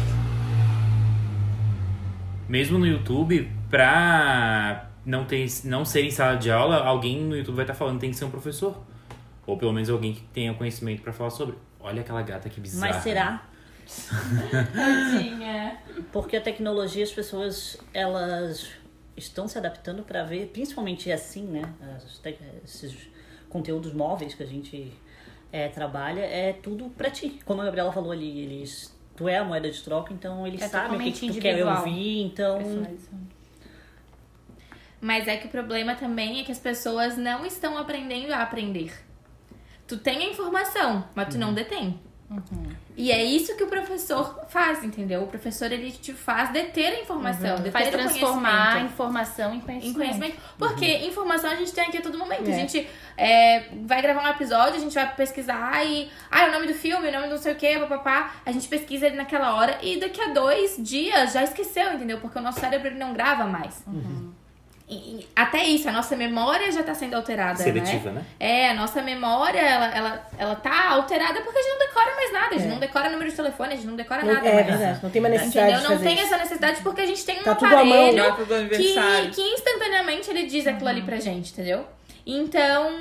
Speaker 1: Mesmo no YouTube, pra não, ter, não ser em sala de aula, alguém no YouTube vai estar falando tem que ser um professor. Ou pelo menos alguém que tenha conhecimento pra falar sobre. Olha aquela gata que bizarra. né?
Speaker 4: Mas será?
Speaker 2: Tadinha.
Speaker 4: Porque a tecnologia, as pessoas, elas estão se adaptando para ver, principalmente assim, né? as tec- esses conteúdos móveis que a gente eh, trabalha, é tudo pra ti. Como a Gabriela falou ali, eles. Tu é a moeda de troca, então eles
Speaker 3: É
Speaker 4: sabem o que, que
Speaker 3: totalmente
Speaker 4: tu quer
Speaker 3: individual. É
Speaker 4: ouvir, então.
Speaker 2: Mas é que o problema também é que as pessoas não estão aprendendo a aprender. Tu tem a informação, mas tu
Speaker 3: Uhum.
Speaker 2: não detém. E é isso que o professor faz, entendeu? O professor ele te faz deter a informação, deter
Speaker 3: Uhum. Faz
Speaker 2: o
Speaker 3: transformar a
Speaker 2: conhecimento.
Speaker 3: informação em
Speaker 2: Em
Speaker 3: conhecimento. Uhum.
Speaker 2: conhecimento. Porque informação a gente tem aqui a todo momento. A
Speaker 8: É.
Speaker 2: gente é, vai gravar um episódio, a gente vai pesquisar e. Ah, é o nome do filme, o nome do não sei o quê, papapá. A gente pesquisa ele naquela hora e daqui a dois dias já esqueceu, entendeu? Porque o nosso cérebro ele não grava mais.
Speaker 3: Uhum.
Speaker 2: E- e até isso, a nossa memória já tá sendo alterada, né?
Speaker 1: Seletiva, né?
Speaker 2: É, a nossa memória, ela, ela, ela tá alterada porque a gente não decora mais nada. A gente não decora número de telefone, a gente não decora nada
Speaker 8: é
Speaker 2: mais.
Speaker 8: verdade, não tem mais necessidade
Speaker 2: Entendeu?
Speaker 8: de
Speaker 2: Não
Speaker 8: fazer
Speaker 2: tem
Speaker 8: isso.
Speaker 2: essa necessidade porque a gente tem um
Speaker 8: Tá tudo à mão,
Speaker 2: aparelho
Speaker 6: Data do
Speaker 2: que,
Speaker 6: aniversário.
Speaker 2: que instantaneamente ele diz aquilo ali pra gente, entendeu? Então,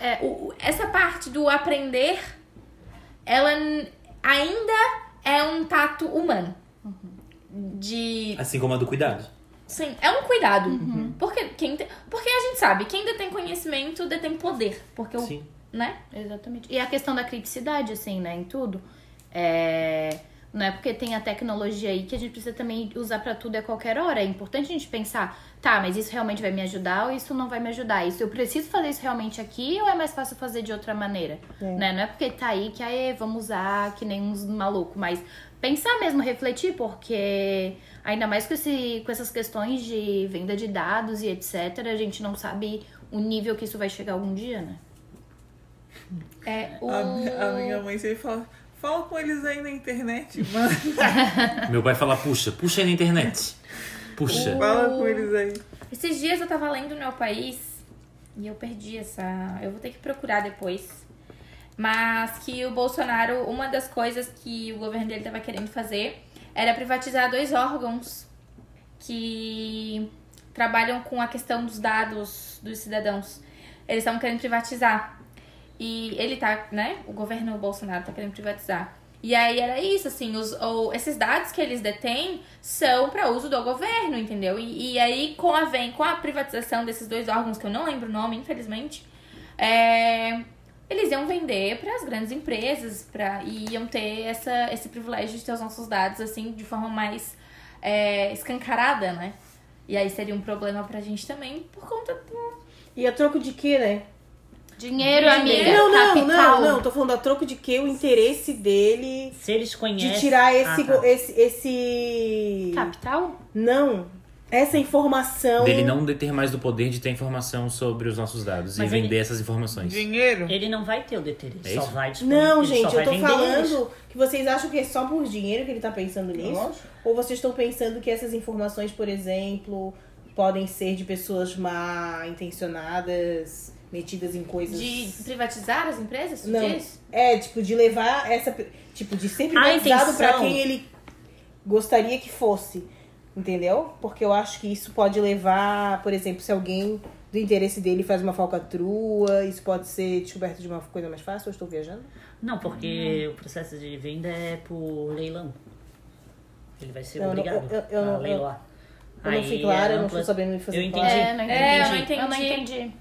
Speaker 3: É.
Speaker 2: o- o- essa parte do aprender, ela n- ainda é um tato humano. De.
Speaker 1: Assim como a do cuidado.
Speaker 2: Sim, é um cuidado.
Speaker 8: Uhum.
Speaker 2: Porque, quem tem- porque a gente sabe, quem detém conhecimento detém poder. Porque o.
Speaker 1: Sim.
Speaker 2: Né?
Speaker 3: Exatamente. E a questão da criticidade, assim, né, em tudo. É... Não é porque tem a tecnologia aí que a gente precisa também usar pra tudo a qualquer hora. É importante a gente pensar, tá, mas isso realmente vai me ajudar ou isso não vai me ajudar? Isso eu preciso fazer isso realmente aqui ou é mais fácil fazer de outra maneira?
Speaker 8: É.
Speaker 3: Né? Não é porque tá aí que aí vamos usar que nem uns malucos, mas pensar mesmo, refletir, porque ainda mais com, esse, com essas questões de venda de dados e etc., a gente não sabe o nível que isso vai chegar algum dia, né?
Speaker 2: É o.
Speaker 6: A, mi- a minha mãe sempre fala. Fala com eles aí na internet, mano.
Speaker 1: Meu pai fala, puxa, puxa aí na internet. Puxa.
Speaker 6: Fala com eles aí.
Speaker 2: Esses dias eu tava lendo o meu país e eu perdi essa. Eu vou ter que procurar depois. Mas que o Bolsonaro, uma das coisas que o governo dele tava querendo fazer era privatizar dois órgãos que trabalham com a questão dos dados dos cidadãos. Eles estavam querendo privatizar. E ele tá, né? O governo Bolsonaro tá querendo privatizar. E aí era isso, assim, os, ou, esses dados que eles detêm são para uso do governo, entendeu? E, e aí com a vem com a privatização desses dois órgãos que eu não lembro o nome, infelizmente, é, eles iam vender para as grandes empresas, para e iam ter essa, esse privilégio de ter os nossos dados assim de forma mais é, escancarada, né? E aí seria um problema pra gente também por conta do
Speaker 8: E a troco de quê, né?
Speaker 3: Dinheiro, amiga.
Speaker 8: Não, não,
Speaker 3: capital.
Speaker 8: não, não. Tô falando a troco de quê? O interesse dele
Speaker 4: Se eles conhecem.
Speaker 8: de tirar esse.
Speaker 4: Ah, tá.
Speaker 8: go- esse, esse...
Speaker 2: Tá.
Speaker 3: Capital?
Speaker 8: Não. Essa informação.
Speaker 1: Dele não deter mais do poder de ter informação sobre os nossos dados
Speaker 4: Mas
Speaker 1: e
Speaker 4: ele-
Speaker 1: vender essas informações.
Speaker 6: Dinheiro?
Speaker 4: Ele não vai ter o deter,
Speaker 1: É
Speaker 4: ele só
Speaker 1: isso?
Speaker 4: vai dispor-
Speaker 8: Não,
Speaker 4: Tipo, ele só
Speaker 8: gente,
Speaker 4: vai
Speaker 8: eu tô
Speaker 4: vender isso.
Speaker 8: falando que vocês acham que é só por dinheiro que ele tá pensando nisso?
Speaker 6: Lógico.
Speaker 8: Ou vocês estão pensando que essas informações, por exemplo, podem ser de pessoas mal intencionadas, metidas em coisas.
Speaker 2: De privatizar as empresas? tu
Speaker 8: Não.
Speaker 2: diz?
Speaker 8: É, tipo, de levar essa. pe- Tipo, de ser
Speaker 4: A
Speaker 8: privatizado
Speaker 4: intenção-
Speaker 8: pra quem ele gostaria que fosse. Entendeu? Porque eu acho que isso pode levar, por exemplo, se alguém do interesse dele faz uma falcatrua, isso pode ser descoberto de uma coisa mais fácil, eu estou viajando.
Speaker 4: Não, porque o processo de venda é por leilão. Ele vai ser
Speaker 8: Eu não-
Speaker 4: obrigado
Speaker 8: eu- eu não-
Speaker 4: a leiloar.
Speaker 8: Eu não fui
Speaker 4: Aí
Speaker 8: clara,
Speaker 4: é
Speaker 8: eu não
Speaker 4: ampla-
Speaker 8: estou sabendo me fazer
Speaker 4: Eu entendi.
Speaker 8: clara.
Speaker 3: É, não entendi.
Speaker 2: É, eu não
Speaker 3: Eu não
Speaker 2: entendi.
Speaker 3: entendi.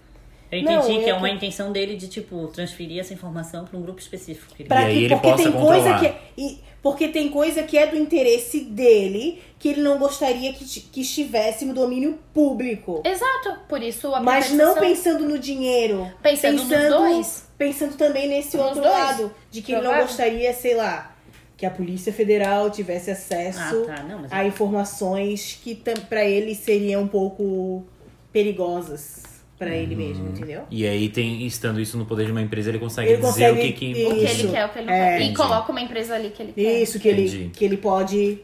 Speaker 4: Eu entendi
Speaker 8: Não,
Speaker 4: que é
Speaker 8: eu-
Speaker 4: uma intenção dele de, tipo, transferir essa informação para um grupo específico. que ele-
Speaker 1: Pra- E aí ele possa controlar.
Speaker 8: que é- e- porque tem coisa que é do interesse dele que ele não gostaria que, ti- que estivesse no domínio público.
Speaker 3: Exato. Por isso a
Speaker 8: Mas não
Speaker 3: privatização-
Speaker 8: pensando no dinheiro.
Speaker 3: pensando, nos
Speaker 8: pensando-
Speaker 3: dois.
Speaker 8: Pensando também nesse
Speaker 3: Nos
Speaker 8: outro
Speaker 3: dois.
Speaker 8: lado. De que ele
Speaker 3: Provável.
Speaker 8: não gostaria, sei lá, que a Polícia Federal tivesse
Speaker 4: Ah,
Speaker 8: acesso
Speaker 4: tá. Não, mas
Speaker 8: a informações que tam- pra ele seriam um pouco perigosas pra ele
Speaker 1: Uhum.
Speaker 8: mesmo, entendeu?
Speaker 1: E aí, tem, estando isso no poder de uma empresa, ele consegue
Speaker 8: Ele
Speaker 1: dizer
Speaker 8: consegue-
Speaker 1: o que, que
Speaker 3: O que
Speaker 8: Isso.
Speaker 3: ele quer, o que ele
Speaker 8: É.
Speaker 3: não quer. E
Speaker 1: Entendi.
Speaker 3: coloca uma empresa ali que ele quer.
Speaker 8: Isso que ele,
Speaker 1: Entendi.
Speaker 8: que ele pode.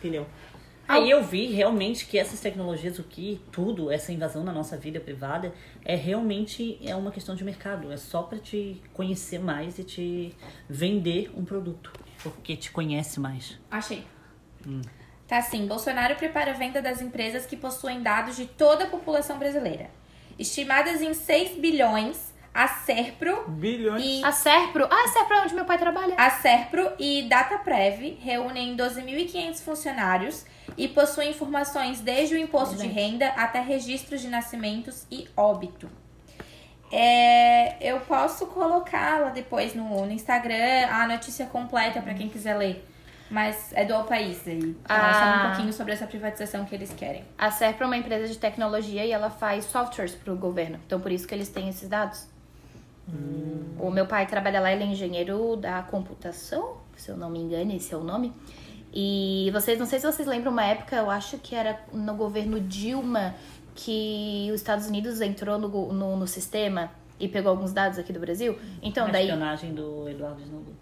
Speaker 8: Entendeu?
Speaker 4: Aí eu vi realmente que essas tecnologias, o que tudo, essa invasão na nossa vida privada, é realmente é uma questão de mercado. É só pra te conhecer mais e te vender um produto. Porque te conhece mais.
Speaker 2: Achei. Tá assim, Bolsonaro prepara a venda das empresas que possuem dados de toda a população brasileira. Estimadas em 6 bilhões, a Serpro
Speaker 6: Bilhões.
Speaker 2: e
Speaker 7: A Serpro. Ah, a Serpro é onde meu pai trabalha.
Speaker 2: a Serpro e Dataprev reúnem 12.500 funcionários e possuem informações desde o imposto de renda até registros de nascimentos e óbito. É, eu posso colocá-la depois no, no Instagram, a notícia completa pra quem quiser ler. Mas é do Ao País aí. Fala só
Speaker 7: Ah.
Speaker 2: um pouquinho sobre essa privatização que eles querem.
Speaker 7: A Serpro é uma empresa de tecnologia e ela faz softwares pro governo. Então, por isso que eles têm esses dados. O meu pai trabalha lá, ele é engenheiro da computação, se eu não me engano, esse é o nome. E vocês, não sei se vocês lembram uma época, eu acho que era no governo Dilma, que os Estados Unidos entrou no, go- no, no sistema e pegou alguns dados aqui do Brasil. Então,
Speaker 4: a
Speaker 7: daí.
Speaker 4: espionagem do Eduardo Snowden.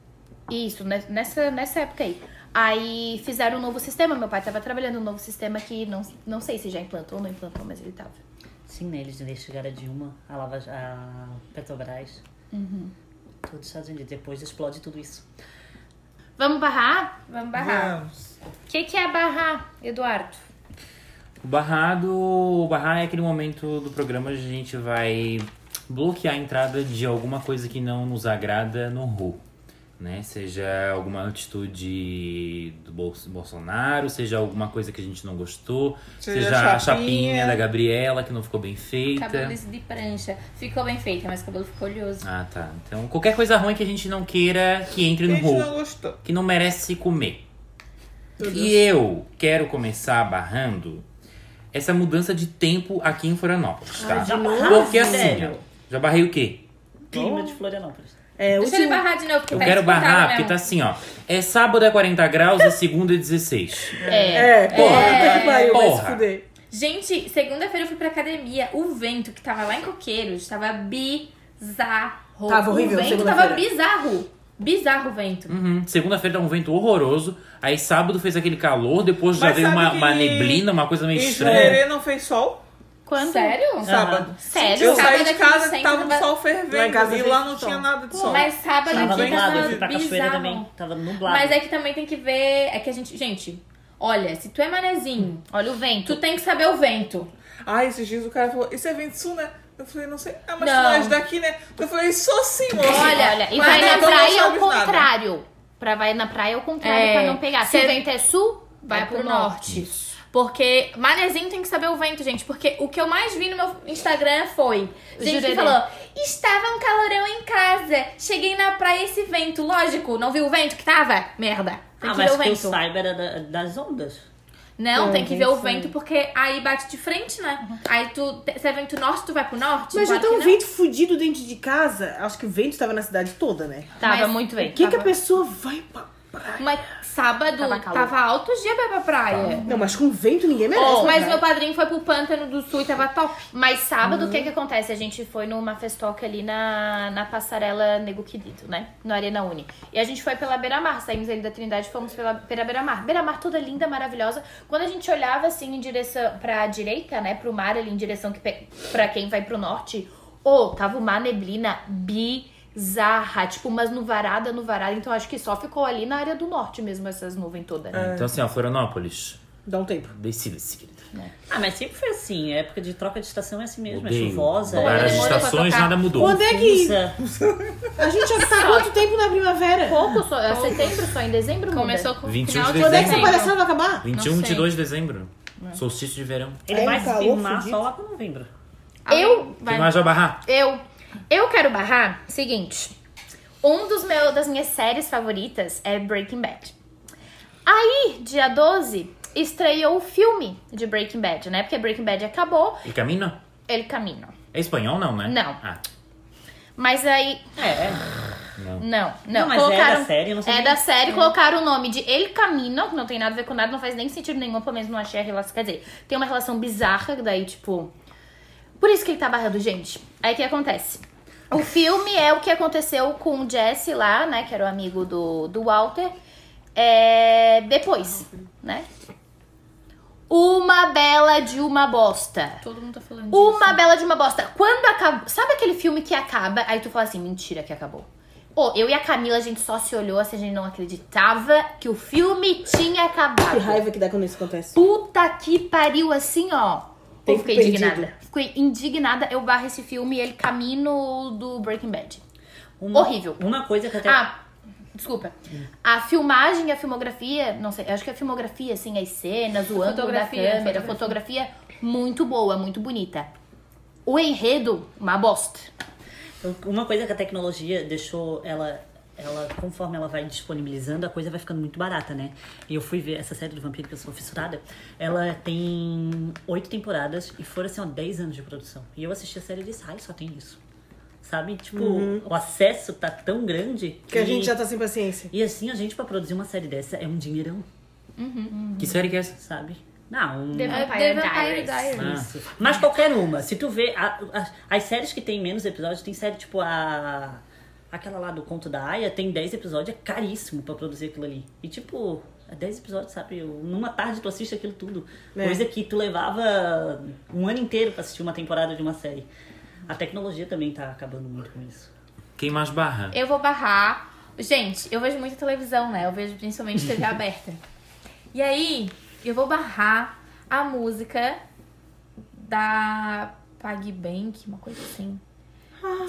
Speaker 7: Isso, ne- nessa, nessa época aí. Aí fizeram um novo sistema, meu pai tava trabalhando um novo sistema que não, não sei se já implantou ou não implantou, mas ele tava.
Speaker 4: Sim, né? Eles investigaram a Dilma, a, Lava, a Petrobras. Tudo dos Estados Unidos. Depois explode tudo isso.
Speaker 7: Vamos barrar?
Speaker 2: Vamos barrar.
Speaker 6: Vamos.
Speaker 7: O que, que é barrar, Eduardo?
Speaker 1: O barrado, o barrar é aquele momento do programa onde a gente vai bloquear a entrada de alguma coisa que não nos agrada no RU. Né? Seja alguma atitude do Bol- Bolsonaro, seja alguma coisa que a gente não gostou,
Speaker 6: Seja
Speaker 1: seja,
Speaker 6: a
Speaker 1: a chapinha
Speaker 6: chapinha
Speaker 1: da Gabriela que não ficou bem feita.
Speaker 2: Cabelo de prancha. Ficou bem feita, mas o cabelo ficou oleoso.
Speaker 1: Ah, tá. Então, qualquer coisa ruim que a gente não queira que entre no
Speaker 6: Quem não
Speaker 1: rolo,
Speaker 6: gostou?
Speaker 1: que não merece comer.
Speaker 6: Meu Deus.
Speaker 1: E eu quero começar barrando essa mudança de tempo aqui em Florianópolis, tá?
Speaker 4: já barraram?
Speaker 1: Porque assim, ó,
Speaker 4: Sério?
Speaker 1: já barrei o quê?
Speaker 4: Clima de Florianópolis.
Speaker 8: É,
Speaker 2: Deixa ele barrar de novo, porque
Speaker 1: Eu
Speaker 2: tá
Speaker 1: quero
Speaker 2: insuportável
Speaker 1: barrar porque
Speaker 2: mesmo.
Speaker 1: tá assim, ó. É sábado é 40 graus e segunda é 16.
Speaker 7: É.
Speaker 8: É, porra,
Speaker 2: É,
Speaker 8: que pariu, vai se
Speaker 1: porra.
Speaker 8: fuder.
Speaker 2: Gente, segunda-feira eu fui pra academia. O vento que tava lá em Coqueiros tava bizarro.
Speaker 8: Tava horrível
Speaker 2: O vento
Speaker 8: segunda-feira.
Speaker 2: tava bizarro. Bizarro o vento.
Speaker 1: Uhum. Segunda-feira tá um vento horroroso. Aí sábado fez aquele calor, depois já
Speaker 6: Mas
Speaker 1: veio
Speaker 6: sabe
Speaker 1: uma,
Speaker 6: que é-
Speaker 1: uma neblina, uma coisa meio
Speaker 6: Em
Speaker 1: estranha.
Speaker 6: Jurerê não fez sol?
Speaker 7: Quando?
Speaker 2: Sério?
Speaker 6: Sábado.
Speaker 2: Sério?
Speaker 6: Eu
Speaker 2: É, Sábado
Speaker 6: saí de
Speaker 2: aqui no
Speaker 6: casa
Speaker 2: centro
Speaker 6: e tava um
Speaker 2: tava-
Speaker 6: sol
Speaker 8: Lá em
Speaker 6: fervendo.
Speaker 8: casa
Speaker 6: e
Speaker 8: fez
Speaker 6: lá não
Speaker 8: sol.
Speaker 6: tinha nada de
Speaker 2: Pô,
Speaker 6: sol.
Speaker 2: mas sábado
Speaker 4: Tava
Speaker 2: aqui
Speaker 4: nublado, eu
Speaker 2: tava
Speaker 4: fui pra cachoeira
Speaker 2: bizarro.
Speaker 4: também. Tava nublado.
Speaker 2: Mas é que também tem que ver... É que a gente... Gente, olha, se tu é manezinho,
Speaker 7: Olha o vento.
Speaker 2: tu tem que saber o vento.
Speaker 6: Ah, esses dias o cara falou, isso é vento sul, né? Eu falei, não sei. Ah, mas
Speaker 2: Não.
Speaker 6: tu és daqui, né? Eu falei, sou sim, moço.
Speaker 7: Olha, olha, e
Speaker 6: Mas
Speaker 7: vai
Speaker 6: não,
Speaker 7: na
Speaker 6: então não
Speaker 7: praia ao
Speaker 6: sabes nada.
Speaker 7: contrário. Pra vai na praia ao contrário,
Speaker 2: É.
Speaker 7: pra não pegar. Se
Speaker 2: Cê-
Speaker 7: o vento é sul, vai
Speaker 2: Vai
Speaker 7: pro,
Speaker 2: pro
Speaker 7: norte.
Speaker 2: Porque manezinho tem que saber o vento, gente. Porque o que eu mais vi no meu Instagram foi gente
Speaker 7: Jurerê.
Speaker 2: que falou: estava um calorão em casa, cheguei na praia esse vento. Lógico, não viu o vento que tava? Merda. Tem
Speaker 4: Ah,
Speaker 2: que ver
Speaker 4: mas
Speaker 2: o
Speaker 4: que eu
Speaker 2: vento.
Speaker 4: saiba era da- das ondas.
Speaker 2: Não,
Speaker 8: É,
Speaker 2: tem que ver
Speaker 8: tem
Speaker 2: o
Speaker 8: que
Speaker 2: vento, porque aí bate de frente, né? Aí tu. te- Se é vento norte, tu vai pro norte?
Speaker 8: Mas já
Speaker 2: Tipo, Claro
Speaker 8: tá um
Speaker 2: que não.
Speaker 8: vento fudido dentro de casa. Acho que o vento tava na cidade toda, né?
Speaker 7: Tava
Speaker 2: Mas
Speaker 7: muito
Speaker 8: O
Speaker 7: bem.
Speaker 8: que, que a
Speaker 7: tava.
Speaker 8: pessoa vai pra
Speaker 2: Mas sábado
Speaker 3: Tava
Speaker 2: tava,
Speaker 3: calor.
Speaker 2: alto dia pra ir pra praia.
Speaker 8: Não, mas com vento ninguém merece.
Speaker 2: Mas
Speaker 8: cara.
Speaker 2: meu padrinho foi pro pântano do sul e tava top.
Speaker 3: Mas sábado, o que que acontece? A gente foi numa festoca ali na, na passarela Nego Querido, né? No Arena Uni. E a gente foi pela Beira-Mar. Saímos ali da Trindade e fomos pela, pela Beira-Mar. Beira-Mar toda é linda, maravilhosa. Quando a gente olhava, assim, em direção... Pra direita, né? Pro mar ali, em direção que... pe- Pra quem vai pro norte. Ô, tava uma neblina bizarra. Tipo, umas nuvarada, nuvarada. Então, acho que só ficou ali na área do norte mesmo, essas nuvens todas.
Speaker 1: Então, assim, ó, Florianópolis,
Speaker 8: Dá um tempo.
Speaker 1: decida-se, querida.
Speaker 4: Ah, mas sempre foi assim. A época de troca de estação é assim mesmo.
Speaker 1: Odeio.
Speaker 4: É chuvosa.
Speaker 1: Para
Speaker 4: é
Speaker 1: as
Speaker 3: demorou pra
Speaker 1: estações,
Speaker 3: tocar.
Speaker 1: nada mudou.
Speaker 8: Quando é que.
Speaker 4: confusa.
Speaker 8: A gente já tá há quanto tempo na primavera?
Speaker 3: Pouco só. É setembro só. Em dezembro muda.
Speaker 2: Começou com o
Speaker 1: 21
Speaker 2: final
Speaker 1: de
Speaker 2: de
Speaker 8: Quando é que essa
Speaker 1: dezembro.
Speaker 8: palhaçada vai acabar?
Speaker 1: 21,
Speaker 2: sei.
Speaker 1: 22 um de dezembro. Solstício de verão.
Speaker 4: Ele
Speaker 8: É um
Speaker 4: vai
Speaker 8: calor
Speaker 4: firmar
Speaker 8: fudido.
Speaker 4: só lá pra novembro.
Speaker 3: Eu-
Speaker 1: Que mais vai barrar?
Speaker 3: Eu, eu quero barrar seguinte. Um dos meu, das minhas séries favoritas é Breaking Bad. Aí, dia 12, estreou o filme de Breaking Bad, né? Porque Breaking Bad acabou,
Speaker 1: E caminho?
Speaker 3: ele caminho.
Speaker 1: É espanhol, não, né?
Speaker 3: Não.
Speaker 1: Ah,
Speaker 3: Mas aí,
Speaker 4: É.
Speaker 1: não.
Speaker 3: não, não.
Speaker 4: Não, mas é
Speaker 3: colocaram,
Speaker 4: da série, eu não sei
Speaker 3: É
Speaker 4: nem-
Speaker 3: da série, colocaram o nome de El Camino, que não tem nada a ver com nada, não faz nem sentido nenhum, pelo menos não achei a relação. Quer dizer, tem uma relação bizarra, que daí, tipo. Por isso que ele tá barrando, gente. Aí o que acontece? O filme é o que aconteceu com o Jesse lá, né? Que era o amigo do, do Walter. É, depois, né? Uma bela de uma bosta.
Speaker 2: Todo mundo tá falando disso.
Speaker 3: Uma bela de uma bosta. Quando acaba. Sabe aquele filme que acaba, aí tu fala assim, mentira que acabou. Pô, eu e a Camila, a gente só se olhou assim, a gente não acreditava que o filme tinha
Speaker 8: Que
Speaker 3: acabado.
Speaker 8: raiva que dá quando isso acontece.
Speaker 3: Puta que pariu, assim, ó. Eu
Speaker 8: Tempo
Speaker 3: fiquei
Speaker 8: perdido.
Speaker 3: indignada. Fiquei indignada, eu barro esse filme e ele caminho do Breaking Bad.
Speaker 4: Uma-
Speaker 3: Horrível.
Speaker 4: Uma coisa que até.
Speaker 3: Ah, desculpa. A filmagem e a filmografia, não sei, acho que a filmografia, assim, as cenas, o ângulo da
Speaker 2: Fotografia,
Speaker 3: câmera, a fotografia, muito boa, muito bonita. O enredo, uma bosta.
Speaker 4: Uma coisa que a tecnologia deixou ela. Ela, conforme ela vai disponibilizando, a coisa vai ficando muito barata, né? E eu fui ver essa série do Vampiro, que eu sou fissurada. Ela tem oito temporadas e foram, assim, ó, dez anos de produção. E eu assisti a série e disse, ai, só tem isso. Sabe? Tipo, o acesso tá tão grande
Speaker 8: Uhum. Que a gente já tá sem paciência.
Speaker 4: E assim, a gente, pra produzir uma série dessa, é um dinheirão,
Speaker 1: Que série que é essa?
Speaker 4: sabe? Não, um...
Speaker 2: É, The
Speaker 3: Vampire
Speaker 2: Vampire Diaries.
Speaker 4: Isso. Ah. Mas qualquer uma. Se tu vê. a- a- as séries que tem menos episódios, tem série tipo a. Aquela lá do Conto da Aya, tem 10 episódios, é caríssimo pra produzir aquilo ali. E tipo, é 10 episódios, sabe? Eu- numa tarde tu assiste aquilo tudo.
Speaker 8: É.
Speaker 4: Coisa que tu levava um ano inteiro pra assistir uma temporada de uma série. A tecnologia também tá acabando muito com isso.
Speaker 1: Quem mais barra?
Speaker 2: Eu vou barrar. Gente, eu vejo muita televisão, né? Eu vejo principalmente TV aberta. E aí, eu vou barrar a música da PagBank, uma coisa assim.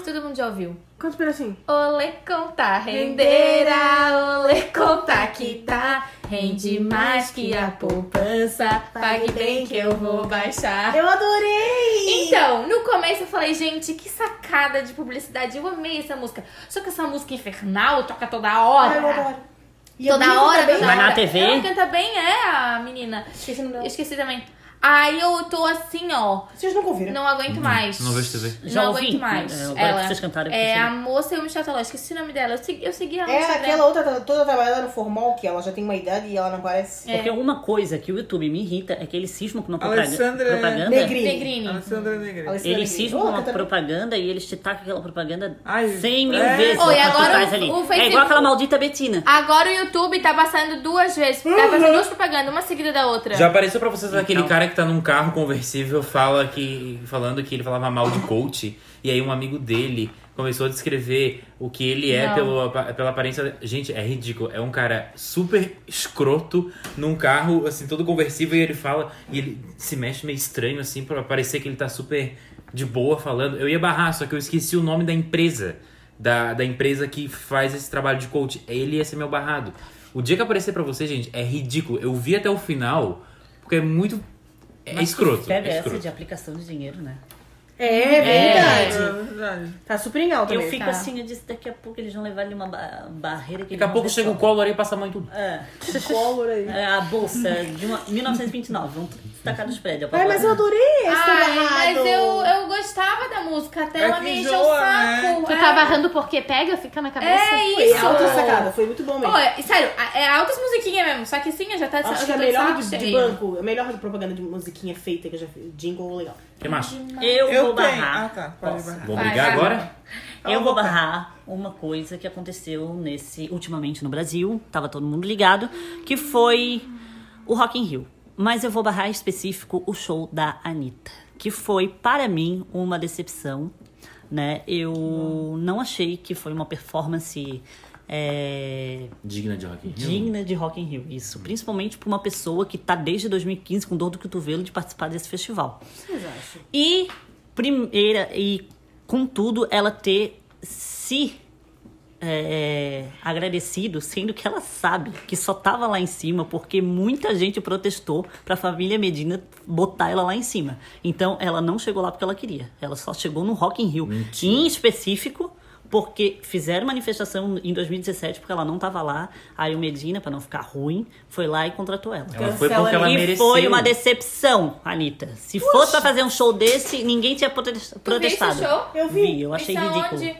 Speaker 2: Todo mundo já ouviu.
Speaker 8: Quanto pedacinho?
Speaker 2: Olê conta rendeira, olê conta que tá. Rende mais que a poupança. Pague bem que eu vou baixar.
Speaker 8: Eu adorei!
Speaker 2: Então, no começo eu falei, gente, que sacada de publicidade. Eu amei essa música. Só que essa música infernal toca toda
Speaker 8: Ai, Então, eu
Speaker 2: hora.
Speaker 8: adoro. E a
Speaker 2: Toda
Speaker 8: Britney
Speaker 2: hora,
Speaker 8: também? né?
Speaker 2: toda
Speaker 4: Mas na
Speaker 2: hora.
Speaker 4: TV?
Speaker 2: Ela canta bem, é, a menina. Esqueci, também. Aí eu tô assim, ó.
Speaker 8: Vocês nunca ouviram.
Speaker 2: Não aguento mais.
Speaker 1: não vejo TV.
Speaker 4: Já
Speaker 2: não
Speaker 4: ouvi,
Speaker 2: aguento mais.
Speaker 4: né? Agora que
Speaker 2: ela
Speaker 4: vocês assim- cantaram, eu
Speaker 2: é
Speaker 4: percebi.
Speaker 2: a moça e o Michel Teló. Esqueci o nome dela. Eu segui, eu segui né? ela no
Speaker 8: É
Speaker 2: Instagram.
Speaker 8: aquela outra tra- toda trabalhada no formal que ela já tem uma idade e ela não parece.
Speaker 2: é.
Speaker 4: Porque uma coisa que o YouTube me irrita é que eles cismam com uma propaga-
Speaker 6: Alessandra-
Speaker 4: propaganda.
Speaker 8: Negrini.
Speaker 2: Negrini.
Speaker 6: Alessandra Negre.
Speaker 8: Alessandra
Speaker 4: Eles
Speaker 8: Negrini.
Speaker 4: cismam
Speaker 8: é Ô,
Speaker 4: com uma
Speaker 8: Catarina.
Speaker 4: propaganda e eles te tacam aquela propaganda
Speaker 6: Ai,
Speaker 4: 100 mil
Speaker 6: é.
Speaker 4: vezes.
Speaker 2: Ô, e
Speaker 4: pra tu
Speaker 2: agora
Speaker 4: trás
Speaker 2: o- o
Speaker 4: ali. É
Speaker 2: Facebook-
Speaker 4: igual aquela maldita Betina.
Speaker 2: Agora o YouTube tá passando duas vezes. Tá passando duas propagandas, uma seguida da outra.
Speaker 1: Já apareceu pra vocês aquele cara que tá num carro conversível fala que, falando que ele falava mal de coach. E aí um amigo dele começou a descrever o que ele é
Speaker 2: Não.
Speaker 1: pelo, pela aparência. Gente, é ridículo. É um cara super escroto num carro, assim, todo conversível, e ele fala, e ele se mexe meio estranho, assim, pra parecer que ele tá super de boa falando. Eu ia barrar, só que eu esqueci o nome da empresa. Da, da empresa que faz esse trabalho de coach. Ele ia ser meu barrado. O dia que aparecer pra vocês, gente, é ridículo. Eu vi até o final, porque é muito. É
Speaker 4: Mas que
Speaker 1: escroto.
Speaker 4: febre
Speaker 1: É
Speaker 4: é essa
Speaker 1: escroto.
Speaker 4: de aplicação de dinheiro, né?
Speaker 8: É, verdade.
Speaker 6: É verdade.
Speaker 8: Tá super em alta
Speaker 4: Eu
Speaker 8: mesmo.
Speaker 4: fico
Speaker 3: tá.
Speaker 4: assim, eu disse, daqui a pouco eles vão levar ali uma ba- barreira que
Speaker 1: Daqui a
Speaker 4: eles vão
Speaker 1: pouco
Speaker 4: ver
Speaker 1: chega um
Speaker 4: só.
Speaker 1: o Collor aí e passa a mão em tudo.
Speaker 4: É,
Speaker 8: Tá. Collor aí.
Speaker 4: é, a bolsa de uma, 1929, vão destacar nos prédios.
Speaker 8: Ai, mas eu adorei esse
Speaker 2: Ai, mas
Speaker 8: amarrado.
Speaker 2: eu, eu gostava da música, até
Speaker 6: É
Speaker 2: ela
Speaker 6: que
Speaker 2: me encheu o
Speaker 6: enjoa, né?
Speaker 2: saco.
Speaker 3: Tu
Speaker 2: é.
Speaker 3: tá barrando porque pega, fica na cabeça.
Speaker 2: É
Speaker 8: Foi
Speaker 2: isso.
Speaker 8: alta sacada, foi muito bom mesmo.
Speaker 2: Pô, é- sério, a- é altas musiquinhas mesmo, só que sim, eu já tá de
Speaker 6: é
Speaker 8: Acho
Speaker 2: saco-
Speaker 8: que a
Speaker 2: eu tô de
Speaker 8: melhor
Speaker 2: saco
Speaker 8: de, de
Speaker 2: cheio.
Speaker 8: banco, a melhor de propaganda de musiquinha feita que eu já fiz. Jingle legal.
Speaker 1: O que mais?
Speaker 4: Eu,
Speaker 6: Eu
Speaker 4: vou
Speaker 6: tenho.
Speaker 4: barrar.
Speaker 6: Ah, tá. Pode
Speaker 4: Posso?
Speaker 6: barrar.
Speaker 1: Vou
Speaker 2: Vai,
Speaker 1: brigar
Speaker 2: vai.
Speaker 1: agora?
Speaker 4: Eu vou barrar uma coisa que aconteceu nesse ultimamente no Brasil, tava todo mundo ligado, que foi o Rock in Rio. Mas eu vou barrar em específico o show da Anitta, que foi para mim uma decepção, né? Eu não achei que foi uma performance é,
Speaker 1: Digna de Rock in Rio.
Speaker 4: digna de Rock in Rio, isso, principalmente para uma pessoa que tá desde 2015 com dor do cotovelo de participar desse festival. E primeira e contudo ela ter se é, agradecido, sendo que ela sabe que só tava lá em cima porque muita gente protestou pra família Medina botar ela lá em cima. Então ela não chegou lá porque ela queria. Ela só chegou no Rock in Rio,
Speaker 1: Mentira.
Speaker 4: em específico. Porque fizeram manifestação em 2017 porque ela não tava lá. Aí o Medina, pra não ficar ruim, foi lá e contratou ela.
Speaker 1: Ela foi porque ela
Speaker 4: E
Speaker 1: mereceu.
Speaker 4: foi uma decepção, Anitta. Se fosse pra fazer um show desse, ninguém tinha protest-
Speaker 2: Tu viu
Speaker 4: protestado.
Speaker 2: esse show? é
Speaker 8: Eu vi.
Speaker 4: eu achei
Speaker 2: Esse
Speaker 4: ridículo.
Speaker 2: aonde?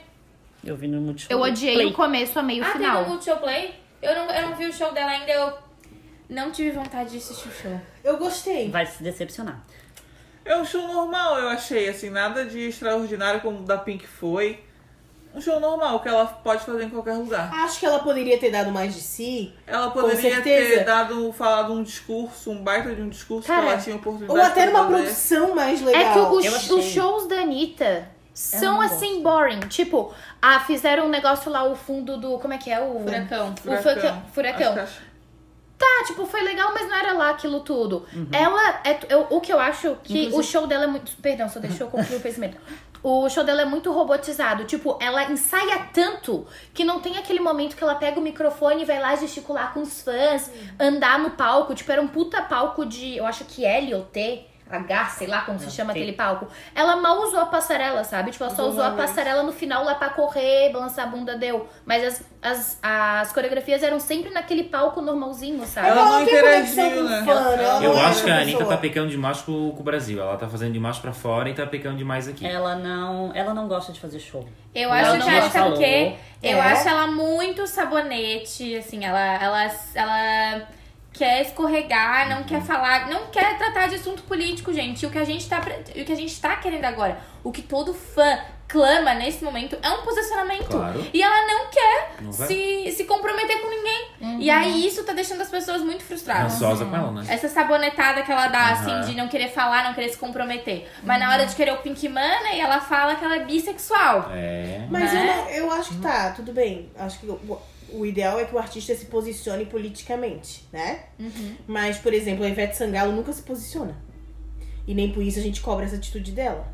Speaker 4: Eu vi no Multishow.
Speaker 3: Eu odiei
Speaker 4: Play.
Speaker 3: o começo, amei o
Speaker 2: Ah, teve
Speaker 3: final.
Speaker 2: o Multishow Play? Eu não, eu não vi o show dela ainda, eu não tive vontade de assistir o show.
Speaker 8: Eu gostei.
Speaker 4: Vai se decepcionar.
Speaker 6: É um show normal, eu achei, assim, nada de extraordinário como o da Pink foi. Um show normal que ela pode fazer em qualquer lugar.
Speaker 8: Acho que ela poderia ter dado mais de si.
Speaker 6: Ela
Speaker 8: Com
Speaker 6: poderia
Speaker 8: certeza.
Speaker 6: ter dado, falado um discurso, um baita de um discurso
Speaker 3: Cara,
Speaker 6: que ela tinha oportunidade
Speaker 8: Ou até
Speaker 6: de
Speaker 8: numa
Speaker 6: fazer.
Speaker 8: produção mais legal.
Speaker 3: É que os,
Speaker 4: Eu achei.
Speaker 3: os shows da Anitta são
Speaker 4: não
Speaker 3: assim, boring. Tipo, ah, fizeram um negócio lá, o fundo do. Como é que é? O.
Speaker 2: Furacão.
Speaker 3: O furacão. furacão.
Speaker 6: Acho que-
Speaker 3: Tá, tipo, foi legal, mas não era lá aquilo tudo. Ela. É, t- eu- o que eu acho que o show dela é muito. Perdão, só deixa eu concluir o pensamento. O show dela é muito robotizado. Tipo, ela ensaia tanto que não tem aquele momento que ela pega o microfone e vai lá gesticular com os fãs, andar no palco. Tipo, era um puta palco de. Eu acho que L ou T. H, sei lá como se chama
Speaker 4: T.
Speaker 3: aquele palco. Ela mal usou a passarela, sabe? Tipo, ela só usou a passarela no final lá pra correr, balançar a bunda, deu. Mas as, as, as coreografias eram sempre naquele palco normalzinho, sabe?
Speaker 6: Ela não
Speaker 8: tem conexão
Speaker 6: interagiu,
Speaker 8: com
Speaker 6: né?
Speaker 8: fã, né? Ela
Speaker 1: Eu
Speaker 8: não é
Speaker 1: acho que a
Speaker 8: essa
Speaker 1: Anitta
Speaker 8: pessoa.
Speaker 1: tá pecando demais com, com o Brasil. Ela tá fazendo demais pra fora e tá pecando demais aqui.
Speaker 4: Ela não, ela não gosta de fazer show.
Speaker 2: Eu
Speaker 4: Ela
Speaker 2: acho
Speaker 4: não
Speaker 2: que ela sabe
Speaker 4: falou.
Speaker 2: o quê? Eu
Speaker 8: É.
Speaker 2: acho ela muito sabonete, assim, ela, ela, ela quer escorregar, não
Speaker 1: Uhum.
Speaker 2: quer falar, não quer tratar de assunto político, gente. E o que a gente tá, pre- e o que a gente tá querendo agora, o que todo fã clama nesse momento é um posicionamento.
Speaker 1: Claro.
Speaker 2: E ela não quer
Speaker 1: Não vai?
Speaker 2: se, se comprometer com ninguém. E aí isso tá deixando as pessoas muito frustradas.
Speaker 1: Rançosa com ela, né?
Speaker 2: Essa sabonetada que ela dá,
Speaker 1: Aham.
Speaker 2: assim, de não querer falar, não querer se comprometer. Mas na hora de querer o Pink Money, ela fala que ela é bissexual.
Speaker 1: É.
Speaker 8: Mas
Speaker 2: né?
Speaker 8: eu, não- eu acho que tá, tudo bem. Acho que o, o ideal é que o artista se posicione politicamente, né?
Speaker 2: Uhum.
Speaker 8: Mas, por exemplo, a Ivete Sangalo nunca se posiciona. E nem por isso a gente cobra essa atitude dela.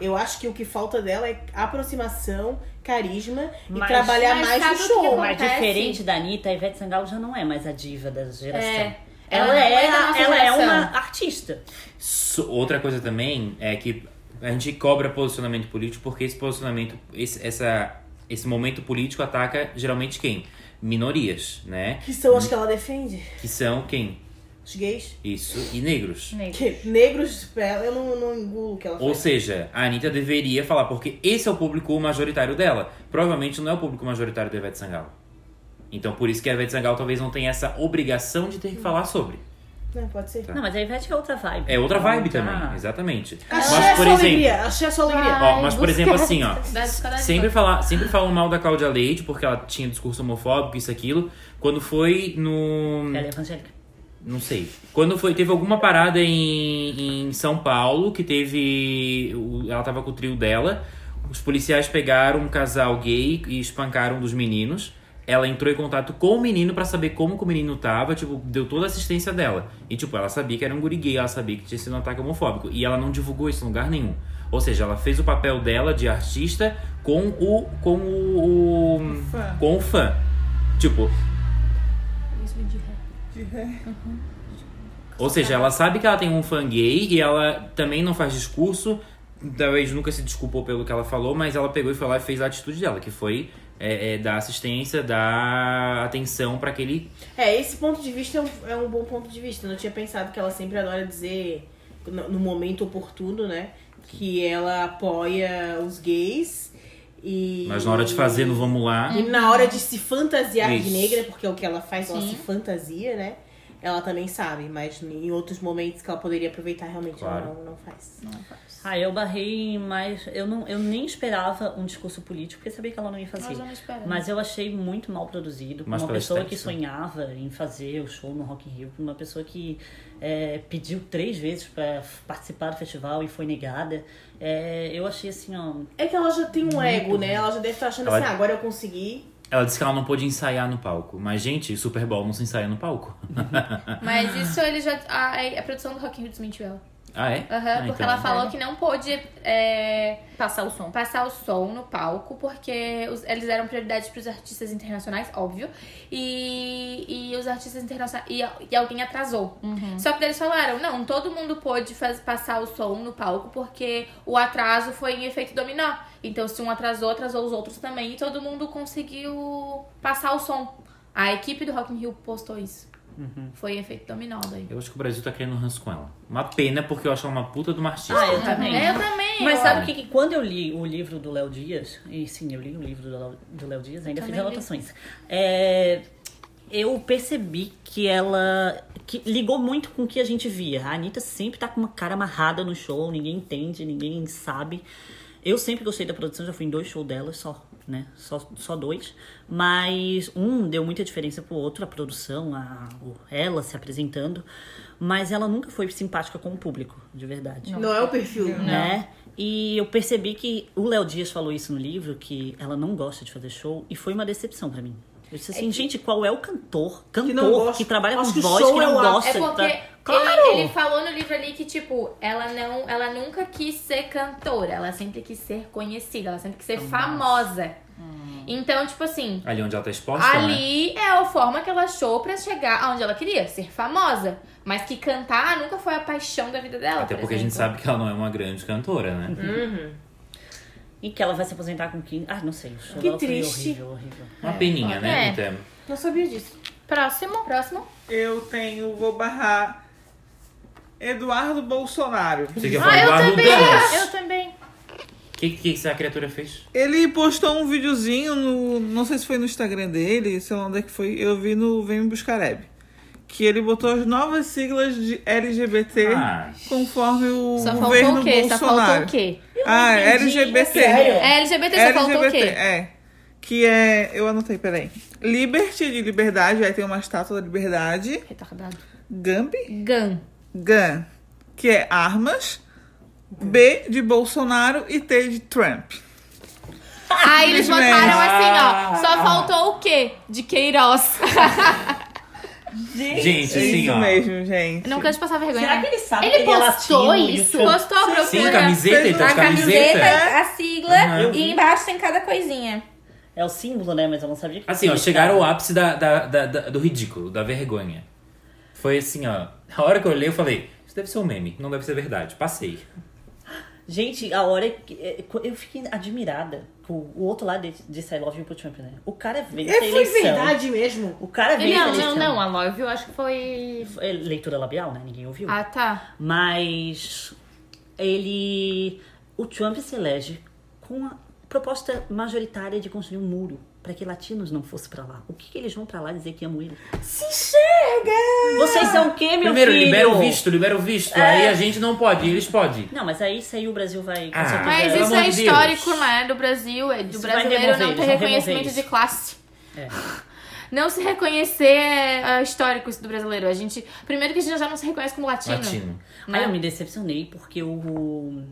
Speaker 8: Eu acho que o que falta dela é aproximação, carisma e
Speaker 4: Mas-
Speaker 8: trabalhar
Speaker 2: mas
Speaker 8: mais
Speaker 2: sabe
Speaker 8: no
Speaker 2: o que
Speaker 8: show.
Speaker 2: eu-
Speaker 4: Mas
Speaker 2: Acontece.
Speaker 4: diferente da Anitta, a Ivete Sangalo já não é mais a diva da geração.
Speaker 2: É. Ela não
Speaker 4: Ela,
Speaker 2: é
Speaker 4: é,
Speaker 2: da nossa
Speaker 4: ela é
Speaker 2: geração.
Speaker 4: uma artista.
Speaker 1: So- outra coisa também é que a gente cobra posicionamento político porque esse posicionamento, esse, essa, esse momento político ataca geralmente quem? Minorias, né?
Speaker 8: Que são as que ela defende?
Speaker 1: Que são quem?
Speaker 8: Os gays?
Speaker 1: Isso, e negros.
Speaker 8: Que, negros, pra ela, eu não, não engulo o que ela
Speaker 1: Ou
Speaker 8: faz.
Speaker 1: seja, a Anitta deveria falar, porque esse é o público majoritário dela. Provavelmente não é o público majoritário da Ivete Sangalo. Então por isso que a Ivete Sangalo talvez não tenha essa obrigação de ter que falar sobre.
Speaker 8: Não, pode ser.
Speaker 1: Tá.
Speaker 4: Não, mas a Ivete é outra vibe.
Speaker 1: É outra
Speaker 4: Ela
Speaker 1: vibe
Speaker 4: tá-
Speaker 1: também, exatamente.
Speaker 8: Achei a sua é alegria, achei a sua alegria.
Speaker 1: Ó, mas por exemplo, assim, ó.
Speaker 2: Da escola de
Speaker 1: Sempre, fala, sempre falam mal da Cláudia Leite, porque ela tinha discurso homofóbico, isso, aquilo. Quando foi no.
Speaker 4: Ela é evangélica.
Speaker 1: Não sei. Quando foi. Teve alguma parada em, em São Paulo que teve. o- Ela tava com o trio dela. Os policiais pegaram um casal gay e espancaram um dos meninos. Ela entrou em contato com o menino pra saber como que o menino tava, tipo, deu toda a assistência dela. E, tipo, ela sabia que era um guri gay, ela sabia que tinha sido um ataque homofóbico. E ela não divulgou isso em lugar nenhum. Ou seja, ela fez o papel dela de artista com o. com o. o-
Speaker 6: fã.
Speaker 1: com o fã. Tipo, Ou seja, ela sabe que ela tem um fã gay e ela também não faz discurso, talvez nunca se desculpou pelo que ela falou, mas ela pegou e foi lá e fez a atitude dela, que foi é, é, dar assistência, dar atenção pra aquele.
Speaker 8: É, esse ponto de vista é um, é um bom ponto de vista. Eu não tinha pensado que ela sempre adora dizer, no, no momento oportuno, né? Que ela apoia os gays e.
Speaker 1: Mas na hora de fazer, no vamos lá.
Speaker 8: E na hora de se fantasiar de
Speaker 1: Isso.
Speaker 8: negra, porque é o que ela faz, ela
Speaker 3: Sim.
Speaker 8: se fantasia, né? Ela também sabe, mas em outros momentos que ela poderia aproveitar, realmente
Speaker 1: Claro.
Speaker 8: ela não, não faz.
Speaker 4: Ah, eu barrei mais. Eu, não, eu nem esperava um discurso político, porque sabia que ela não ia fazer.
Speaker 3: Nós
Speaker 2: é.
Speaker 3: não esperamos.
Speaker 4: Mas eu achei muito mal produzido. pra
Speaker 1: Mas
Speaker 4: uma
Speaker 1: pela
Speaker 4: pessoa que
Speaker 1: estética.
Speaker 4: sonhava em fazer o show no Rock in Rio, pra uma pessoa que é, pediu três vezes pra participar do festival e foi negada. É, eu achei assim, ó.
Speaker 8: É que ela já tem um ego, né? Ela já deve estar achando
Speaker 1: Ela-
Speaker 8: assim, ah, agora eu consegui.
Speaker 1: Ela disse que ela não pôde ensaiar no palco. Mas, gente, Super Bowl não se ensaia no palco.
Speaker 2: Mas isso ele já. A, a produção do Rock in Rio desmentiu ela.
Speaker 1: Ah, é?
Speaker 2: Aham,
Speaker 1: Ah,
Speaker 2: porque
Speaker 1: então.
Speaker 2: ela falou que não pôde é,
Speaker 3: Passar o som.
Speaker 2: passar o som no palco, porque os- eles eram prioridade pros artistas internacionais, óbvio. E, e os artistas internacionais. E, a- e alguém atrasou. Só que daí eles falaram: não, todo mundo pôde faz- passar o som no palco, porque o atraso foi em efeito dominó. Então, se um atrasou, atrasou os outros também. E todo mundo conseguiu passar o som. A equipe do Rock in Rio postou isso.
Speaker 1: Uhum.
Speaker 2: Foi em efeito dominó daí.
Speaker 1: Eu acho que o Brasil tá querendo um ranço com ela. Uma pena, porque eu acho ela uma puta de uma artista.
Speaker 4: Ah, eu também.
Speaker 2: Eu também.
Speaker 4: Mas
Speaker 2: eu-
Speaker 4: sabe o que, que quando eu li o livro do Léo Dias, e sim, eu li o livro do Léo- do Léo Dias, ainda fiz
Speaker 2: Também li.
Speaker 4: anotações. É, eu percebi que ela que ligou muito com o que a gente via. A Anitta sempre tá com uma cara amarrada no show, ninguém entende, ninguém sabe. Eu sempre gostei da produção, já fui em dois shows dela só, né? Só, só dois. Mas um deu muita diferença pro outro, a produção, a, o- ela se apresentando. Mas ela nunca foi simpática com o público, de verdade
Speaker 8: Não é o perfil.
Speaker 4: né? E eu percebi que o Léo Dias falou isso no livro, que ela não gosta de fazer show, e foi uma decepção pra mim. Eu disse assim, gente, qual é o cantor,
Speaker 8: não
Speaker 4: cantor
Speaker 8: gosta.
Speaker 4: que, trabalha com
Speaker 8: Acho que
Speaker 4: voz,
Speaker 8: show
Speaker 4: que
Speaker 8: é
Speaker 4: não
Speaker 8: o ápice.
Speaker 4: gosta?
Speaker 2: É porque
Speaker 4: tá-
Speaker 2: ele-
Speaker 4: Claro!
Speaker 2: ele, falou no livro ali que, tipo, ela não, ela nunca quis ser cantora, ela sempre quis ser conhecida, ela sempre quis ser famosa. Então, tipo assim,
Speaker 1: Ali onde ela tá exposta, Hum. né?
Speaker 2: ali é a forma que ela achou pra chegar aonde ela queria, ser famosa. Mas que cantar nunca foi a paixão da vida dela.
Speaker 1: Até
Speaker 2: por
Speaker 1: porque a gente
Speaker 2: exemplo.
Speaker 1: sabe que ela não é uma grande cantora, né?
Speaker 4: E que ela vai se aposentar com 15... Ah, não sei. o show
Speaker 8: Que
Speaker 4: dela foi
Speaker 8: triste.
Speaker 4: Horrível, horrível.
Speaker 1: Uma peninha, né?
Speaker 2: É.
Speaker 1: no tema.
Speaker 8: Não sabia disso.
Speaker 3: Próximo.
Speaker 2: Próximo.
Speaker 6: Eu tenho, vou barrar Eduardo Bolsonaro.
Speaker 1: Você
Speaker 2: Ah,
Speaker 1: quer falar do Arlo
Speaker 3: Eu também.
Speaker 1: O que, que essa criatura fez?
Speaker 6: Ele postou um videozinho no. Não sei se foi no Instagram dele, sei lá onde é que foi. Eu vi no Vem Me Buscar Hebe. Que ele botou as novas siglas de LGBT
Speaker 1: Ah.
Speaker 6: conforme o
Speaker 2: Só faltou
Speaker 6: governo
Speaker 2: o quê? Só faltou
Speaker 6: Bolsonaro.
Speaker 2: o quê?
Speaker 6: Ah, LGBT.
Speaker 2: É LGBT, só faltou o
Speaker 6: LGBT,
Speaker 2: quê?
Speaker 6: é. Que é. Eu anotei, peraí. Liberty de liberdade, aí tem uma estátua da liberdade.
Speaker 2: Retardado.
Speaker 6: Gambi?
Speaker 2: Gun.
Speaker 6: GAN, que é armas, B de Bolsonaro e T de Trump.
Speaker 2: Aí eles
Speaker 6: Infelizmente.
Speaker 2: botaram
Speaker 1: Ah.
Speaker 2: assim, ó. Só faltou o quê? De Queiroz.
Speaker 1: Gente,
Speaker 6: é
Speaker 1: assim,
Speaker 6: isso
Speaker 1: ó.
Speaker 6: mesmo, gente.
Speaker 2: Não can't passar vergonha.
Speaker 4: Será
Speaker 2: né?
Speaker 4: que ele sabe
Speaker 3: Ele
Speaker 4: que ele é
Speaker 3: postou
Speaker 4: latino e o
Speaker 3: isso?
Speaker 4: show-
Speaker 2: Postou a procura.
Speaker 1: Sim, camiseta, ele tá de
Speaker 2: A
Speaker 1: camiseta.
Speaker 2: camiseta, a sigla
Speaker 1: Aham.
Speaker 2: e embaixo tem cada coisinha.
Speaker 4: É o símbolo, né? Mas eu não sabia que
Speaker 1: Assim, ó,
Speaker 4: ele
Speaker 1: chegaram ao
Speaker 4: estava.
Speaker 1: ápice da, da- da- da- do ridículo, da vergonha. Foi assim, ó. A hora que eu olhei, eu falei, isso deve ser um meme, não deve ser verdade. Passei.
Speaker 4: Gente, a hora que... é, co- Eu fiquei admirada com o outro lado de- disse I love you pro Trump, né? O cara vence a
Speaker 8: É, foi
Speaker 4: eleição.
Speaker 8: verdade mesmo.
Speaker 4: O cara vence a
Speaker 3: Não,
Speaker 4: eleição.
Speaker 3: não, não. A Love eu acho que foi.
Speaker 4: É leitura labial, né? Ninguém ouviu.
Speaker 2: Ah, tá.
Speaker 4: Mas ele. O Trump se elege com a proposta majoritária de construir um muro para que latinos não fossem para lá. O que, que eles vão para lá dizer que amam ele?
Speaker 8: Se enxerga!
Speaker 4: Vocês são o quê, meu
Speaker 1: Primeiro,
Speaker 4: filho?
Speaker 1: libera o visto, libera o visto. Aí a gente não pode, eles podem.
Speaker 4: Não, mas aí isso aí o Brasil vai. com
Speaker 1: Ah,
Speaker 4: certeza-
Speaker 2: Mas
Speaker 1: Pelo
Speaker 2: isso
Speaker 1: amor
Speaker 2: é
Speaker 1: de
Speaker 2: histórico,
Speaker 1: Deus.
Speaker 2: né? Do Brasil, é do
Speaker 4: Isso vai
Speaker 2: brasileiro
Speaker 4: remover,
Speaker 2: não ter
Speaker 4: eles vão
Speaker 2: reconhecimento
Speaker 4: remover
Speaker 2: de
Speaker 4: isso.
Speaker 2: classe.
Speaker 4: É.
Speaker 2: Não se reconhecer é é histórico isso do brasileiro. A gente. Primeiro que a gente já não se reconhece como latino.
Speaker 1: Latino.
Speaker 2: é-
Speaker 4: Aí eu me decepcionei porque o.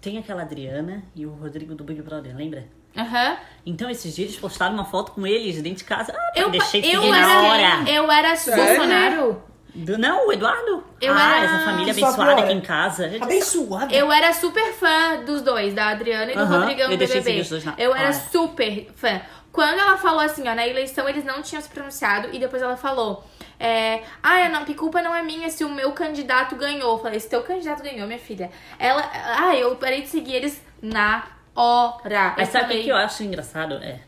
Speaker 4: Tem aquela Adriana e o Rodrigo do Big Brother, lembra?
Speaker 2: Aham.
Speaker 4: Então esses dias eles postaram uma foto com eles dentro de casa. Ah, eu
Speaker 2: Eu,
Speaker 4: deixei de
Speaker 2: eu,
Speaker 4: seguir na hora.
Speaker 2: era, eu era Bolsonaro.
Speaker 4: Do- não, o Eduardo?
Speaker 2: Eu
Speaker 4: ah,
Speaker 2: era-
Speaker 4: essa família
Speaker 8: Só
Speaker 4: abençoada
Speaker 8: piora.
Speaker 4: aqui em casa. Eu
Speaker 8: É
Speaker 4: disse,
Speaker 8: Abençoada.
Speaker 2: Eu era super fã dos dois, da Adriana e do
Speaker 4: Aham,
Speaker 2: Rodrigão
Speaker 4: eu
Speaker 2: do
Speaker 4: deixei seguir
Speaker 2: BBB.
Speaker 4: os dois na
Speaker 2: Eu era
Speaker 4: hora.
Speaker 2: super fã. Quando ela falou assim, ó, na eleição eles não tinham se pronunciado e depois ela falou. É, ah, não, que culpa não é minha se o meu candidato ganhou. Eu falei, se teu candidato ganhou, minha filha. Ela, ah, eu parei de seguir eles na hora.
Speaker 4: Mas
Speaker 2: Eu
Speaker 4: sabe o que
Speaker 2: falei,
Speaker 4: que eu acho engraçado? É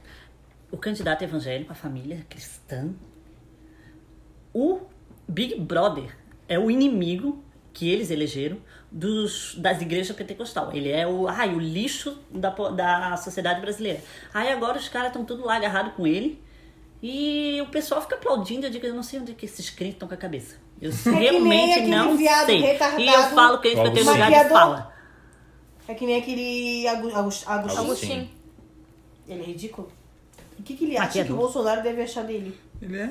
Speaker 4: o candidato evangélico, a família cristã, o Big Brother é o inimigo que eles elegeram dos, das igrejas pentecostal. Ele é o, ai, o lixo da, po- da sociedade brasileira. Aí agora os caras estão tudo lá agarrado com ele e o pessoal fica aplaudindo. Eu digo, eu não sei onde é que esses crentes estão com a cabeça. Eu
Speaker 8: É nem
Speaker 4: realmente
Speaker 8: aquele
Speaker 4: não
Speaker 8: viado
Speaker 4: sei. E eu
Speaker 8: retardado
Speaker 4: falo que eles têm lugar de
Speaker 8: maquiador.
Speaker 4: fala.
Speaker 8: É que nem aquele Agu- Agus- Agostinho.
Speaker 2: Agostinho.
Speaker 8: Ele é ridículo. O que, que ele acha que
Speaker 4: Maquiador.
Speaker 8: o Bolsonaro deve achar dele?
Speaker 6: Ele é?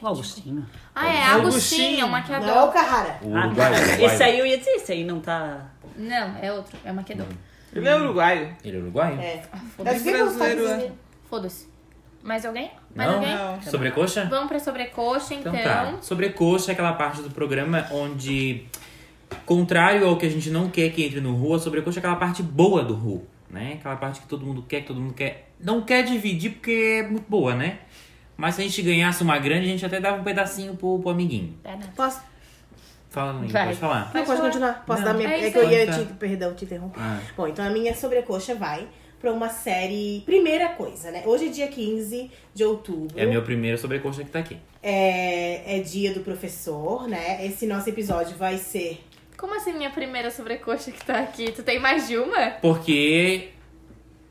Speaker 4: O Augustinho.
Speaker 2: Ah, é Agostinho, é um maquiador.
Speaker 8: Não é o Carrara.
Speaker 1: O
Speaker 4: Ah,
Speaker 1: Uruguai, o Uruguai.
Speaker 4: esse aí eu ia dizer, esse aí não tá.
Speaker 2: Não, é outro, é maquiador.
Speaker 6: Ele é uruguaio.
Speaker 1: Ele é uruguaio?
Speaker 8: É.
Speaker 6: Esse brasileiro é.
Speaker 2: Foda-se.
Speaker 3: Mais alguém?
Speaker 2: Mas
Speaker 1: Não?
Speaker 2: alguém?
Speaker 6: Não.
Speaker 1: Sobrecoxa?
Speaker 2: Vamos pra sobrecoxa, então.
Speaker 1: Então tá. Sobrecoxa é aquela parte do programa onde, contrário ao que a gente não quer que entre no Ru, a sobrecoxa é aquela parte boa do Ru, né? Aquela parte que todo mundo quer, que todo mundo quer. Não quer dividir porque é muito boa, né? Mas se a gente ganhasse uma grande, a gente até dava um pedacinho pro, pro amiguinho.
Speaker 8: Posso,
Speaker 1: Fala, amigo,
Speaker 3: Vai.
Speaker 1: pode falar.
Speaker 8: não, pode continuar? Posso dar minha...
Speaker 2: É
Speaker 8: É,
Speaker 2: isso
Speaker 8: que eu
Speaker 1: aí.
Speaker 8: ia...
Speaker 1: Tá.
Speaker 8: Te... Perdão, te interromper.
Speaker 1: Ah,
Speaker 8: Bom, então a minha sobrecoxa vai pra uma série... Primeira coisa, né? Hoje é dia 15 de outubro.
Speaker 1: é a minha primeira sobrecoxa que tá aqui.
Speaker 8: É, é dia do professor, né? Esse nosso episódio vai ser.
Speaker 2: Como assim minha primeira sobrecoxa que tá aqui? Tu tem mais de uma?
Speaker 1: Porque.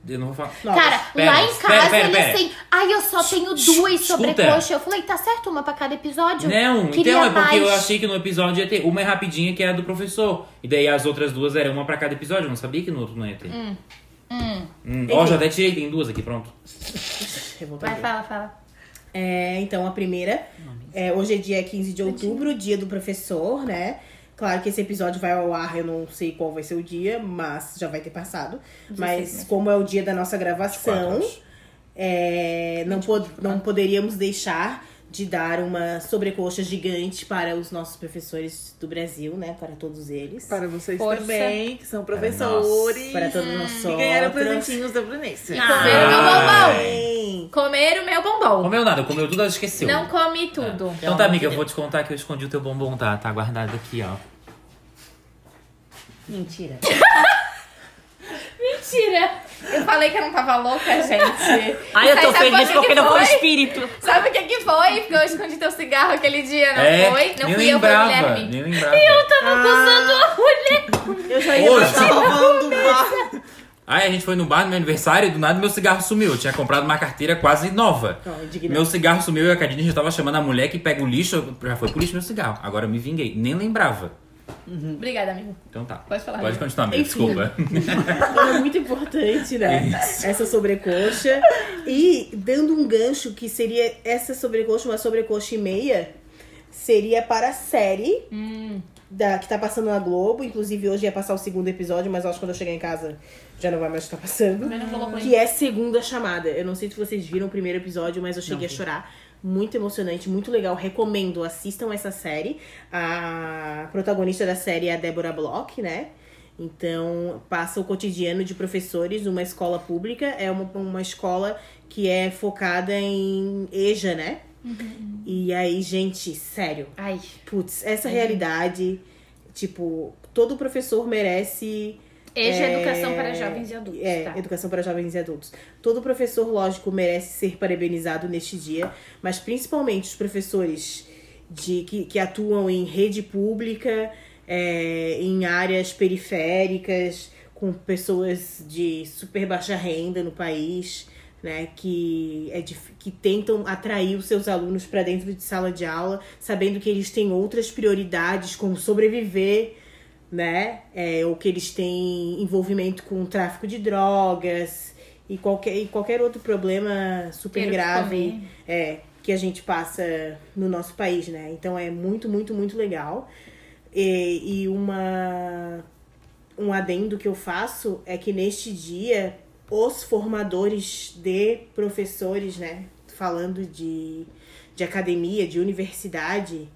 Speaker 1: Eu não vou falar.
Speaker 8: Nossa.
Speaker 3: Cara,
Speaker 1: Pera,
Speaker 3: lá em
Speaker 1: pera,
Speaker 3: casa
Speaker 1: pera,
Speaker 3: eles
Speaker 1: pera.
Speaker 3: têm. Ai, eu só tenho
Speaker 1: Escuta.
Speaker 3: duas sobrecoxa. Eu falei, tá certo, uma pra cada episódio.
Speaker 1: Não,
Speaker 3: Queria
Speaker 1: então é porque
Speaker 3: mais.
Speaker 1: eu achei que no episódio ia ter uma é rapidinha que é a do professor. E daí as outras duas eram uma pra cada episódio. Eu não sabia que no outro não ia ter. Hum. Ó, já até tirei, tem duas aqui, pronto.
Speaker 2: Vai,
Speaker 8: Revoltadora.
Speaker 2: fala, fala.
Speaker 8: É, então, a primeira. é, hoje é dia 15 de outubro, dia do professor, né? Claro que esse episódio vai ao ar, eu não sei qual vai ser o dia, mas já vai ter passado. Mas como é o dia da nossa gravação,
Speaker 1: 24 horas.
Speaker 8: é, não, pod- não poderíamos deixar de dar uma sobrecoxa gigante para os nossos professores do Brasil, né? Para todos eles.
Speaker 6: Para vocês
Speaker 2: Força.
Speaker 6: também, que são
Speaker 8: é
Speaker 6: professores.
Speaker 8: Para todos nós
Speaker 6: que ganharam
Speaker 8: só.
Speaker 6: presentinhos da Brunência.
Speaker 2: Comer o é
Speaker 4: Ah,
Speaker 2: meu bombom.
Speaker 8: Bem,
Speaker 2: Comer o meu bombom.
Speaker 1: Comeu nada, comeu tudo, ela esqueceu.
Speaker 2: Não come tudo.
Speaker 1: Então tá, amiga, eu vou te contar que eu escondi o teu bombom, tá? Tá guardado aqui, ó.
Speaker 4: Mentira.
Speaker 2: Mentira! Eu falei que eu não tava louca, gente.
Speaker 4: Ai, eu tô
Speaker 2: Sabe
Speaker 4: feliz
Speaker 2: o que
Speaker 4: porque
Speaker 2: que
Speaker 4: não foi espírito.
Speaker 2: Sabe o que que foi? Porque eu escondi teu cigarro aquele dia, não
Speaker 1: é,
Speaker 2: foi? Não
Speaker 1: nem
Speaker 2: fui eu, foi o
Speaker 1: lembrava,
Speaker 2: Guilherme.
Speaker 1: nem lembrava. Eu tô...
Speaker 8: Eu já ia
Speaker 1: Hoje.
Speaker 8: estar salvando o bar.
Speaker 1: Aí a gente foi no bar no meu aniversário e do nada meu cigarro sumiu. Eu tinha comprado uma carteira quase nova.
Speaker 8: Não, indignado.
Speaker 1: Meu cigarro sumiu e a Cadine já tava chamando a mulher que pega o lixo. Já foi pro lixo meu cigarro. Agora eu me vinguei. Nem lembrava.
Speaker 2: Obrigada, amigo.
Speaker 1: Então tá.
Speaker 2: Pode falar,
Speaker 1: Pode
Speaker 2: amiga.
Speaker 1: continuar, amiga. Desculpa.
Speaker 8: Então é muito importante, né? Essa sobrecoxa. E dando um gancho que seria essa sobrecoxa, uma sobrecoxa e meia, seria para a série
Speaker 2: Hum.
Speaker 8: da, que tá passando na Globo. Inclusive hoje ia passar o segundo episódio, mas acho que quando eu chegar em casa já não vai mais estar passando.
Speaker 2: Também não colocou em-
Speaker 8: Que é segunda chamada. Eu não sei se vocês viram o primeiro episódio, mas eu cheguei a chorar. Muito emocionante, muito legal. Recomendo, assistam essa série. A protagonista da série é a Débora Bloch, né? Então, passa o cotidiano de professores numa escola pública. É uma, uma escola que é focada em EJA, né? E aí, gente, sério.
Speaker 3: Ai.
Speaker 8: Putz, essa realidade, tipo, todo professor merece.
Speaker 3: Eja
Speaker 8: é,
Speaker 3: Educação para Jovens e Adultos.
Speaker 8: É,
Speaker 3: tá.
Speaker 8: educação para jovens e adultos. Todo professor, lógico, merece ser parabenizado neste dia, mas principalmente os professores de, que, que atuam em rede pública, é, em áreas periféricas, com pessoas de super baixa renda no país, né, que, é dif- que tentam atrair os seus alunos para dentro de sala de aula, sabendo que eles têm outras prioridades, como sobreviver, né, é, ou que eles têm envolvimento com tráfico de drogas e qualquer, e qualquer outro problema super grave é, que a gente passa no nosso país, né? Então é muito, muito, muito legal. E, e uma um adendo que eu faço é que neste dia os formadores de professores, né, falando de, de academia, de universidade,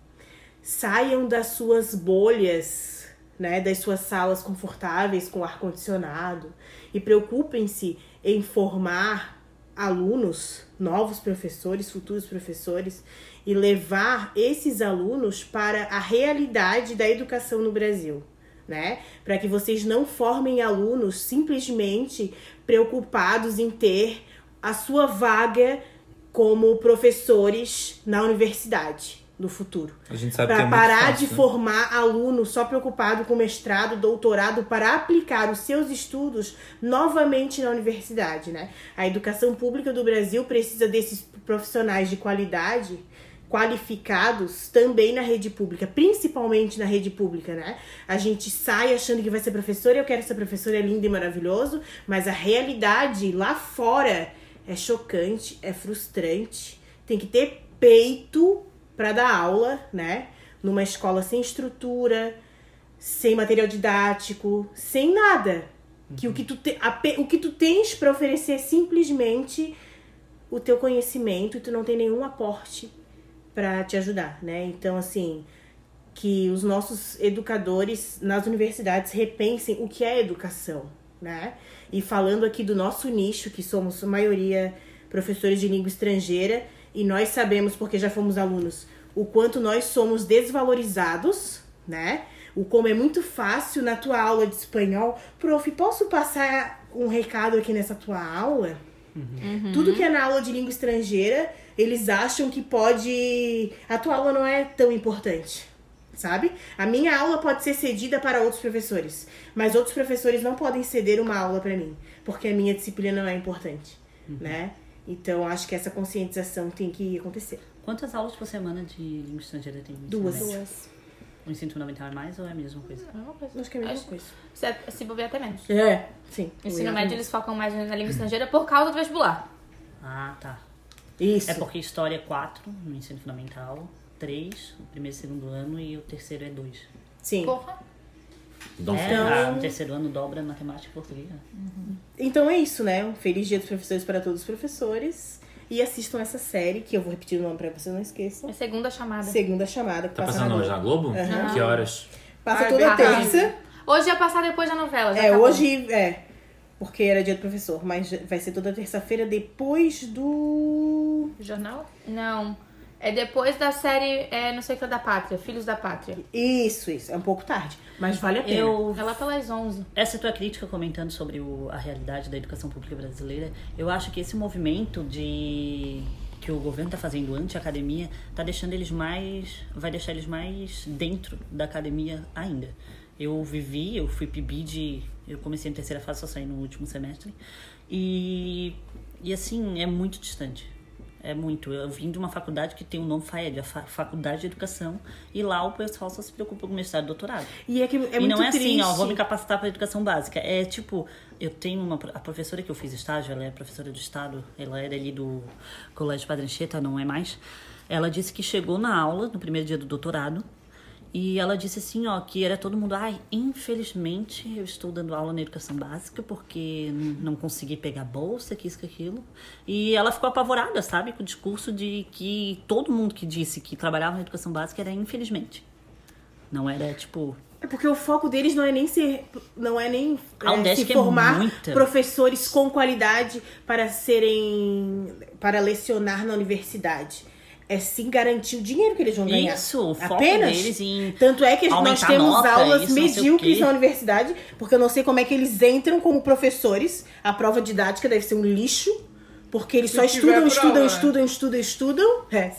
Speaker 8: saiam das suas bolhas, né, das suas salas confortáveis com ar condicionado e preocupem-se em formar alunos, novos professores, futuros professores, e levar esses alunos para a realidade da educação no Brasil, né? Para que vocês não formem alunos simplesmente preocupados em ter a sua vaga como professores na universidade no futuro.
Speaker 1: A gente sabe que
Speaker 8: Para
Speaker 1: é
Speaker 8: parar
Speaker 1: muito fácil,
Speaker 8: de
Speaker 1: né?
Speaker 8: formar aluno só preocupado com mestrado, doutorado, para aplicar os seus estudos novamente na universidade, né? A educação pública do Brasil precisa desses profissionais de qualidade, qualificados também na rede pública, principalmente na rede pública, né? A gente sai achando que vai ser professor, eu quero ser professor, é lindo e maravilhoso, mas a realidade lá fora é chocante, é frustrante. Tem que ter peito para dar aula, né? Numa escola sem estrutura, sem material didático, sem nada. Que o que tu, te, ape- o que tu tens para oferecer é simplesmente o teu conhecimento e tu não tem nenhum aporte para te ajudar, né? Então, assim, que os nossos educadores nas universidades repensem o que é educação, né? E falando aqui do nosso nicho, que somos a maioria professores de língua estrangeira, e nós sabemos, porque já fomos alunos, o quanto nós somos desvalorizados, né? O como é muito fácil na tua aula de espanhol, prof, posso passar um recado aqui nessa tua aula? Tudo que é na aula de língua estrangeira, eles acham que pode. A tua aula não é tão importante, sabe? A minha aula pode ser cedida para outros professores, mas outros professores não podem ceder uma aula para mim, porque a minha disciplina não é importante, né? Então acho que essa conscientização tem que acontecer.
Speaker 4: Quantas aulas por semana de língua estrangeira tem? no ensino
Speaker 8: Duas.
Speaker 4: médio? O ensino fundamental é mais ou é a mesma coisa?
Speaker 8: Acho que é a mesma
Speaker 2: Acho-
Speaker 8: coisa.
Speaker 2: Se, se bobear até menos.
Speaker 8: É, sim.
Speaker 2: No ensino médio eles focam mais na língua estrangeira por causa do vestibular.
Speaker 4: Ah, tá.
Speaker 8: Isso.
Speaker 4: É porque história é 4 no ensino fundamental, 3 o primeiro e segundo ano e o terceiro é 2.
Speaker 8: Sim.
Speaker 2: Porra.
Speaker 4: É,
Speaker 1: Nossa,
Speaker 4: ah, no terceiro ano dobra matemática e português. né?
Speaker 8: Então é isso, né? Um feliz dia dos professores para todos os professores. E assistam essa série, que eu vou repetir o nome pra vocês não esqueçam.
Speaker 2: É segunda chamada.
Speaker 8: Segunda chamada, que
Speaker 1: Tá
Speaker 8: passa
Speaker 1: passando
Speaker 8: na
Speaker 1: onde?
Speaker 8: Globo.
Speaker 1: Na Globo?
Speaker 8: Aham.
Speaker 1: Que horas?
Speaker 8: Passa
Speaker 6: Ah,
Speaker 8: toda
Speaker 6: bem
Speaker 8: terça.
Speaker 2: Hoje ia passar depois da novela. já
Speaker 8: É,
Speaker 2: acabou.
Speaker 8: hoje é. Porque era dia do professor, mas vai ser toda terça-feira depois do.
Speaker 2: Jornal? Não. É depois da série é, Não sei o que é da Pátria, Filhos da Pátria.
Speaker 8: Isso, isso. É um pouco tarde. Mas vale a pena.
Speaker 4: Eu
Speaker 2: É lá pelas 11.
Speaker 4: Essa tua crítica comentando sobre o- a realidade da educação pública brasileira, eu acho que esse movimento de que o governo está fazendo anti-academia está deixando eles mais, vai deixar eles mais dentro da academia ainda. Eu vivi, eu fui PIB de, eu comecei na terceira fase, só saí no último semestre e e assim é muito distante. É muito. Eu vim de uma faculdade que tem o nome FAED, a Fa- Faculdade de Educação, e lá o pessoal só se preocupa com mestrado e doutorado
Speaker 8: E é que é
Speaker 4: e
Speaker 8: muito
Speaker 4: não é
Speaker 8: triste.
Speaker 4: assim, ó, vou me capacitar para educação básica. É tipo, eu tenho uma. pro- A professora que eu fiz estágio, ela é professora do estado, ela era ali do Colégio Padre Anchieta, não é mais. Ela disse que chegou na aula, no primeiro dia do doutorado, e ela disse assim, ó, que era todo mundo, ai, infelizmente eu estou dando aula na educação básica porque n- não consegui pegar bolsa, que isso, que aquilo. E ela ficou apavorada, sabe, com o discurso de que todo mundo que disse que trabalhava na educação básica era infelizmente. Não era tipo,
Speaker 8: É porque o foco deles não é nem ser. Não é nem
Speaker 4: Ah, o
Speaker 8: é, se
Speaker 4: Desk é
Speaker 8: formar
Speaker 4: muita.
Speaker 8: professores com qualidade para serem. para lecionar na universidade. É sim garantir o dinheiro que eles vão ganhar.
Speaker 4: Isso, o foco
Speaker 8: Apenas.
Speaker 4: deles em
Speaker 8: Tanto é que a- nós
Speaker 4: Aumentar
Speaker 8: temos
Speaker 4: nota,
Speaker 8: aulas
Speaker 4: isso, não sei o
Speaker 8: medíocres
Speaker 4: quê.
Speaker 8: na universidade, porque eu não sei como é que eles entram como professores. A prova didática deve ser um lixo, porque eles
Speaker 6: Se
Speaker 8: só
Speaker 6: tiver
Speaker 8: estudam,
Speaker 6: prova,
Speaker 8: estudam,
Speaker 6: né?
Speaker 8: estudam, estudam, estudam, É.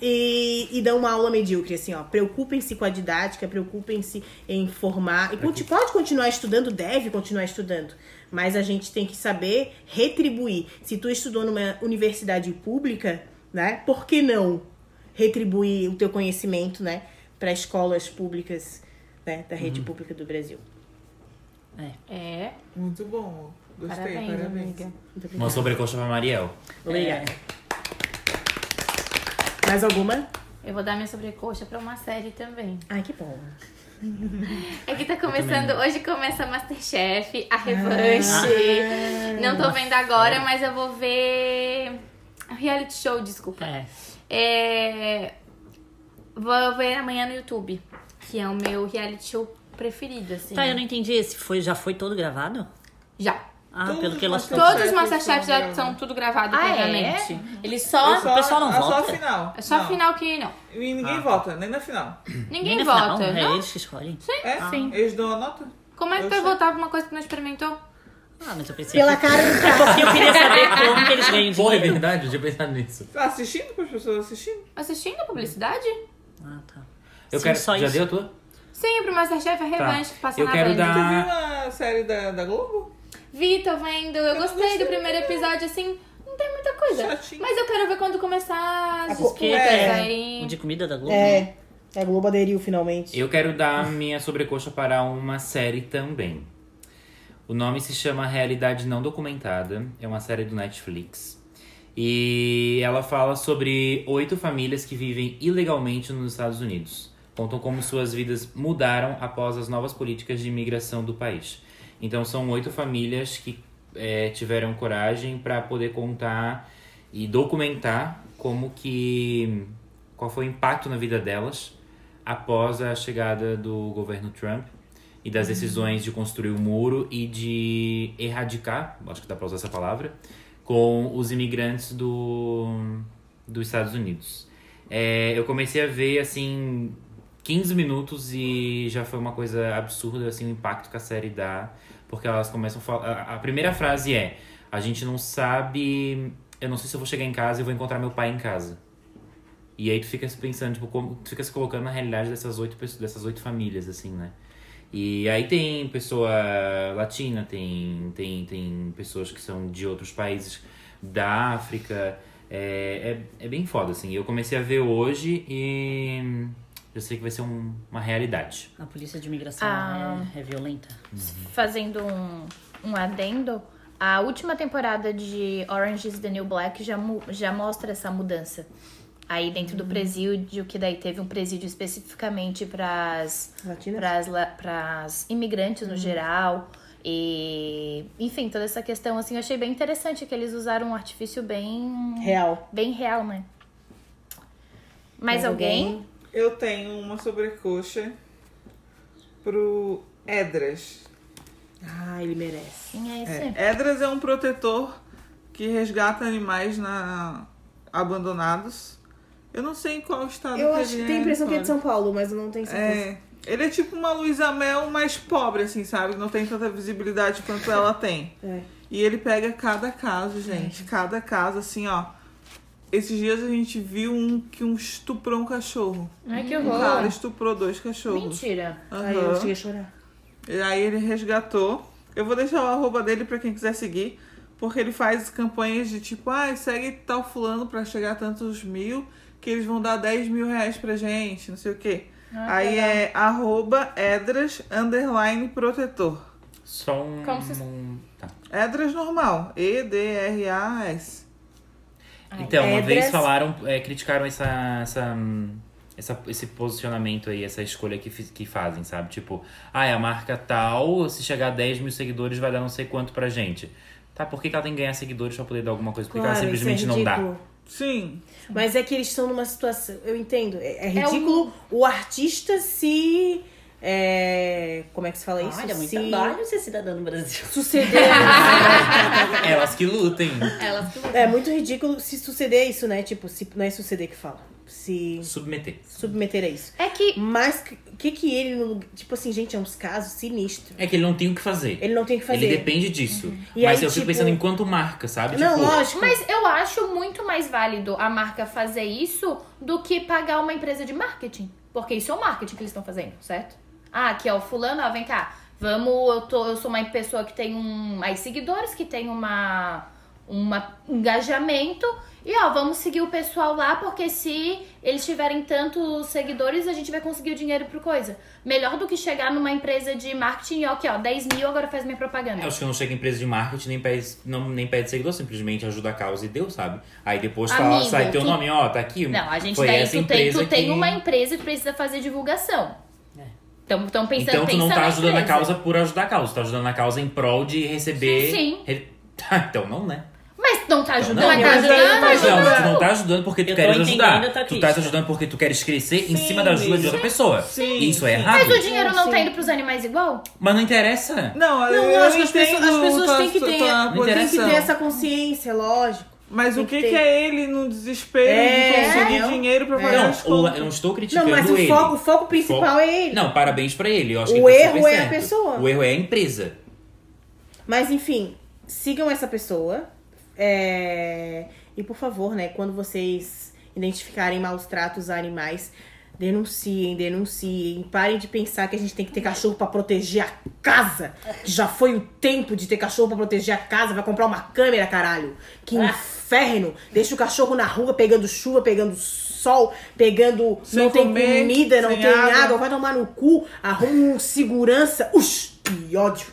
Speaker 8: E, e dão uma aula medíocre, assim, ó. Preocupem-se com a didática, preocupem-se em formar. E conti- pode continuar estudando, deve continuar estudando. Mas a gente tem que saber retribuir. Se tu estudou numa universidade pública, né? Por que não? retribuir o teu conhecimento, né, para escolas públicas, né, da rede pública do Brasil.
Speaker 2: É.
Speaker 6: Muito bom. Gostei,
Speaker 2: Parabéns,
Speaker 6: parabéns.
Speaker 2: amiga.
Speaker 8: Muito
Speaker 1: Uma
Speaker 8: obrigada.
Speaker 1: sobrecoxa pra Mariel.
Speaker 8: Obrigada. Mais alguma?
Speaker 2: Eu vou dar minha sobrecoxa pra uma série também.
Speaker 8: Ai, que bom.
Speaker 2: É que tá começando. Hoje começa Masterchef,
Speaker 6: Ah.
Speaker 2: a revanche. não tô vendo
Speaker 6: É.
Speaker 2: agora, mas eu vou ver. um Reality show, desculpa.
Speaker 4: É.
Speaker 2: É, Vou ver amanhã no YouTube, que é o meu reality show preferido, assim.
Speaker 4: Tá, eu não entendi. Esse foi, já foi todo gravado?
Speaker 2: Já.
Speaker 4: Ah,
Speaker 6: Todos
Speaker 4: pelo que elas estão.
Speaker 6: mostram-
Speaker 2: Todos os Masterchefs já são tudo gravado
Speaker 3: Ah, é?
Speaker 2: previamente. Eles
Speaker 6: É
Speaker 2: só.
Speaker 6: só-
Speaker 4: O pessoal não
Speaker 6: é Só a
Speaker 4: vota?
Speaker 6: final.
Speaker 2: É só
Speaker 6: Não.
Speaker 2: final que não.
Speaker 6: E ninguém vota, nem na final.
Speaker 2: Ninguém
Speaker 4: no final,
Speaker 2: vota.
Speaker 4: É
Speaker 2: não?
Speaker 4: eles que escolhem.
Speaker 6: É?
Speaker 8: Ah.
Speaker 3: Sim.
Speaker 6: Eles dão a nota?
Speaker 2: Como é que
Speaker 6: Eu
Speaker 2: tu vai
Speaker 6: sei.
Speaker 2: votar pra uma coisa que não experimentou?
Speaker 4: Ah, mas eu pensei. É
Speaker 7: Pela cara do cara.
Speaker 4: Porque eu queria saber como que eles ganham
Speaker 1: Porra, é
Speaker 4: dinheiro.
Speaker 1: verdade, eu tinha pensado nisso.
Speaker 6: Tá assistindo? Com as pessoas assistindo?
Speaker 2: Assistindo a publicidade?
Speaker 4: Ah, tá.
Speaker 1: Eu
Speaker 4: Sim,
Speaker 1: quero.
Speaker 4: só
Speaker 1: já
Speaker 4: isso.
Speaker 1: deu a tua?
Speaker 2: Sim, pro Masterchef é revanche que passa
Speaker 1: Eu
Speaker 2: na
Speaker 1: quero
Speaker 2: Band.
Speaker 1: dar-
Speaker 6: Tu
Speaker 1: Ah.
Speaker 6: viu a série da, da Globo?
Speaker 2: Vi, tô tá vendo. Eu
Speaker 6: não
Speaker 2: gostei do
Speaker 6: gostei.
Speaker 2: primeiro episódio, assim. Não tem muita coisa.
Speaker 6: Chatinho.
Speaker 2: Mas eu quero ver quando começar as
Speaker 8: A co-
Speaker 2: disputas
Speaker 6: é.
Speaker 4: O
Speaker 2: aí.
Speaker 4: de comida da Globo? né?
Speaker 8: É, a Globo aderiu finalmente.
Speaker 1: Eu quero dar minha sobrecoxa para uma série também. O nome se chama Realidade Não Documentada. É uma série do Netflix. E ela fala sobre oito famílias que vivem ilegalmente nos Estados Unidos. Contam como suas vidas mudaram após as novas políticas de imigração do país. Então são oito famílias que eh, tiveram coragem para poder contar e documentar como que qual foi o impacto na vida delas após a chegada do governo Trump e das decisões de construir o muro e de erradicar, acho que dá pra usar essa palavra, com os imigrantes do, dos Estados Unidos. É, eu comecei a ver, assim, 15 minutos e já foi uma coisa absurda, assim, o impacto que a série dá. Porque elas começam a falar... A primeira frase é, a gente não sabe... Eu não sei se eu vou chegar em casa e vou encontrar meu pai em casa. E aí tu fica se pensando, tipo, como, tu fica se colocando na realidade dessas oito, pessoas- dessas oito famílias, assim, né? E aí tem pessoa latina, tem, tem, tem pessoas que são de outros países da África. É, é, é bem foda, assim. Eu comecei a ver hoje e eu sei que vai ser um- uma realidade.
Speaker 4: A polícia de imigração
Speaker 3: Ah.
Speaker 4: é, é violenta.
Speaker 3: Fazendo um, um adendo, a última temporada de Orange is the New Black já, mu- já mostra essa mudança. Aí dentro do presídio, que daí teve um presídio especificamente pras
Speaker 8: Latinas?
Speaker 3: para as imigrantes no geral. E, enfim, toda essa questão, assim, eu achei bem interessante que eles usaram um artifício bem,
Speaker 8: Real.
Speaker 3: bem real, né? Mais
Speaker 8: Mais
Speaker 3: alguém?
Speaker 8: alguém?
Speaker 6: Eu tenho uma sobrecoxa pro Edras.
Speaker 8: Ah, ele merece.
Speaker 3: Quem é esse?
Speaker 6: É. Edras é um protetor que resgata animais na... abandonados. Eu não sei em qual estado
Speaker 8: Eu
Speaker 6: que
Speaker 8: acho
Speaker 6: ele
Speaker 8: que tem a impressão que é de
Speaker 6: agora.
Speaker 8: São Paulo, mas eu não tenho certeza.
Speaker 6: É. Ele é tipo uma Luísa Mel mais pobre, assim, sabe? Não tem tanta visibilidade quanto ela tem.
Speaker 8: É.
Speaker 6: E ele pega cada caso, gente.
Speaker 3: É.
Speaker 6: Cada caso, assim, ó. Esses dias a gente viu um que um estuprou um cachorro.
Speaker 3: Ai, que
Speaker 6: Um cara estuprou dois cachorros.
Speaker 3: Mentira.
Speaker 8: Ai,
Speaker 6: Aham.
Speaker 8: eu cheguei a chorar.
Speaker 6: E aí ele resgatou. Eu vou deixar o arroba dele pra quem quiser seguir. Porque ele faz campanhas de tipo, ah, segue tal fulano pra chegar a tantos mil, que eles vão dar 10 mil reais pra gente, não sei o quê.
Speaker 8: Ah,
Speaker 6: aí é arroba Edras underline protetor.
Speaker 1: Só um.
Speaker 3: Como se-
Speaker 1: um- tá.
Speaker 6: Edras normal. E-D-R-A-S.
Speaker 1: Então, uma vez
Speaker 8: Pedras.
Speaker 1: falaram, é, criticaram essa, essa, hum, essa- esse posicionamento aí, essa escolha que, fiz- que fazem, sabe? Tipo, ah, é a marca tal, se chegar a 10 mil seguidores vai dar não sei quanto pra gente. Tá, por que, que ela tem que ganhar seguidores pra poder dar alguma coisa? Porque
Speaker 8: Claro,
Speaker 1: ela
Speaker 8: isso é
Speaker 1: simplesmente não dá.
Speaker 8: ridículo.
Speaker 6: Sim.
Speaker 8: Mas é que eles estão numa situação. Eu entendo. É, é
Speaker 3: É um-
Speaker 8: ridículo o artista se. é, como é que se fala isso?
Speaker 4: Olha, Ah, muito
Speaker 8: se
Speaker 4: trabalho ser cidadã no Brasil.
Speaker 8: suceder.
Speaker 1: Elas que lutem.
Speaker 3: Elas que
Speaker 8: é muito ridículo se suceder isso, né? Tipo, se, não é suceder que fala. Se
Speaker 1: Submeter.
Speaker 8: submeter a isso.
Speaker 3: É que
Speaker 8: Mas o que que ele. no lugar- Tipo assim, gente, é uns casos sinistros.
Speaker 1: É que ele não tem o que fazer.
Speaker 8: Ele não tem o que fazer.
Speaker 1: Ele depende disso.
Speaker 8: E
Speaker 1: Mas
Speaker 8: aí,
Speaker 1: eu fico
Speaker 8: tipo-
Speaker 1: pensando enquanto marca, sabe?
Speaker 8: Não,
Speaker 1: tipo,
Speaker 8: lógico.
Speaker 3: Mas eu acho muito mais válido a marca fazer isso do que pagar uma empresa de marketing. Porque isso é o marketing que eles estão fazendo, certo? Ah, aqui ó, fulano, ó, vem cá. Vamos, eu, tô, eu sou uma pessoa que tem um, mais seguidores, que tem uma, uma um engajamento. E ó, vamos seguir o pessoal lá, porque se eles tiverem tantos seguidores, a gente vai conseguir o dinheiro pro coisa. Melhor do que chegar numa empresa de marketing e ó, aqui ó, 10 mil, agora faz minha propaganda.
Speaker 1: Eu acho É, que não chega em empresa de marketing, nem pede, não, nem pede seguidor, simplesmente ajuda a causa e deu, sabe? Aí depois fala,
Speaker 3: Amigo,
Speaker 1: sai teu
Speaker 3: tu-
Speaker 1: nome, ó, tá aqui.
Speaker 3: Não, a gente
Speaker 1: foi
Speaker 3: tem,
Speaker 1: essa
Speaker 3: tu, tem,
Speaker 1: empresa
Speaker 3: tu tem
Speaker 1: que-
Speaker 3: uma empresa e tu precisa fazer divulgação. Então, então pensando,
Speaker 1: Então tu não
Speaker 3: pensa
Speaker 1: tá
Speaker 3: na
Speaker 1: ajudando a
Speaker 3: empresa.
Speaker 1: causa por ajudar a causa, tu tá ajudando a causa em prol de receber.
Speaker 3: Sim, sim.
Speaker 1: Re- Tá, então não, né?
Speaker 3: Mas não tá
Speaker 1: Então,
Speaker 3: ajudando.
Speaker 1: não,
Speaker 3: Não,
Speaker 1: mas
Speaker 3: tá
Speaker 6: aí
Speaker 3: ajudando.
Speaker 6: tá
Speaker 1: Não, mas tu não tá ajudando porque tu
Speaker 4: Eu tô
Speaker 1: queres
Speaker 4: entendendo
Speaker 1: ajudar.
Speaker 4: a tua
Speaker 1: Tu tá
Speaker 4: crítica.
Speaker 1: ajudando porque tu queres crescer em
Speaker 6: Sim,
Speaker 1: cima da ajuda de
Speaker 6: sim.
Speaker 1: outra pessoa.
Speaker 6: Sim,
Speaker 1: Isso é
Speaker 6: sim.
Speaker 1: errado.
Speaker 3: Mas o dinheiro não tá indo pros animais igual?
Speaker 1: Mas não interessa.
Speaker 6: Não, eu,
Speaker 8: eu acho que as
Speaker 6: entendo
Speaker 8: pessoas- as pessoas
Speaker 6: tua-
Speaker 8: têm que ter-
Speaker 6: tua
Speaker 1: Não interessa.
Speaker 8: Tem que
Speaker 6: posição.
Speaker 8: ter essa consciência, lógico.
Speaker 6: Mas
Speaker 8: Tem
Speaker 6: o
Speaker 8: que
Speaker 6: que,
Speaker 8: ter.
Speaker 6: que é ele no desespero
Speaker 8: É,
Speaker 6: de conseguir
Speaker 8: não.
Speaker 6: dinheiro pra pagar as
Speaker 1: Não, o-
Speaker 6: contas?
Speaker 1: eu não estou
Speaker 8: Não,
Speaker 1: criticando
Speaker 8: mas o
Speaker 1: ele.
Speaker 8: foco, o foco principal
Speaker 1: Foco.
Speaker 8: é ele.
Speaker 1: Não, parabéns pra ele. Eu acho
Speaker 8: O
Speaker 1: que ele tá
Speaker 8: erro
Speaker 1: super
Speaker 8: é a
Speaker 1: certo.
Speaker 8: pessoa.
Speaker 1: O erro é a empresa.
Speaker 8: Mas enfim, sigam essa pessoa. É, E por favor, né, quando vocês identificarem maus tratos a animais, denunciem, denunciem. Parem de pensar que a gente tem que ter cachorro pra proteger a casa. Já foi o tempo de ter cachorro pra proteger a casa. Vai comprar uma câmera, caralho. Que
Speaker 6: Ah.
Speaker 8: inferno. Deixa o cachorro na rua pegando chuva, pegando sol, pegando.
Speaker 6: Sem
Speaker 8: não tem
Speaker 6: comer,
Speaker 8: comida, não
Speaker 6: sem
Speaker 8: tem água.
Speaker 6: água.
Speaker 8: Vai tomar no cu. Arruma um segurança. Ux, que ódio.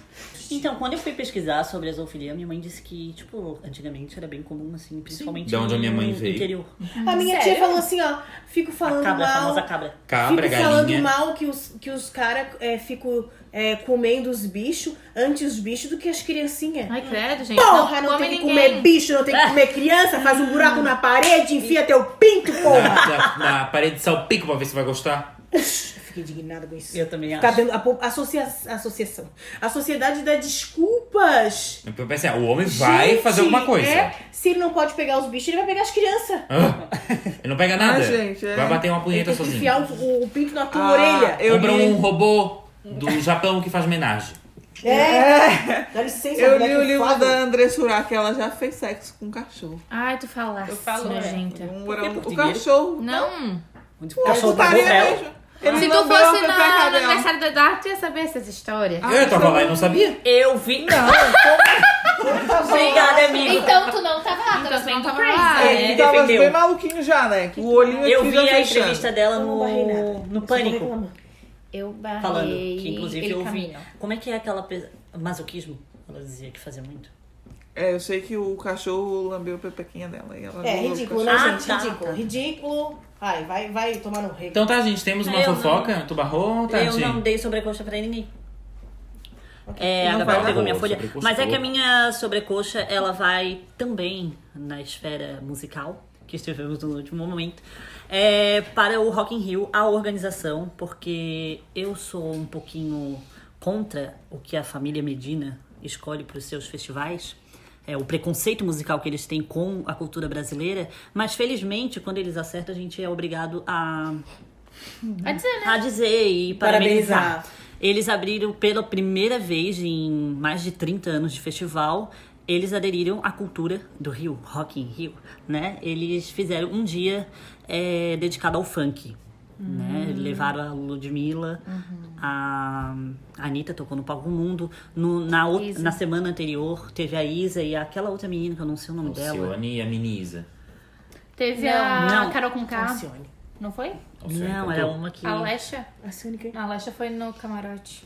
Speaker 4: Então, quando eu fui pesquisar sobre a zoofilia, minha mãe disse que, tipo, antigamente era bem comum, assim, principalmente
Speaker 1: Da onde a minha
Speaker 4: no
Speaker 1: mãe veio.
Speaker 4: interior.
Speaker 8: A minha
Speaker 3: Sério?
Speaker 8: tia falou assim, ó, fico
Speaker 4: A
Speaker 8: falando
Speaker 4: cabra, a
Speaker 8: mal.
Speaker 4: famosa cabra.
Speaker 1: Cabra,
Speaker 8: fico falando
Speaker 1: galinha.
Speaker 8: mal que os, que os caras é, ficam é, comendo os bichos antes os bichos do que as criancinhas.
Speaker 2: Ai, credo, gente.
Speaker 8: Porra,
Speaker 2: não
Speaker 8: não
Speaker 2: come
Speaker 8: tem que
Speaker 2: ninguém.
Speaker 8: comer bicho, não tem que comer criança, faz um buraco na parede, enfia teu pinto, porra!
Speaker 1: Na, na, na parede de salpico pra ver se vai gostar.
Speaker 8: Eu fiquei indignada com isso.
Speaker 4: Eu também
Speaker 8: Ficar
Speaker 4: acho.
Speaker 8: dando a, po- associa, associação. A sociedade dá desculpas.
Speaker 1: Eu pensei, ah, o homem vai
Speaker 8: Gente,
Speaker 1: fazer alguma coisa.
Speaker 8: é, se ele não pode pegar os bichos, ele vai pegar as crianças.
Speaker 1: Ah, ele não pega nada.
Speaker 6: Ah, gente, é.
Speaker 1: Vai bater uma
Speaker 8: Ele
Speaker 1: punheta
Speaker 8: tem que
Speaker 1: sozinho.
Speaker 8: enfiar o, o pinto na tua
Speaker 6: Ah,
Speaker 8: orelha.
Speaker 6: eu
Speaker 1: Compra
Speaker 6: li-
Speaker 1: um robô do Japão que faz homenagem.
Speaker 8: É. Dá licença,
Speaker 6: Eu li
Speaker 8: moleque
Speaker 6: o livro
Speaker 8: fável.
Speaker 6: da André Surak, que ela já fez sexo com um cachorro.
Speaker 2: Ai, tu falaste,
Speaker 3: Eu falo, né?
Speaker 2: nojenta.
Speaker 4: Por que
Speaker 6: Um morango- o
Speaker 4: português?
Speaker 6: cachorro.
Speaker 2: Não.
Speaker 4: Onde
Speaker 6: Não, putaria
Speaker 4: É,
Speaker 6: mesmo. Ele
Speaker 2: Se tu
Speaker 6: lambeu a
Speaker 2: fosse na,
Speaker 6: pepeca
Speaker 2: no
Speaker 6: dela.
Speaker 2: aniversário da Eduardo, tu ia saber essas histórias.
Speaker 6: Ah,
Speaker 1: eu tava
Speaker 6: então-
Speaker 1: lá e não sabia.
Speaker 4: Eu vi. Não, como- Obrigada, amigo.
Speaker 3: Então tu não tava lá,
Speaker 2: Então
Speaker 3: tava
Speaker 2: tu não
Speaker 3: sendo
Speaker 2: tava
Speaker 3: crazy.
Speaker 2: lá.
Speaker 4: É,
Speaker 6: Ele
Speaker 4: me
Speaker 6: tava
Speaker 4: defendeu.
Speaker 6: bem maluquinho já, né? O olhinho
Speaker 4: Eu
Speaker 6: aqui
Speaker 4: vi
Speaker 6: já
Speaker 4: a
Speaker 6: fechando.
Speaker 4: entrevista dela
Speaker 8: Eu não barrei nada.
Speaker 4: no, no
Speaker 8: Eu só vou
Speaker 4: Pânico.
Speaker 8: reclamar.
Speaker 3: Eu barrei
Speaker 4: falando. Que inclusive
Speaker 3: ele
Speaker 4: eu ouvi.
Speaker 3: caminho.
Speaker 4: Como é que é aquela. pe- Masoquismo? Ela dizia que fazia muito.
Speaker 6: É, eu sei que o cachorro lambeu a pepequinha dela. E ela
Speaker 8: É
Speaker 6: rolou o
Speaker 8: ridículo, né,
Speaker 6: cachorro.
Speaker 4: Ah,
Speaker 8: gente?
Speaker 4: tá.
Speaker 8: Ridículo. Ridículo. Ai, vai, vai tomar no rei.
Speaker 1: Então tá, gente, temos uma
Speaker 4: Eu não.
Speaker 1: fofoca. tá, Tu barrou, Tati?
Speaker 4: Eu não dei sobrecoxa pra ninguém. É, a
Speaker 6: Não
Speaker 4: Gabriela
Speaker 6: vai.
Speaker 4: pegou minha
Speaker 1: Pô,
Speaker 4: folha.
Speaker 1: sobrecoxa
Speaker 4: Mas é que a
Speaker 1: boa.
Speaker 4: minha sobrecoxa, ela vai também na esfera musical, que estivemos no último momento, é, para o Rock in Rio, a organização, porque eu sou um pouquinho contra o que a família Medina escolhe para os seus festivais. É, o preconceito musical que eles têm com a cultura brasileira, mas felizmente quando eles acertam a gente é obrigado a
Speaker 3: Vai dizer, né?
Speaker 4: a dizer e
Speaker 8: Parabenizar.
Speaker 4: parabenizar. Eles abriram pela primeira vez em mais de 30 anos de festival. Eles aderiram à cultura do Rio, Rock in Rio, né? Eles fizeram um dia eh, dedicado ao funk, né? Levaram a Ludmilla, a a Anitta tocou no Palco Mundo. No- na, ou-
Speaker 3: Isa.
Speaker 4: na semana anterior teve a Isa e aquela outra menina que eu não sei o nome dela.
Speaker 1: Alcione e a Minisa.
Speaker 3: Teve
Speaker 8: Não,
Speaker 3: a
Speaker 4: não.
Speaker 3: Carol com K.
Speaker 8: Alcione.
Speaker 3: Não foi?
Speaker 4: Não, é um. era uma que...
Speaker 2: A Alexa?
Speaker 8: Alcione quem?
Speaker 2: A Alexa foi no camarote.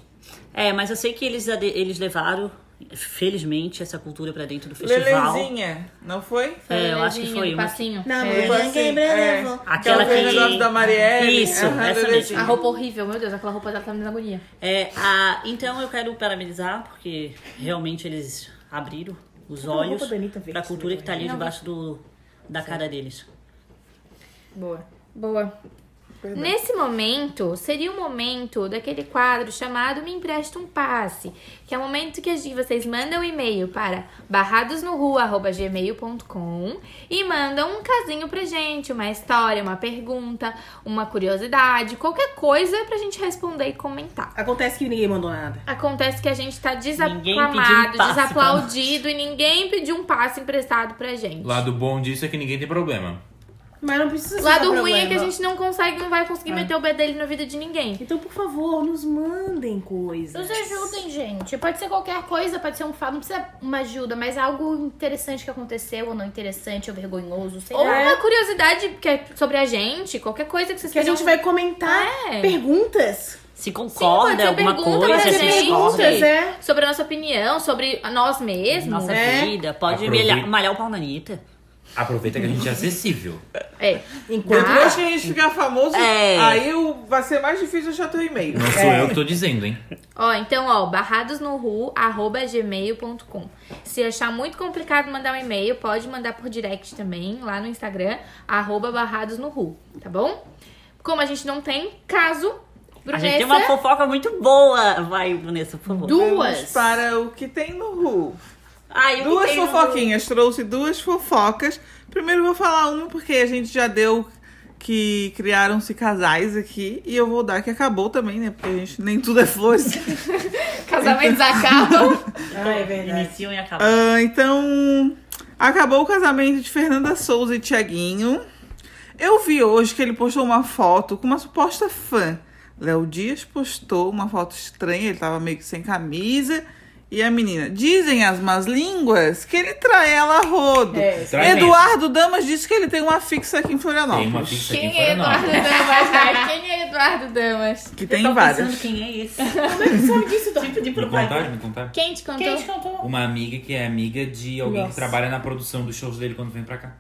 Speaker 4: É, mas eu sei que eles, ade- eles levaram, felizmente, essa cultura pra dentro
Speaker 6: né?
Speaker 4: do festival.
Speaker 6: Lelezinha, não foi?
Speaker 2: Foi
Speaker 4: É, eu acho que
Speaker 2: levinha,
Speaker 4: foi
Speaker 2: do
Speaker 4: uma-
Speaker 2: passinho.
Speaker 8: Não,
Speaker 6: É,
Speaker 8: mas
Speaker 6: assim,
Speaker 8: quebra,
Speaker 6: é.
Speaker 8: né, vô?
Speaker 4: Aquela
Speaker 6: Então, o negócio
Speaker 4: que...
Speaker 6: da Marielle.
Speaker 4: Isso,
Speaker 6: Aham,
Speaker 4: essa
Speaker 6: Lelezinha.
Speaker 2: A roupa horrível, meu Deus, aquela roupa dela tá me dando agonia.
Speaker 4: É, a- Então eu quero parabenizar, porque realmente eles abriram os
Speaker 8: Tá
Speaker 2: Então,
Speaker 8: com a
Speaker 4: olhos
Speaker 8: roupa da Anitta verde,
Speaker 4: pra cultura que tá ali
Speaker 2: Não,
Speaker 4: debaixo do, da cara deles.
Speaker 2: Boa. Boa.
Speaker 6: Perdão.
Speaker 2: Nesse momento, seria o momento daquele quadro chamado Me Empresta um Passe, que é o momento que as- vocês mandam um e-mail para barradosnorua.gmail.com e mandam um casinho pra gente, uma história, uma pergunta, uma curiosidade, qualquer coisa pra gente responder e comentar.
Speaker 8: Acontece que ninguém mandou nada.
Speaker 2: Acontece que a gente tá
Speaker 4: Ninguém pediu
Speaker 2: desaclamado,
Speaker 4: um passe
Speaker 2: desaplaudido e ninguém pediu um passe emprestado pra gente.
Speaker 1: Lado bom disso é que ninguém tem problema.
Speaker 8: Mas não precisa ser
Speaker 2: Lado
Speaker 8: um
Speaker 2: ruim é
Speaker 8: problema.
Speaker 2: que a gente não consegue, não vai conseguir meter o bedelho na vida de ninguém.
Speaker 8: Então, por favor, nos mandem coisas.
Speaker 3: Nos ajudem, gente. Pode ser qualquer coisa, pode ser um fato, não precisa uma ajuda, mas algo interessante que aconteceu, ou não interessante, ou vergonhoso, sei
Speaker 2: Ou
Speaker 3: lá.
Speaker 2: uma curiosidade que é sobre a gente, qualquer coisa que vocês
Speaker 8: Que a gente vai comentar
Speaker 2: É.
Speaker 8: perguntas.
Speaker 4: Se
Speaker 2: pode
Speaker 4: concorda
Speaker 2: ser
Speaker 4: alguma
Speaker 2: pergunta,
Speaker 4: coisa,
Speaker 2: pode
Speaker 4: se
Speaker 2: ser
Speaker 4: discorda
Speaker 8: perguntas, é.
Speaker 2: Sobre a nossa opinião, sobre nós mesmos.
Speaker 4: nossa
Speaker 8: É.
Speaker 4: vida, pode
Speaker 1: Aproveita.
Speaker 4: malhar, malhar o pau na Anitta.
Speaker 1: Aproveita que a gente é acessível.
Speaker 2: É.
Speaker 6: Depois
Speaker 2: Ah.
Speaker 6: que a gente ficar famoso,
Speaker 4: É.
Speaker 6: aí o- vai ser mais difícil achar teu e-mail.
Speaker 1: Não sou eu que tô dizendo, hein?
Speaker 2: Ó, então, ó, barradosnoru.gmail.com. Se achar muito complicado mandar um e-mail, pode mandar por direct também, lá no Instagram, arroba barradosnoru, tá bom? Como a gente não tem caso,
Speaker 4: A gente tem uma
Speaker 2: Brunessa,
Speaker 4: fofoca muito boa. Vai, Vanessa, por favor.
Speaker 6: Vamos
Speaker 3: Duas.
Speaker 6: para o que tem no Ru.
Speaker 4: Ai, Ah, eu um
Speaker 6: Duas
Speaker 4: fiquei no-
Speaker 6: fofoquinhas, trouxe duas fofocas. Primeiro eu vou falar uma porque a gente já deu que criaram-se casais aqui e eu vou dar que acabou também, né? Porque a gente nem tudo é flores.
Speaker 2: casamentos acabam.
Speaker 8: Ah, é verdade.
Speaker 4: Iniciam e acabam.
Speaker 6: Ah, então, acabou o casamento de Fernanda Souza e Tiaguinho. Eu vi hoje que ele postou uma foto com uma suposta fã. Léo Dias postou uma foto estranha, ele tava meio que sem camisa. E a menina, dizem as más línguas que ele trai ela a rodo.
Speaker 8: É,
Speaker 1: Trai mesmo.
Speaker 6: Eduardo Damas disse que ele tem uma fixa aqui em Florianópolis.
Speaker 1: Tem uma pizza aqui em
Speaker 2: Quem é Eduardo
Speaker 1: Florianópolis.
Speaker 2: Damas, né? Quem é Eduardo Damas?
Speaker 6: Que
Speaker 4: eu
Speaker 6: tem
Speaker 4: tô
Speaker 6: várias.
Speaker 4: pensando quem é esse.
Speaker 8: Sabe disso, Dó?
Speaker 4: tipo de
Speaker 1: Me
Speaker 4: propaganda.
Speaker 1: contaram, me contaram.
Speaker 2: Quem te contou?
Speaker 3: Quem te contou?
Speaker 1: Uma amiga que é amiga de alguém que
Speaker 8: Nossa.
Speaker 1: trabalha na produção dos shows dele quando vem pra cá.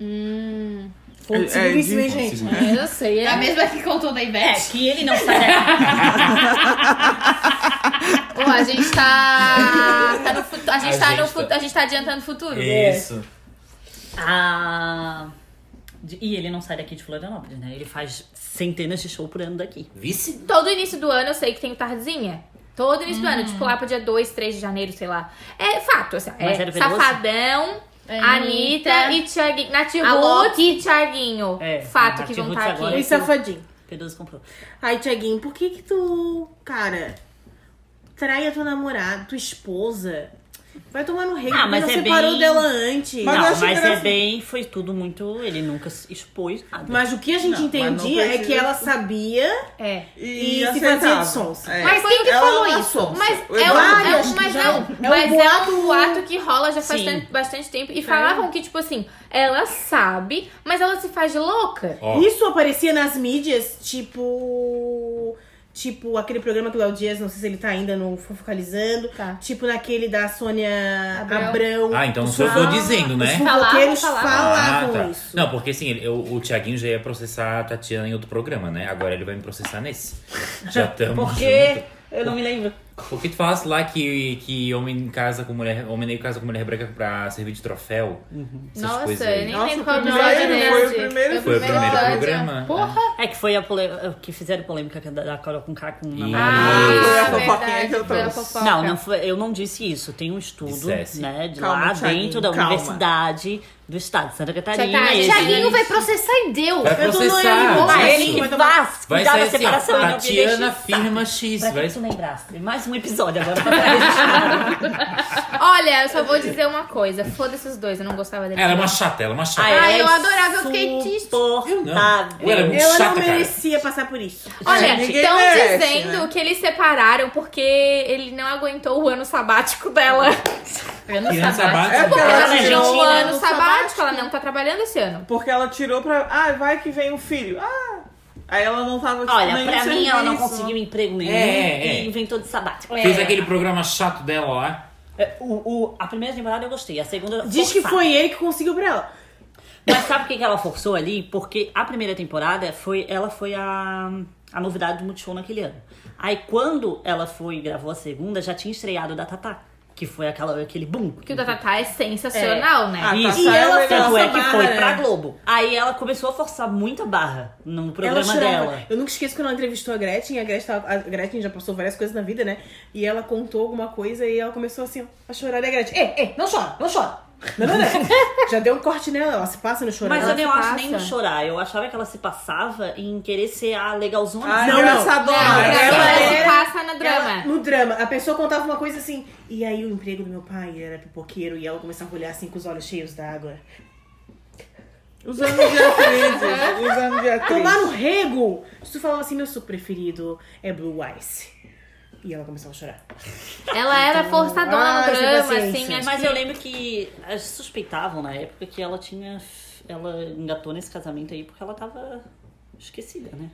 Speaker 2: Hum,
Speaker 8: Fontes
Speaker 6: É, é,
Speaker 8: seguríssimas,
Speaker 6: de-
Speaker 8: gente.
Speaker 2: eu sei.
Speaker 3: É
Speaker 2: É.
Speaker 3: a mesma que contou da Ivete.
Speaker 4: É, que ele não sai daqui.
Speaker 2: Ó, a gente tá. tá no futu- A gente,
Speaker 1: A
Speaker 2: tá, no
Speaker 1: gente
Speaker 2: futu-
Speaker 1: tá-
Speaker 2: A gente tá adiantando o futuro.
Speaker 1: Isso.
Speaker 4: Ah, de- e ele não sai daqui de Florianópolis, né? Ele faz centenas de show por ano daqui.
Speaker 1: Vice?
Speaker 2: Todo início do ano eu sei que tem o Tardezinha. Todo início
Speaker 3: Hum.
Speaker 2: do ano, tipo lá pro dia 2, 3 de janeiro, sei lá. É fato, assim, é
Speaker 4: Mas era Veloso?
Speaker 2: Safadão, Anitta,
Speaker 3: Anitta
Speaker 2: e Thiaguinho. Nath
Speaker 3: A
Speaker 2: Ruth e Thiaguinho.
Speaker 4: É,
Speaker 2: fato
Speaker 4: a
Speaker 2: que vão
Speaker 4: Nath Roots
Speaker 2: estar aqui.
Speaker 4: agora.
Speaker 8: E safadinho.
Speaker 4: Pedroso comprou.
Speaker 8: Ai, Tiaguinho, por que que tu, cara, trai a tua namorada, tua esposa? Vai tomar no rei,
Speaker 4: Ah,
Speaker 8: porque
Speaker 4: mas
Speaker 8: não
Speaker 4: é
Speaker 8: separou
Speaker 4: bem-
Speaker 8: dela antes.
Speaker 6: Mas eu
Speaker 4: não,
Speaker 6: acho
Speaker 4: mas é
Speaker 6: engraçado.
Speaker 4: bem. Foi tudo muito. Ele nunca se expôs nada.
Speaker 8: Mas o que a gente
Speaker 6: Não, mas não
Speaker 8: entendia é
Speaker 6: precisa.
Speaker 8: que ela sabia
Speaker 2: É.
Speaker 8: e, se
Speaker 6: aceitava.
Speaker 8: fazia de sonsa.
Speaker 6: É.
Speaker 2: Mas quem que
Speaker 6: Ela
Speaker 2: falou
Speaker 6: é uma
Speaker 2: isso?
Speaker 6: sonsa.
Speaker 2: Mas
Speaker 6: O
Speaker 2: é um,
Speaker 6: Eduardo
Speaker 2: é um,
Speaker 8: acho que
Speaker 2: mas
Speaker 8: já
Speaker 2: é
Speaker 8: é
Speaker 2: um,
Speaker 8: um
Speaker 2: mas é um
Speaker 8: boato-
Speaker 2: boato que rola já faz
Speaker 4: Sim.
Speaker 2: tan- bastante tempo. E falavam que, tipo assim, ela sabe, mas ela se faz de louca.
Speaker 1: Ó,
Speaker 8: Isso aparecia nas mídias, tipo. Tipo aquele programa que o Léo Dias, não sei se ele tá ainda no Fofocalizando.
Speaker 2: Tá.
Speaker 8: Tipo naquele da Sônia
Speaker 2: Abrão.
Speaker 8: Abrão.
Speaker 1: Ah, então não sou eu que tô dizendo, né?
Speaker 8: Os fofoqueiros
Speaker 3: Falavam,
Speaker 8: falavam
Speaker 1: Ah, tá.
Speaker 8: isso.
Speaker 1: Não, porque assim, ele- eu- o Thiaguinho já ia processar a Tatiana em outro programa, né? Agora ele vai me processar nesse. Já estamos
Speaker 4: Porque eu não me lembro.
Speaker 1: Porque tu falasse lá que, que homem casa com mulher, homem negro casa com mulher branca pra servir de troféu. Essas
Speaker 2: Uhum. Nossa,
Speaker 1: coisas
Speaker 2: eu
Speaker 1: aí.
Speaker 2: nem
Speaker 6: Nossa,
Speaker 2: lembro qual
Speaker 6: o primeiro,
Speaker 2: episódio
Speaker 6: foi
Speaker 2: é
Speaker 6: o
Speaker 2: esse.
Speaker 6: primeiro-
Speaker 1: Foi o primeiro
Speaker 2: episódio.
Speaker 1: programa.
Speaker 2: Porra!
Speaker 4: É que foi a polêmica. Que fizeram polêmica da- da Carol com K com o namorado.
Speaker 1: Isso.
Speaker 6: Ah, foi a
Speaker 2: Ah, verdade,
Speaker 6: fofoquinha que eu
Speaker 2: foi a
Speaker 6: trouxe.
Speaker 2: fofoca.
Speaker 4: Não, não foi, eu não disse isso. Tem um estudo,
Speaker 1: Dissesse.
Speaker 4: né, de
Speaker 6: Calma,
Speaker 4: lá
Speaker 6: Thiaguinho,
Speaker 4: dentro da
Speaker 6: calma.
Speaker 4: Universidade do Estado de Santa Catarina.
Speaker 2: Thiaguinho,
Speaker 4: esse-
Speaker 3: Thiaguinho vai processar e deu.
Speaker 1: Vai
Speaker 8: Eu tô
Speaker 1: processar.
Speaker 8: no
Speaker 4: Ah,
Speaker 1: isso.
Speaker 4: ele que faz,
Speaker 1: Vai sair
Speaker 4: cuidar da
Speaker 1: assim, ó,
Speaker 4: separação. não me deixe
Speaker 1: Tatiana
Speaker 4: em saco.
Speaker 1: firma X.
Speaker 4: Pra
Speaker 1: Vai...
Speaker 4: que tu lembrasse? Mais um episódio agora pra registrar.
Speaker 2: Olha, eu só vou dizer uma coisa. Foda-se os dois, eu não gostava dele.
Speaker 1: Ela é uma chata,
Speaker 2: Ah,
Speaker 1: ela é uma chata.
Speaker 4: Ah,
Speaker 2: Ai, eu adorava, eu fiquei triste.
Speaker 4: insuportável.
Speaker 1: Não, ela é muito
Speaker 8: Ela
Speaker 1: chata,
Speaker 8: não
Speaker 1: cara.
Speaker 8: merecia passar por isso.
Speaker 2: Olha,
Speaker 6: Gente,
Speaker 2: estão
Speaker 6: ninguém merece,
Speaker 2: dizendo
Speaker 6: né?
Speaker 2: que eles separaram porque ele não aguentou o ano sabático dela.
Speaker 3: Eu não
Speaker 1: Criança
Speaker 3: sabia.
Speaker 1: bate-
Speaker 6: É porque
Speaker 2: Ela
Speaker 6: ela
Speaker 4: Argentina.
Speaker 2: tirou o
Speaker 6: tirou,
Speaker 2: ano
Speaker 8: ano
Speaker 2: sabático, ela não tá trabalhando esse ano.
Speaker 6: porque ela tirou pra. Ah, vai que vem um filho. Ah, aí ela não tava tipo,
Speaker 4: Olha,
Speaker 6: nem
Speaker 4: pra mim ela não é
Speaker 6: serviço.
Speaker 4: conseguiu emprego nenhum
Speaker 1: É, é.
Speaker 4: e inventou de sabático.
Speaker 1: Fez
Speaker 2: é.
Speaker 1: aquele programa chato dela lá.
Speaker 4: É, o- o- a primeira temporada eu gostei, a segunda
Speaker 8: Diz que
Speaker 4: forçada.
Speaker 8: foi ele que conseguiu pra ela.
Speaker 4: Mas sabe por que que ela forçou ali? Porque a primeira temporada foi ela foi a, a novidade do Multishow naquele ano. Aí quando ela foi e gravou a segunda, já tinha estreado o da Tatá, que foi aquela, aquele boom.
Speaker 2: Porque o da Tatá é sensacional, né?
Speaker 6: Ah,
Speaker 4: Isso.
Speaker 6: tá, saiu
Speaker 8: E ela
Speaker 6: legal
Speaker 4: Tanto
Speaker 6: essa
Speaker 4: é que
Speaker 6: barra,
Speaker 4: foi
Speaker 6: né?
Speaker 4: pra Globo. Aí ela começou a forçar muita barra no
Speaker 8: Ela
Speaker 4: programa
Speaker 8: chorava.
Speaker 4: dela.
Speaker 8: Eu nunca esqueço quando ela entrevistou a Gretchen. A Gretchen, tava- a Gretchen já passou várias coisas na vida, né? E ela contou alguma coisa e ela começou assim ó, a chorar. E a Gretchen, ei, ei, não chora, não chora. Não, não, não. já deu um corte nela, ela se passa no chorar.
Speaker 4: Mas
Speaker 2: Ela
Speaker 4: eu não
Speaker 2: se
Speaker 4: acho nem no
Speaker 2: passa.
Speaker 4: chorar. Eu achava que ela se passava em querer ser a legalzona.
Speaker 6: Ah,
Speaker 8: Não, não.
Speaker 6: engraçadona.
Speaker 2: Não, pra mim
Speaker 6: Ela
Speaker 2: ela
Speaker 6: é-
Speaker 2: se passa na
Speaker 8: Ela-
Speaker 2: drama.
Speaker 8: no drama, a pessoa contava uma coisa assim. E aí o emprego do meu pai era pipoqueiro e ela começava a olhar assim com os olhos cheios d'água.
Speaker 6: Os anos de atriz. Os anos de atriz.
Speaker 8: Tomar no rego! Se tu falava assim, meu suco preferido é Blue Ice. E ela começava a chorar.
Speaker 2: Ela era forçadona
Speaker 8: Ah,
Speaker 2: no
Speaker 8: sem
Speaker 2: drama,
Speaker 8: paciência.
Speaker 2: assim. acho
Speaker 4: Mas
Speaker 2: que-
Speaker 4: eu lembro que as suspeitavam na época que ela tinha. Ela engatou nesse casamento aí porque ela tava esquecida, né?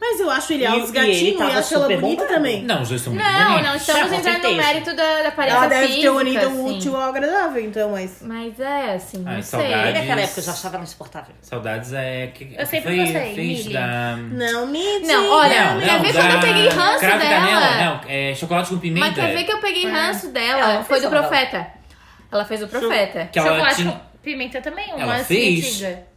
Speaker 8: Mas eu acho ele
Speaker 4: E-
Speaker 8: alto
Speaker 4: e ele
Speaker 8: gatinho e,
Speaker 4: tava
Speaker 8: acho ela
Speaker 4: super
Speaker 8: bonita
Speaker 4: bombado.
Speaker 8: também.
Speaker 1: Não, os dois são muito
Speaker 2: Não, não
Speaker 1: bonitos.
Speaker 2: estamos
Speaker 4: com
Speaker 2: entrando no
Speaker 4: certeza.
Speaker 2: mérito da, da aparência
Speaker 8: Ela deve ter
Speaker 2: física,
Speaker 8: unido o
Speaker 2: assim.
Speaker 8: útil ao agradável, então, mas.
Speaker 2: Mas é, assim, não
Speaker 1: Ai,
Speaker 2: sei.
Speaker 1: saudade.
Speaker 4: Eu, naquela época eu já achava ela insuportável.
Speaker 1: Saudades é... Que,
Speaker 3: Eu
Speaker 1: foi,
Speaker 3: sempre gostei,
Speaker 1: fez
Speaker 3: Millie.
Speaker 1: da...
Speaker 8: Não, Mitch.
Speaker 2: Não, olha,
Speaker 1: não,
Speaker 2: quer
Speaker 1: não,
Speaker 2: ver quando eu
Speaker 1: da
Speaker 2: peguei ranço
Speaker 1: cravo e
Speaker 2: dela?
Speaker 1: canela, Não, é chocolate com pimenta.
Speaker 2: Mas quer ver que eu peguei ranço dela?
Speaker 3: Ela
Speaker 2: foi
Speaker 3: fez
Speaker 2: do
Speaker 3: uma
Speaker 2: profeta. Ela fez o profeta.
Speaker 1: Que ela,
Speaker 3: Chocolate
Speaker 1: tinha,
Speaker 3: com pimenta também, uma
Speaker 1: Ela
Speaker 3: assim,
Speaker 1: fez?
Speaker 3: antiga.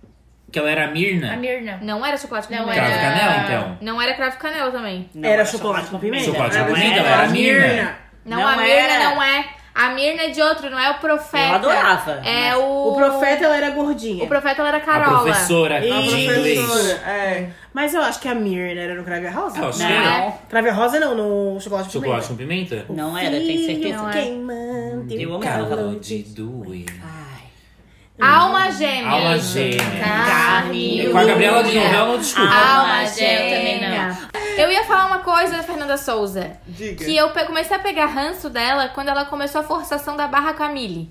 Speaker 1: que ela era a Mirna.
Speaker 3: A Mirna.
Speaker 2: Não era chocolate com
Speaker 3: Não
Speaker 2: pimenta.
Speaker 1: Cravo e
Speaker 3: era-
Speaker 1: canela, então.
Speaker 2: Não era cravo e canela também.
Speaker 4: Não,
Speaker 8: Era chocolate com pimenta.
Speaker 1: Chocolate
Speaker 4: Não
Speaker 1: com pimenta, ela
Speaker 4: era.
Speaker 1: era a Mirna.
Speaker 2: Não,
Speaker 4: Não
Speaker 2: a Mirna
Speaker 4: era.
Speaker 2: não é. A Mirna é de outro, não é o profeta.
Speaker 4: Eu adorava.
Speaker 2: É o...
Speaker 8: O profeta, ela era gordinha.
Speaker 2: O profeta ela era
Speaker 1: A
Speaker 2: Carola.
Speaker 1: professora de
Speaker 8: E-
Speaker 1: inglês.
Speaker 8: É. Mas eu acho que a Mirna era no Crave Rosa. Né?
Speaker 1: Eu acho que
Speaker 4: Não.
Speaker 1: era.
Speaker 8: Crave Rosa não, no Chocolate com
Speaker 1: Chocolate Hum, com
Speaker 8: Pimenta.
Speaker 1: pimenta?
Speaker 4: Não era, tenho certeza.
Speaker 8: Filho é. queimando
Speaker 4: Eu
Speaker 8: o
Speaker 4: amo
Speaker 1: Calor
Speaker 8: calor
Speaker 1: de doer.
Speaker 4: Ai.
Speaker 2: Alma gêmea.
Speaker 1: Alma gêmea.
Speaker 2: Carne.
Speaker 4: Carne.
Speaker 1: Com a Gabriela de
Speaker 2: unha.
Speaker 1: novela, não desculpa.
Speaker 2: Alma
Speaker 3: Ah, eu também
Speaker 2: gêmea. Eu ia falar uma coisa da Fernanda Souza.
Speaker 6: Diga.
Speaker 2: Que eu pe- comecei a pegar ranço dela quando ela começou a forçação da barra com a Mili.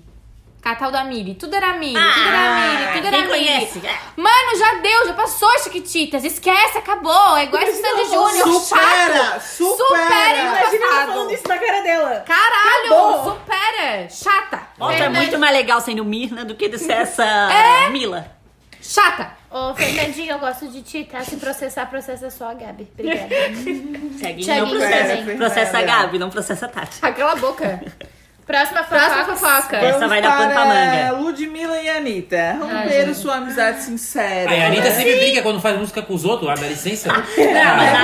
Speaker 2: Com a tal da Mili. Tudo era Mili, tudo era Mili, tudo era
Speaker 4: Quem
Speaker 2: Mili.
Speaker 4: conhece? É,
Speaker 2: Mano, já deu, já passou as chiquititas. Esquece, acabou. É igual esse Sandy Júnior,
Speaker 8: Supera!
Speaker 2: chato. Supera!
Speaker 8: Supera! Imagina ela
Speaker 2: Passado.
Speaker 8: falando isso na cara dela.
Speaker 2: Caralho,
Speaker 8: Acabou.
Speaker 2: supera. Chata.
Speaker 4: Outra é
Speaker 2: Fernanda-
Speaker 4: muito mais legal sendo Mirna do que de ser essa
Speaker 8: É.
Speaker 4: Mila.
Speaker 2: Chata.
Speaker 3: Ô, Fernandinho, eu gosto de ti, tá? Se processar, processa só a Gabi. Obrigada.
Speaker 4: Segue.
Speaker 3: Tchau,
Speaker 4: Não
Speaker 3: Lívia,
Speaker 4: processa.
Speaker 3: também.
Speaker 4: Processa a Gabi, não processa a Tati.
Speaker 2: Aquela Tá, boca. Tá.
Speaker 3: Próxima
Speaker 2: Próxima
Speaker 3: fofoca.
Speaker 2: fofoca.
Speaker 4: Essa
Speaker 6: Vamos
Speaker 4: vai dar pano pra
Speaker 6: para
Speaker 4: manga.
Speaker 6: Ludmilla e Anitta. Romperam sua amizade sincera.
Speaker 1: Aí a
Speaker 2: ah.
Speaker 1: Anitta sempre briga quando faz música com os outros. Ah, dá licença. Ah,
Speaker 4: Mas a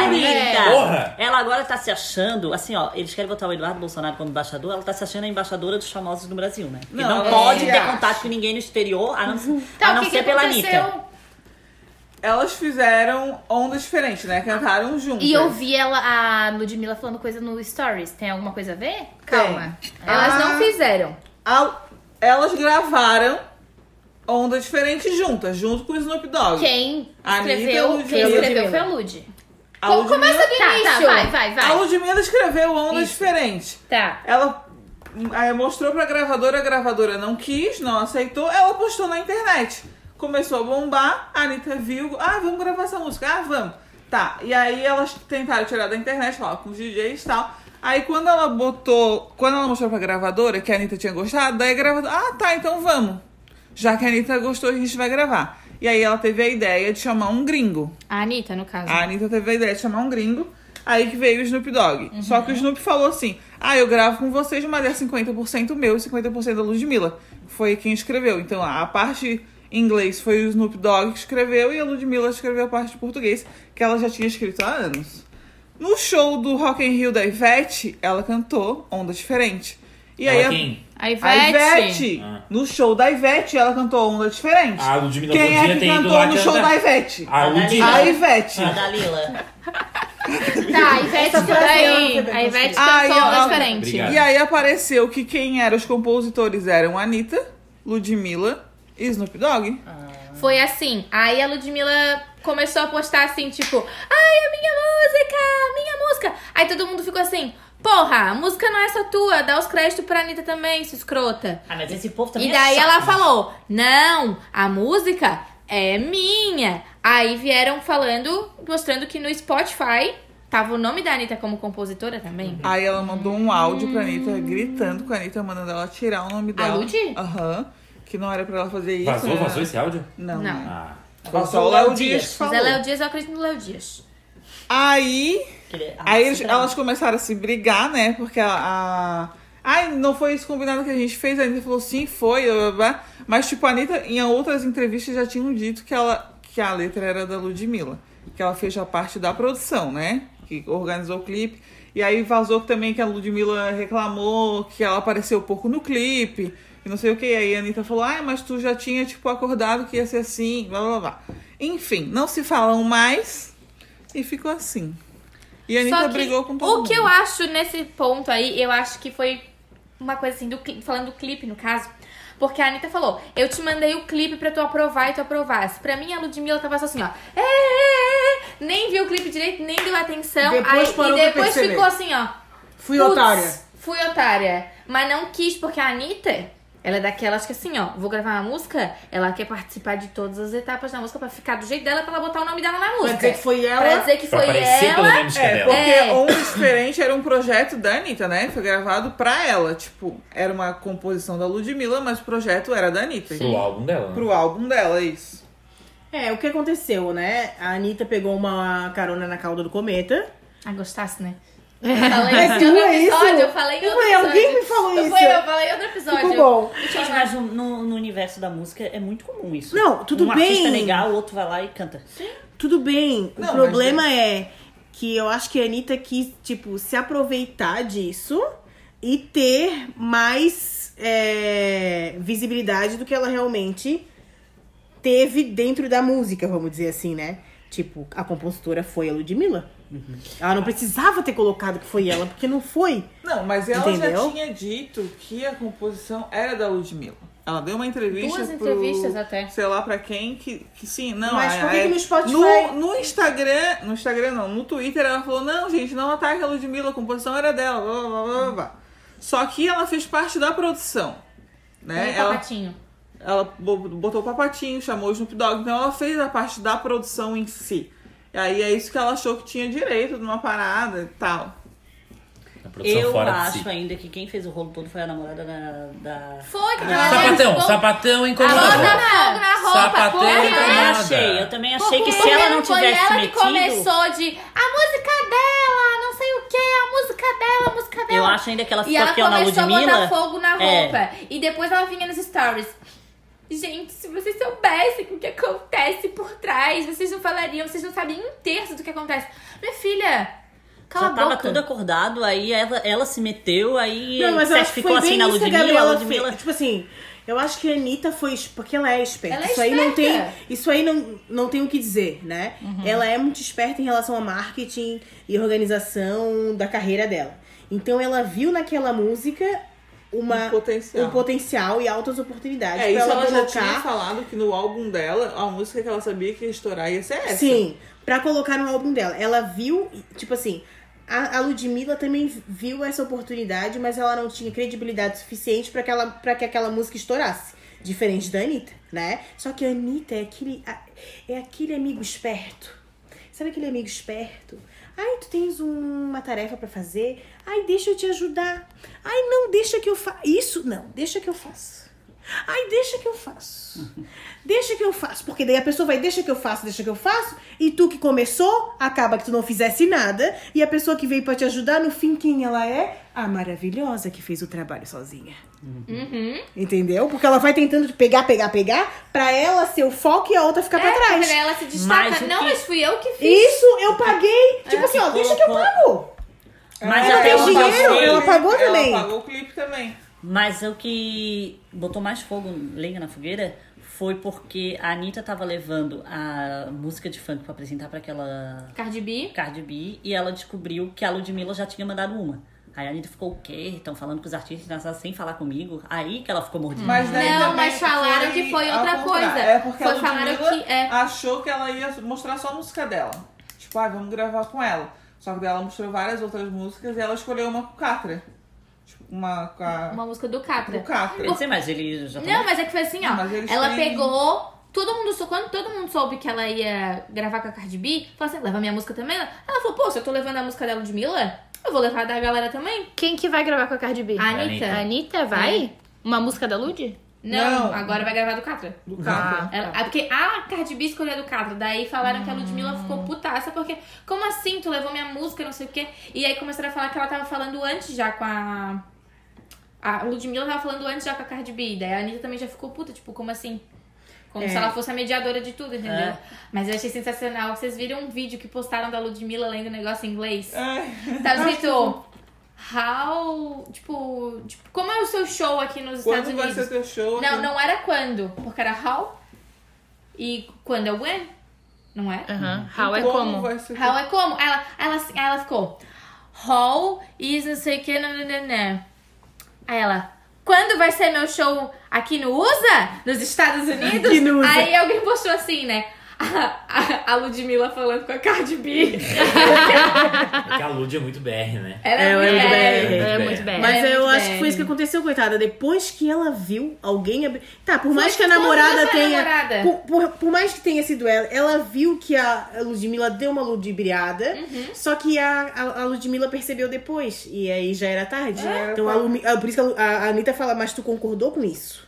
Speaker 1: Porra!
Speaker 4: Anitta, ela agora tá se achando, assim, ó, eles querem botar o Eduardo Bolsonaro como embaixador, ela tá se achando a embaixadora dos famosos no Brasil, né? Que
Speaker 6: Não,
Speaker 4: não,
Speaker 6: ela
Speaker 4: pode
Speaker 6: é.
Speaker 4: ter contato com ninguém no exterior, a não, a
Speaker 3: Tá,
Speaker 4: não
Speaker 3: o que,
Speaker 4: ser
Speaker 3: que
Speaker 4: pela
Speaker 3: aconteceu?
Speaker 4: Anitta.
Speaker 6: Elas fizeram ondas diferentes, né? Cantaram juntas.
Speaker 3: E eu vi ela, a Ludmilla falando coisa no Stories. Tem alguma coisa a ver?
Speaker 2: Calma.
Speaker 6: Ah.
Speaker 2: Elas não fizeram.
Speaker 6: A- Elas gravaram ondas diferentes juntas, junto com o Snoop Dogg.
Speaker 3: Quem
Speaker 6: A Anitta
Speaker 3: escreveu,
Speaker 6: e a
Speaker 3: quem
Speaker 6: Ludmilla.
Speaker 3: escreveu foi a Lud.
Speaker 6: A
Speaker 2: Como
Speaker 6: Ludmilla-
Speaker 2: começa do
Speaker 3: Tá, tá,
Speaker 2: início?
Speaker 3: vai, vai,
Speaker 6: A
Speaker 3: vai.
Speaker 6: Ludmilla escreveu ondas diferentes.
Speaker 3: Tá.
Speaker 6: Ela eh, mostrou pra gravadora, a gravadora não quis, não aceitou, ela postou na internet. Começou a bombar, a Anitta viu, ah, vamos gravar essa música, ah, vamos. Tá, e aí elas tentaram tirar da internet, falar com os DJs e tal. Aí quando ela botou, quando ela mostrou pra gravadora que a Anitta tinha gostado, daí a gravadora, ah, tá, então vamos. Já que a Anitta gostou, a gente vai gravar. E aí ela teve a ideia de chamar um gringo.
Speaker 2: A Anitta, no caso.
Speaker 6: A Anitta teve a ideia de chamar um gringo. Aí que veio o Snoop Dogg. Só que o Snoop falou assim: Ah, eu gravo com vocês, mas é 50% meu e 50% da Ludmilla. Foi quem escreveu. Então a parte em inglês foi o Snoop Dogg que escreveu e a Ludmilla escreveu a parte de português, que ela já tinha escrito há anos. No show do Rock in Rio da Ivete, ela cantou Onda Diferente. E aí
Speaker 1: Ela
Speaker 6: a-
Speaker 1: quem?
Speaker 2: A
Speaker 6: a
Speaker 2: Ivete.
Speaker 6: Ivete,
Speaker 1: Ah.
Speaker 6: no show da Ivete, ela cantou Onda Diferente.
Speaker 1: A Ludmilla
Speaker 6: quem é
Speaker 1: podia
Speaker 6: que
Speaker 1: ter ido
Speaker 6: cantou
Speaker 1: lá
Speaker 6: no show
Speaker 1: cantar.
Speaker 6: da Ivete?
Speaker 1: A Ah. Ludmilla.
Speaker 6: A Ivete.
Speaker 4: A Dalila.
Speaker 3: Tá, a Ivete
Speaker 2: Peraí, a Ivete
Speaker 6: Ai,
Speaker 2: cantou
Speaker 6: Ah, eu-
Speaker 2: algo diferente.
Speaker 1: Obrigado.
Speaker 6: E aí apareceu que quem eram os compositores eram Anitta, Ludmilla e Snoop Dogg.
Speaker 2: Foi assim. Aí a Ludmilla começou a postar assim, tipo, ai, a minha música, a minha música. Aí todo mundo ficou assim, porra, a música não é só tua, dá os créditos pra Anitta também, se escrota.
Speaker 4: Ah, mas esse povo também
Speaker 2: E daí
Speaker 4: é chato.
Speaker 2: ela falou: Não, a música é minha. Aí vieram falando, mostrando que no Spotify tava o nome da Anitta como compositora também.
Speaker 6: Aí ela mandou um áudio pra Anitta gritando com a Anitta, mandando ela tirar o nome dela.
Speaker 3: Lud?
Speaker 6: Aham. que não era pra ela fazer isso.
Speaker 1: Vazou,
Speaker 6: né?
Speaker 1: vazou esse áudio?
Speaker 6: Não.
Speaker 2: Não.
Speaker 6: né?
Speaker 1: Ah.
Speaker 6: Foi só o Léo Dias que
Speaker 2: Mas
Speaker 6: falou.
Speaker 2: é Léo Dias, eu acredito no Léo Dias.
Speaker 6: Aí
Speaker 4: Aquele- ah,
Speaker 6: Aí eles-
Speaker 4: super-
Speaker 6: elas começaram a se brigar, né? Porque a. a... Ai, não foi isso combinado que a gente fez? A Anitta falou sim, foi. blá, blá, blá. Mas, tipo, a Anitta, em outras entrevistas, já tinham dito que, ela, que a letra era da Ludmilla. Que ela fez a parte da produção, né? Que organizou o clipe. E aí vazou também que a Ludmilla reclamou que ela apareceu pouco no clipe. E não sei o que. Aí a Anitta falou, ai, mas tu já tinha, tipo, acordado que ia ser assim, blá blá blá. Enfim, não se falam mais. E ficou assim. E a Anitta
Speaker 2: que
Speaker 6: brigou com todo
Speaker 2: o
Speaker 6: mundo.
Speaker 2: que eu acho nesse ponto aí, eu acho que foi uma coisa assim, do cli- falando do clipe, no caso. Porque a Anitta falou, eu te mandei o clipe pra tu aprovar e tu aprovasse. Pra mim, a Ludmilla tava só assim, ó. "É, é, é", nem viu o clipe direito, nem deu atenção.
Speaker 8: Depois
Speaker 2: aí,
Speaker 8: parou
Speaker 2: e
Speaker 8: pra
Speaker 2: depois
Speaker 8: perceber.
Speaker 2: ficou assim, ó.
Speaker 8: Fui
Speaker 2: Putz,
Speaker 8: otária.
Speaker 2: Fui otária. Mas não quis, porque a Anitta Ela é daquelas que assim, ó, vou gravar uma música, ela quer participar de todas as etapas da música pra ficar do jeito dela, pra ela botar o nome dela na
Speaker 8: Pra
Speaker 2: música.
Speaker 8: dizer que foi ela.
Speaker 2: Pra dizer que
Speaker 1: Pra
Speaker 2: foi
Speaker 1: parecer
Speaker 2: ela.
Speaker 1: pelo menos que é
Speaker 6: É,
Speaker 1: dela.
Speaker 6: porque
Speaker 2: É.
Speaker 6: Um Diferente era um projeto da Anitta, né? Foi gravado pra ela. Tipo, era uma composição da Ludmilla, mas o projeto era da Anitta.
Speaker 1: Pro álbum dela. né?
Speaker 6: Pro álbum dela, é isso.
Speaker 8: É, o que aconteceu, né? A Anitta pegou uma carona na cauda do cometa.
Speaker 2: Ah, gostasse, né? Eu falei isso
Speaker 8: Mas
Speaker 2: em
Speaker 8: tu
Speaker 2: outro
Speaker 8: é isso?
Speaker 2: episódio, eu falei em
Speaker 8: Eu
Speaker 2: outro
Speaker 8: falei,
Speaker 2: episódio.
Speaker 8: alguém me falou
Speaker 2: Não
Speaker 8: isso.
Speaker 2: Foi eu, eu falei em outro episódio.
Speaker 8: Ficou bom.
Speaker 4: Gente, mas no, no- no universo da música é muito comum isso.
Speaker 8: Não, tudo
Speaker 4: um Um artista
Speaker 8: bem.
Speaker 4: legal, o outro vai lá e canta.
Speaker 8: Tudo bem. O
Speaker 6: Não, mas
Speaker 8: problema é que eu acho que a Anitta quis, tipo, se aproveitar disso e ter mais é, visibilidade do que ela realmente teve dentro da música, vamos dizer assim, né? Tipo, a compositora foi a Ludmilla.
Speaker 6: Uhum.
Speaker 8: Ela não precisava ter colocado que foi ela, porque não foi.
Speaker 6: Não, mas ela já
Speaker 8: Entendeu?
Speaker 6: tinha dito que a composição era da Ludmilla. Ela deu uma entrevista
Speaker 2: Duas
Speaker 6: pro-
Speaker 2: entrevistas até.
Speaker 6: Sei lá pra quem que, que sim, não.
Speaker 8: Mas
Speaker 6: a-
Speaker 8: por que
Speaker 6: a-
Speaker 8: que no Spotify-
Speaker 6: No, no Instagram, no Instagram não, no Twitter ela falou, não, gente, não ataque a Ludmilla, a composição era dela, blá, blá, blá, blá, blá. Só que ela fez parte da produção,
Speaker 1: É,
Speaker 6: né?
Speaker 2: Um
Speaker 6: Ela,
Speaker 2: papatinho.
Speaker 6: ela bo- botou o papatinho, chamou o Snoop Dogg, então ela fez a parte da produção em si. E aí é isso que ela achou que tinha direito numa parada e tal.
Speaker 1: A produção
Speaker 4: Eu
Speaker 1: fora
Speaker 4: acho
Speaker 1: de si.
Speaker 4: ainda que quem fez o rolo todo foi a namorada da. da-
Speaker 2: Foi que
Speaker 1: Ah.
Speaker 2: ela
Speaker 1: Sapatão, sapatão
Speaker 2: Bota
Speaker 1: incomodou.
Speaker 2: fogo na roupa,
Speaker 1: Sapatão tá
Speaker 2: põe
Speaker 4: Eu também
Speaker 1: nada.
Speaker 4: achei, eu também achei que
Speaker 2: Porque
Speaker 4: se ela não
Speaker 2: foi
Speaker 4: tivesse
Speaker 2: ela que
Speaker 4: metido.
Speaker 2: começou de a música dela, não sei o que, a música dela, a música dela.
Speaker 4: Eu acho ainda que ela
Speaker 2: e
Speaker 4: ficou
Speaker 2: ela
Speaker 4: aqui ó, na
Speaker 2: começou a botar
Speaker 4: Ludmilla.
Speaker 2: fogo na
Speaker 4: É.
Speaker 2: roupa. E depois ela vinha nos stories. Gente, se vocês soubessem o que acontece por trás, vocês não falariam, vocês não sabem um terço do que acontece. Minha filha, cala
Speaker 4: Já
Speaker 2: a
Speaker 4: tava
Speaker 2: boca.
Speaker 4: tudo acordado, aí ela, ela se meteu, aí
Speaker 8: Não, mas eu acho que
Speaker 4: ficou
Speaker 8: foi
Speaker 4: assim
Speaker 8: bem
Speaker 4: na
Speaker 8: isso que a
Speaker 4: Ludmilla, a
Speaker 8: Gabriela
Speaker 4: Ludmilla.
Speaker 8: fez. Tipo assim, eu acho que a Anitta foi... es- Porque ela é esperta.
Speaker 2: Ela é
Speaker 8: isso aí não tem,
Speaker 2: esperta.
Speaker 8: isso aí não, não tem o que dizer, né?
Speaker 4: Uhum.
Speaker 8: Ela é muito esperta em relação a marketing e organização da carreira dela. Então ela viu naquela música uma,
Speaker 6: Um potencial.
Speaker 8: um potencial e altas oportunidades
Speaker 6: É, isso
Speaker 8: pra ela,
Speaker 6: ela já tinha
Speaker 8: colocar.
Speaker 6: falado que no álbum dela, a música que ela sabia que ia estourar ia ser essa.
Speaker 8: Sim, pra colocar no álbum dela. Ela viu, tipo assim, a, a Ludmilla também viu essa oportunidade, mas ela não tinha credibilidade suficiente pra que, ela, pra que aquela música estourasse. Diferente da Anitta, né? Só que a Anitta é aquele, a- é aquele amigo esperto. Sabe aquele amigo esperto? Ai, tu tens um- uma tarefa pra fazer? Ai, deixa eu te ajudar. Ai, não, deixa que eu faça. Isso, não, deixa que eu faço. Ai, deixa que eu faço. Deixa que eu faço. Porque daí a pessoa vai, deixa que eu faço, deixa que eu faço. E tu que começou, acaba que tu não fizesse nada. E a pessoa que veio pra te ajudar, no fim, quem ela é? A maravilhosa que fez o trabalho sozinha. Entendeu? Porque ela vai tentando te pegar, pegar, pegar. Pra ela ser o foco e a outra ficar pra trás.
Speaker 2: Porque É, né, Ela se destaca.
Speaker 4: Mas o
Speaker 2: não,
Speaker 4: que-
Speaker 2: mas fui eu que fiz.
Speaker 8: Isso eu paguei.
Speaker 2: É.
Speaker 8: Tipo assim, ó, deixa que eu pago.
Speaker 4: Mas
Speaker 8: É, Ela
Speaker 4: até
Speaker 8: tem
Speaker 4: o
Speaker 8: dinheiro,
Speaker 4: Brasil-
Speaker 8: ela pagou também.
Speaker 6: Ela pagou o clipe também.
Speaker 4: Mas o que botou mais fogo, lenha na fogueira, foi porque a Anitta tava levando a música de funk pra apresentar pra aquela
Speaker 2: Cardi B.
Speaker 4: Cardi B e ela descobriu que a Ludmilla já tinha mandado uma. Aí a Anitta ficou, o quê? Estão falando com os artistas na sala sem falar comigo? Aí que ela ficou mordida.
Speaker 6: Mas daí
Speaker 2: Não,
Speaker 6: também
Speaker 2: mas falaram que foi
Speaker 6: ao
Speaker 2: outra
Speaker 6: contrário.
Speaker 2: coisa.
Speaker 6: É porque
Speaker 2: Foi-
Speaker 6: a Ludmilla
Speaker 2: falaram que- é.
Speaker 6: achou que ela ia mostrar só a música dela. Tipo, ah, vamos gravar com ela. Só que daí ela mostrou várias outras músicas e ela escolheu uma com o Catra. Tipo, uma com a...
Speaker 2: Uma música do Capra.
Speaker 6: com o Catra.
Speaker 4: Não sei, mas ele já tá tava...
Speaker 2: Não, mas é que foi assim, ó.
Speaker 6: Não, mas eles
Speaker 2: Ela
Speaker 6: têm-
Speaker 2: pegou. Todo mundo, sou- quando todo mundo soube que ela ia gravar com a Cardi B, falou assim: leva minha música também. Ela falou: pô, se eu tô levando a música dela de Mila, eu vou levar a da galera também.
Speaker 7: Quem que vai gravar com a Cardi B?
Speaker 2: A Anitta.
Speaker 7: A Anitta vai? Uma música da Lud?
Speaker 2: Não,
Speaker 6: Não.
Speaker 2: agora vai gravar do Catra.
Speaker 6: Do Catra.
Speaker 2: Ela, ah, porque a Cardi B escolheu do Catra. Daí falaram que a Ludmilla
Speaker 6: Hum.
Speaker 2: ficou putaça, porque como assim tu levou minha música, não sei o quê. E aí começaram a falar que ela tava falando antes já com a. A Ludmilla tava falando antes já com a Cardi B. Daí a Anitta também já ficou puta, tipo, como assim? Como
Speaker 6: É.
Speaker 2: se ela fosse a mediadora de tudo, entendeu?
Speaker 4: É.
Speaker 2: Mas eu achei sensacional. Vocês viram um vídeo que postaram da Ludmilla lendo o negócio em inglês?
Speaker 6: É. Ai,
Speaker 2: Tá escrito. How. Tipo, tipo, como é o seu show aqui nos Estados
Speaker 6: quando vai
Speaker 2: Unidos?
Speaker 6: ser teu show? assim?
Speaker 2: Não, não era quando, porque era how e quando é when, não é?
Speaker 7: Aham. How é
Speaker 6: Como
Speaker 7: como?
Speaker 6: vai ser
Speaker 2: How é como? Aí Ela, ela, assim- aí ela ficou how is não sei o que, nananana. Aí ela, quando vai ser meu show aqui no USA, nos Estados Unidos?
Speaker 8: Aqui no USA.
Speaker 2: Aí alguém postou assim, né? A, a, a Ludmilla falando com a Cardi B.
Speaker 1: É que a Lud é muito né? BR, né?
Speaker 2: Ela
Speaker 8: É,
Speaker 2: é,
Speaker 8: ela é
Speaker 2: mulher.
Speaker 8: mulher.
Speaker 7: É, muito bem.
Speaker 8: Mas
Speaker 2: É,
Speaker 8: eu
Speaker 2: muito
Speaker 8: acho que foi isso que aconteceu, coitada. Depois que ela viu alguém abrir. Tá, por mais que a
Speaker 2: esposa
Speaker 8: namorada
Speaker 2: da
Speaker 8: tenha.
Speaker 2: é namorada.
Speaker 8: Por, por- por mais que tenha sido ela, ela viu que a Ludmilla deu uma ludibriada.
Speaker 4: Uhum.
Speaker 8: Só que a, a, a Ludmilla percebeu depois. E aí já era tarde.
Speaker 4: É,
Speaker 8: Então a Lumi- ah, por isso que a, a Anitta fala, mas tu concordou com isso?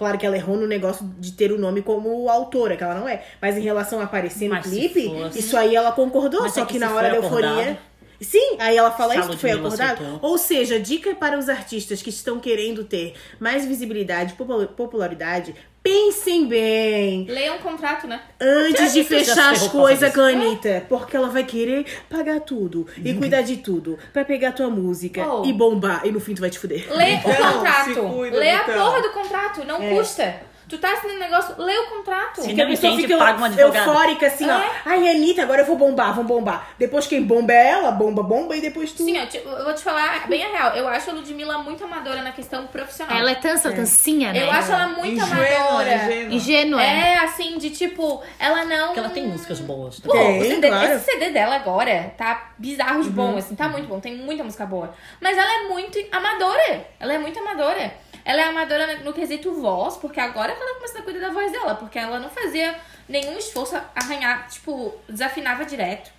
Speaker 8: Claro que ela errou no negócio de ter o nome como autora, que ela não é. Mas em relação a aparecer no
Speaker 4: Mas se
Speaker 8: clipe,
Speaker 4: fosse-
Speaker 8: isso aí ela concordou,
Speaker 4: Mas
Speaker 8: só
Speaker 4: é
Speaker 8: que,
Speaker 4: que
Speaker 8: na
Speaker 4: se
Speaker 8: hora da
Speaker 4: foi
Speaker 8: euforia.
Speaker 4: acordado.
Speaker 8: Sim, aí ela fala
Speaker 4: Se a
Speaker 8: isso, foi
Speaker 4: Ludmilla
Speaker 8: acordado.
Speaker 4: soltou.
Speaker 8: Ou seja, dica para os artistas que estão querendo ter mais visibilidade, popula- popularidade, pensem bem
Speaker 2: Leia um contrato, né?
Speaker 8: antes de
Speaker 4: Isso já
Speaker 8: fechar as
Speaker 4: ferrou fazer
Speaker 8: coisas com a Anitta, porque ela vai querer pagar tudo e
Speaker 4: Uhum.
Speaker 8: cuidar de tudo pra pegar tua música
Speaker 2: Oh.
Speaker 8: e bombar e no fim tu vai te
Speaker 4: É
Speaker 8: fuder.
Speaker 2: Lê o
Speaker 6: Então, se
Speaker 2: contrato.
Speaker 6: cuida,
Speaker 2: Lê a
Speaker 6: então.
Speaker 2: porra do contrato, não custa. Tu tá assinando negócio, lê o contrato.
Speaker 4: Sim.
Speaker 8: Porque a
Speaker 4: não
Speaker 8: pessoa
Speaker 4: entende,
Speaker 8: fica eu-
Speaker 4: paga É. um advogado.
Speaker 8: eufórica assim, ó. Ai, Anitta, agora eu vou bombar, vou bombar. Depois quem bomba é ela, bomba, bomba e depois tu.
Speaker 2: Sim, eu, te- eu vou te falar bem a real. Eu acho a Ludmilla muito amadora na questão profissional.
Speaker 3: Ela é tança, tancinha, né?
Speaker 2: Eu acho ela muito amadora.
Speaker 6: né,
Speaker 3: Ingênua.
Speaker 2: É, assim, de tipo, ela não.
Speaker 4: Porque ela tem músicas boas. tá
Speaker 2: Pô,
Speaker 4: também.
Speaker 8: Tem,
Speaker 2: o CD,
Speaker 8: claro.
Speaker 2: esse CD dela agora tá bizarro de bom, assim, tá muito bom, tem muita música boa. Mas ela é muito amadora. Ela é muito amadora. Ela é amadora no quesito voz, porque agora que ela começou a cuidar da voz dela, porque ela não fazia nenhum esforço a arranhar, tipo, desafinava direto.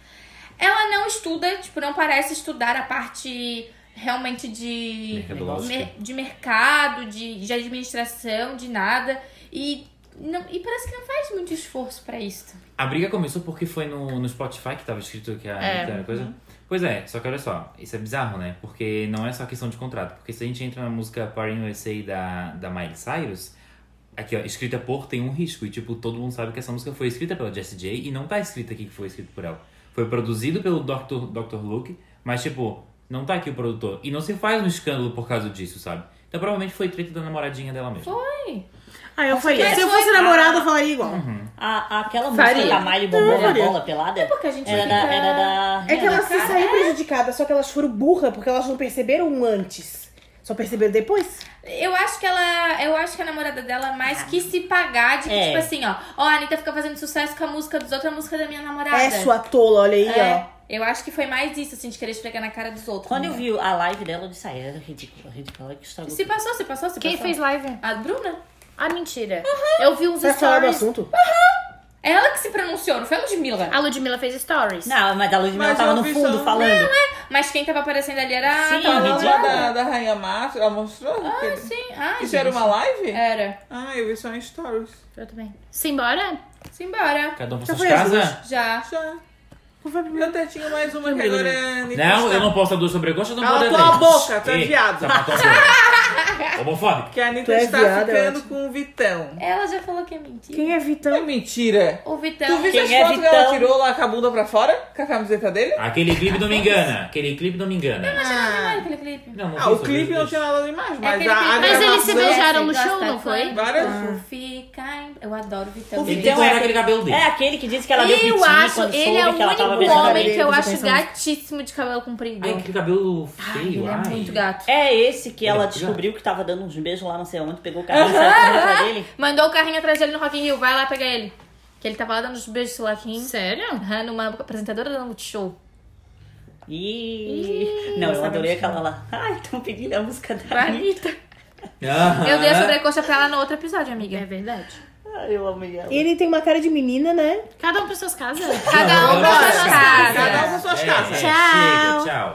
Speaker 2: Ela não estuda, tipo, não parece estudar a parte realmente de
Speaker 10: Mercadológica.
Speaker 2: mer- de mercado, de, de administração, de nada. E, não, e parece que não faz muito esforço pra isso.
Speaker 10: A briga começou porque foi no, no Spotify que tava escrito que a
Speaker 8: É,
Speaker 10: Anitta era
Speaker 8: uhum.
Speaker 10: coisa. Pois é, só que olha só, isso é bizarro, né? Porque não é só questão de contrato. Porque se a gente entra na música Party in USA da, da Miley Cyrus, aqui ó, escrita por tem um risco. E tipo, todo mundo sabe que essa música foi escrita pela Jessie J e não tá escrita aqui que foi escrito por ela. Foi produzido pelo Dr. Dr. Luke, mas tipo, não tá aqui o produtor. E não se faz um escândalo por causa disso, sabe? Então provavelmente foi treta da namoradinha dela mesmo.
Speaker 8: Ah, eu falei.
Speaker 2: mas
Speaker 8: Se eu
Speaker 2: foi-
Speaker 8: fosse namorada, eu falaria igual.
Speaker 4: A, aquela
Speaker 2: Faria.
Speaker 4: música da Miley Bombou na
Speaker 8: faria.
Speaker 4: bola pelada
Speaker 2: Porque a gente
Speaker 4: era da,
Speaker 2: fica-
Speaker 4: era da.
Speaker 8: É que
Speaker 4: Rihanna.
Speaker 8: elas se saíram prejudicadas, só que elas foram burras porque elas não perceberam um antes. Só perceberam depois.
Speaker 2: Eu acho que ela. Eu acho que a namorada dela mais quis se pagar de que,
Speaker 4: É.
Speaker 2: tipo assim, ó. Ó, a Anitta fica fazendo sucesso com a música dos outros, a música da minha namorada.
Speaker 8: É sua tola, olha aí,
Speaker 2: É.
Speaker 8: ó.
Speaker 2: Eu acho que foi mais isso, assim, de querer esfregar na cara dos outros.
Speaker 4: Quando eu
Speaker 2: né?
Speaker 4: vi a live dela, eu disse, ah, era ridícula, ridícula, ela que estragou.
Speaker 2: Se passou, se passou, se
Speaker 3: Quem
Speaker 2: passou.
Speaker 3: fez live?
Speaker 2: A Bruna.
Speaker 11: Ah, mentira.
Speaker 3: Eu vi uns
Speaker 8: Vai falar do
Speaker 3: stories.
Speaker 8: assunto?
Speaker 2: Ela que se pronunciou, não foi a Ludmilla.
Speaker 11: A Ludmilla fez stories.
Speaker 4: Não, mas a Ludmilla
Speaker 6: Mas
Speaker 4: tava
Speaker 6: eu
Speaker 4: no
Speaker 6: vi
Speaker 4: fundo
Speaker 6: só-
Speaker 4: falando.
Speaker 2: Mas quem tava aparecendo ali era
Speaker 4: Sim,
Speaker 2: a Thelma.
Speaker 4: ridículo.
Speaker 6: Falava da, da Rainha Márcia, ela mostrou? Ah,
Speaker 2: Sim, É. ah,
Speaker 6: Isso
Speaker 2: gente.
Speaker 6: era uma live?
Speaker 2: Era.
Speaker 6: Ah, eu vi só em stories.
Speaker 11: Eu também.
Speaker 3: Simbora?
Speaker 2: Simbora.
Speaker 10: Cada um pra
Speaker 8: Já
Speaker 10: suas
Speaker 8: foi as
Speaker 10: casas.
Speaker 8: duas?
Speaker 2: Já.
Speaker 6: Já. Eu até tinha mais uma que agora é Anitta
Speaker 10: Não,
Speaker 8: Tá.
Speaker 6: Starr.
Speaker 10: eu não posso dar duas sobrecoxas, eu não
Speaker 6: Cala
Speaker 10: vou dar
Speaker 6: tua
Speaker 10: dez.
Speaker 6: boca, tu é
Speaker 10: Ei, tá
Speaker 6: viado.
Speaker 10: sapatão viado. Homofóbico.
Speaker 6: Que a
Speaker 8: Tu
Speaker 6: Anitta
Speaker 8: é
Speaker 6: está
Speaker 8: viada,
Speaker 6: ficando
Speaker 8: ótimo.
Speaker 6: com o Vitão.
Speaker 2: Ela já falou que é mentira.
Speaker 8: Quem é
Speaker 6: É
Speaker 8: Vitão?
Speaker 6: mentira.
Speaker 2: O
Speaker 6: Tu
Speaker 2: Então, Vitão.
Speaker 6: viste as
Speaker 4: Quem é
Speaker 6: fotos que ela
Speaker 4: Vitão?
Speaker 6: tirou lá com a bunda pra fora? Com a camiseta dele?
Speaker 10: Aquele clipe não me engana. Aquele clipe não me engana.
Speaker 2: Ah, aquele clipe.
Speaker 10: Não, não
Speaker 6: Ah,
Speaker 10: foi
Speaker 6: o
Speaker 10: sobre
Speaker 6: clipe
Speaker 10: isso.
Speaker 6: não tinha nada demais,
Speaker 2: É
Speaker 6: mas
Speaker 2: aquele
Speaker 6: a, tá a
Speaker 2: clipe-
Speaker 3: Mas eles se
Speaker 6: gravação-
Speaker 3: beijaram no
Speaker 2: Gosta
Speaker 3: show, não foi?
Speaker 2: quando
Speaker 6: Várias-
Speaker 2: tu Fica... em- Eu adoro o Vitão.
Speaker 4: O
Speaker 10: Ele
Speaker 4: Vitão
Speaker 10: tem
Speaker 4: é
Speaker 10: que aquele cabelo dele.
Speaker 4: É aquele que disse que ela deu
Speaker 2: eu
Speaker 4: pitinho
Speaker 2: acho,
Speaker 4: quando
Speaker 2: ele
Speaker 4: soube
Speaker 2: é o
Speaker 4: que ela tava
Speaker 2: único
Speaker 4: beijando
Speaker 2: homem
Speaker 4: ele.
Speaker 2: que eu
Speaker 8: Tô
Speaker 2: acho
Speaker 8: pensando.
Speaker 2: gatíssimo de cabelo comprido.
Speaker 10: Ai, aquele cabelo
Speaker 2: Ai,
Speaker 10: feio,
Speaker 2: ele é
Speaker 10: ai.
Speaker 2: muito gato.
Speaker 4: É esse que ela
Speaker 10: Ele é
Speaker 4: descobriu que tava dando uns beijos lá, não sei onde, pegou o carro e saiu correndo pra dele.
Speaker 2: Mandou o carrinho atrás dele no Rock in Rio. Vai lá pegar ele. Que ele tava lá dando uns beijos lá aqui.
Speaker 3: Sério?
Speaker 2: Aham, numa apresentadora da Multishow.
Speaker 4: Ih, não, eu adorei aquela lá. Ai, estão pedindo a música da Anitta.
Speaker 10: Aham.
Speaker 2: Eu dei
Speaker 4: Ah.
Speaker 2: a sobrecoxa pra ela no outro episódio,
Speaker 3: É
Speaker 2: amiga.
Speaker 3: verdade.
Speaker 4: Ai, eu amei ela.
Speaker 8: Ele tem uma cara de menina, né?
Speaker 3: Cada um pra suas casas.
Speaker 2: Cada um
Speaker 10: Não,
Speaker 2: pra
Speaker 10: eu
Speaker 2: suas
Speaker 10: acho.
Speaker 6: Cada um
Speaker 2: casas.
Speaker 6: com suas
Speaker 10: É,
Speaker 6: casas.
Speaker 10: é,
Speaker 3: Tchau.
Speaker 10: Chega, tchau.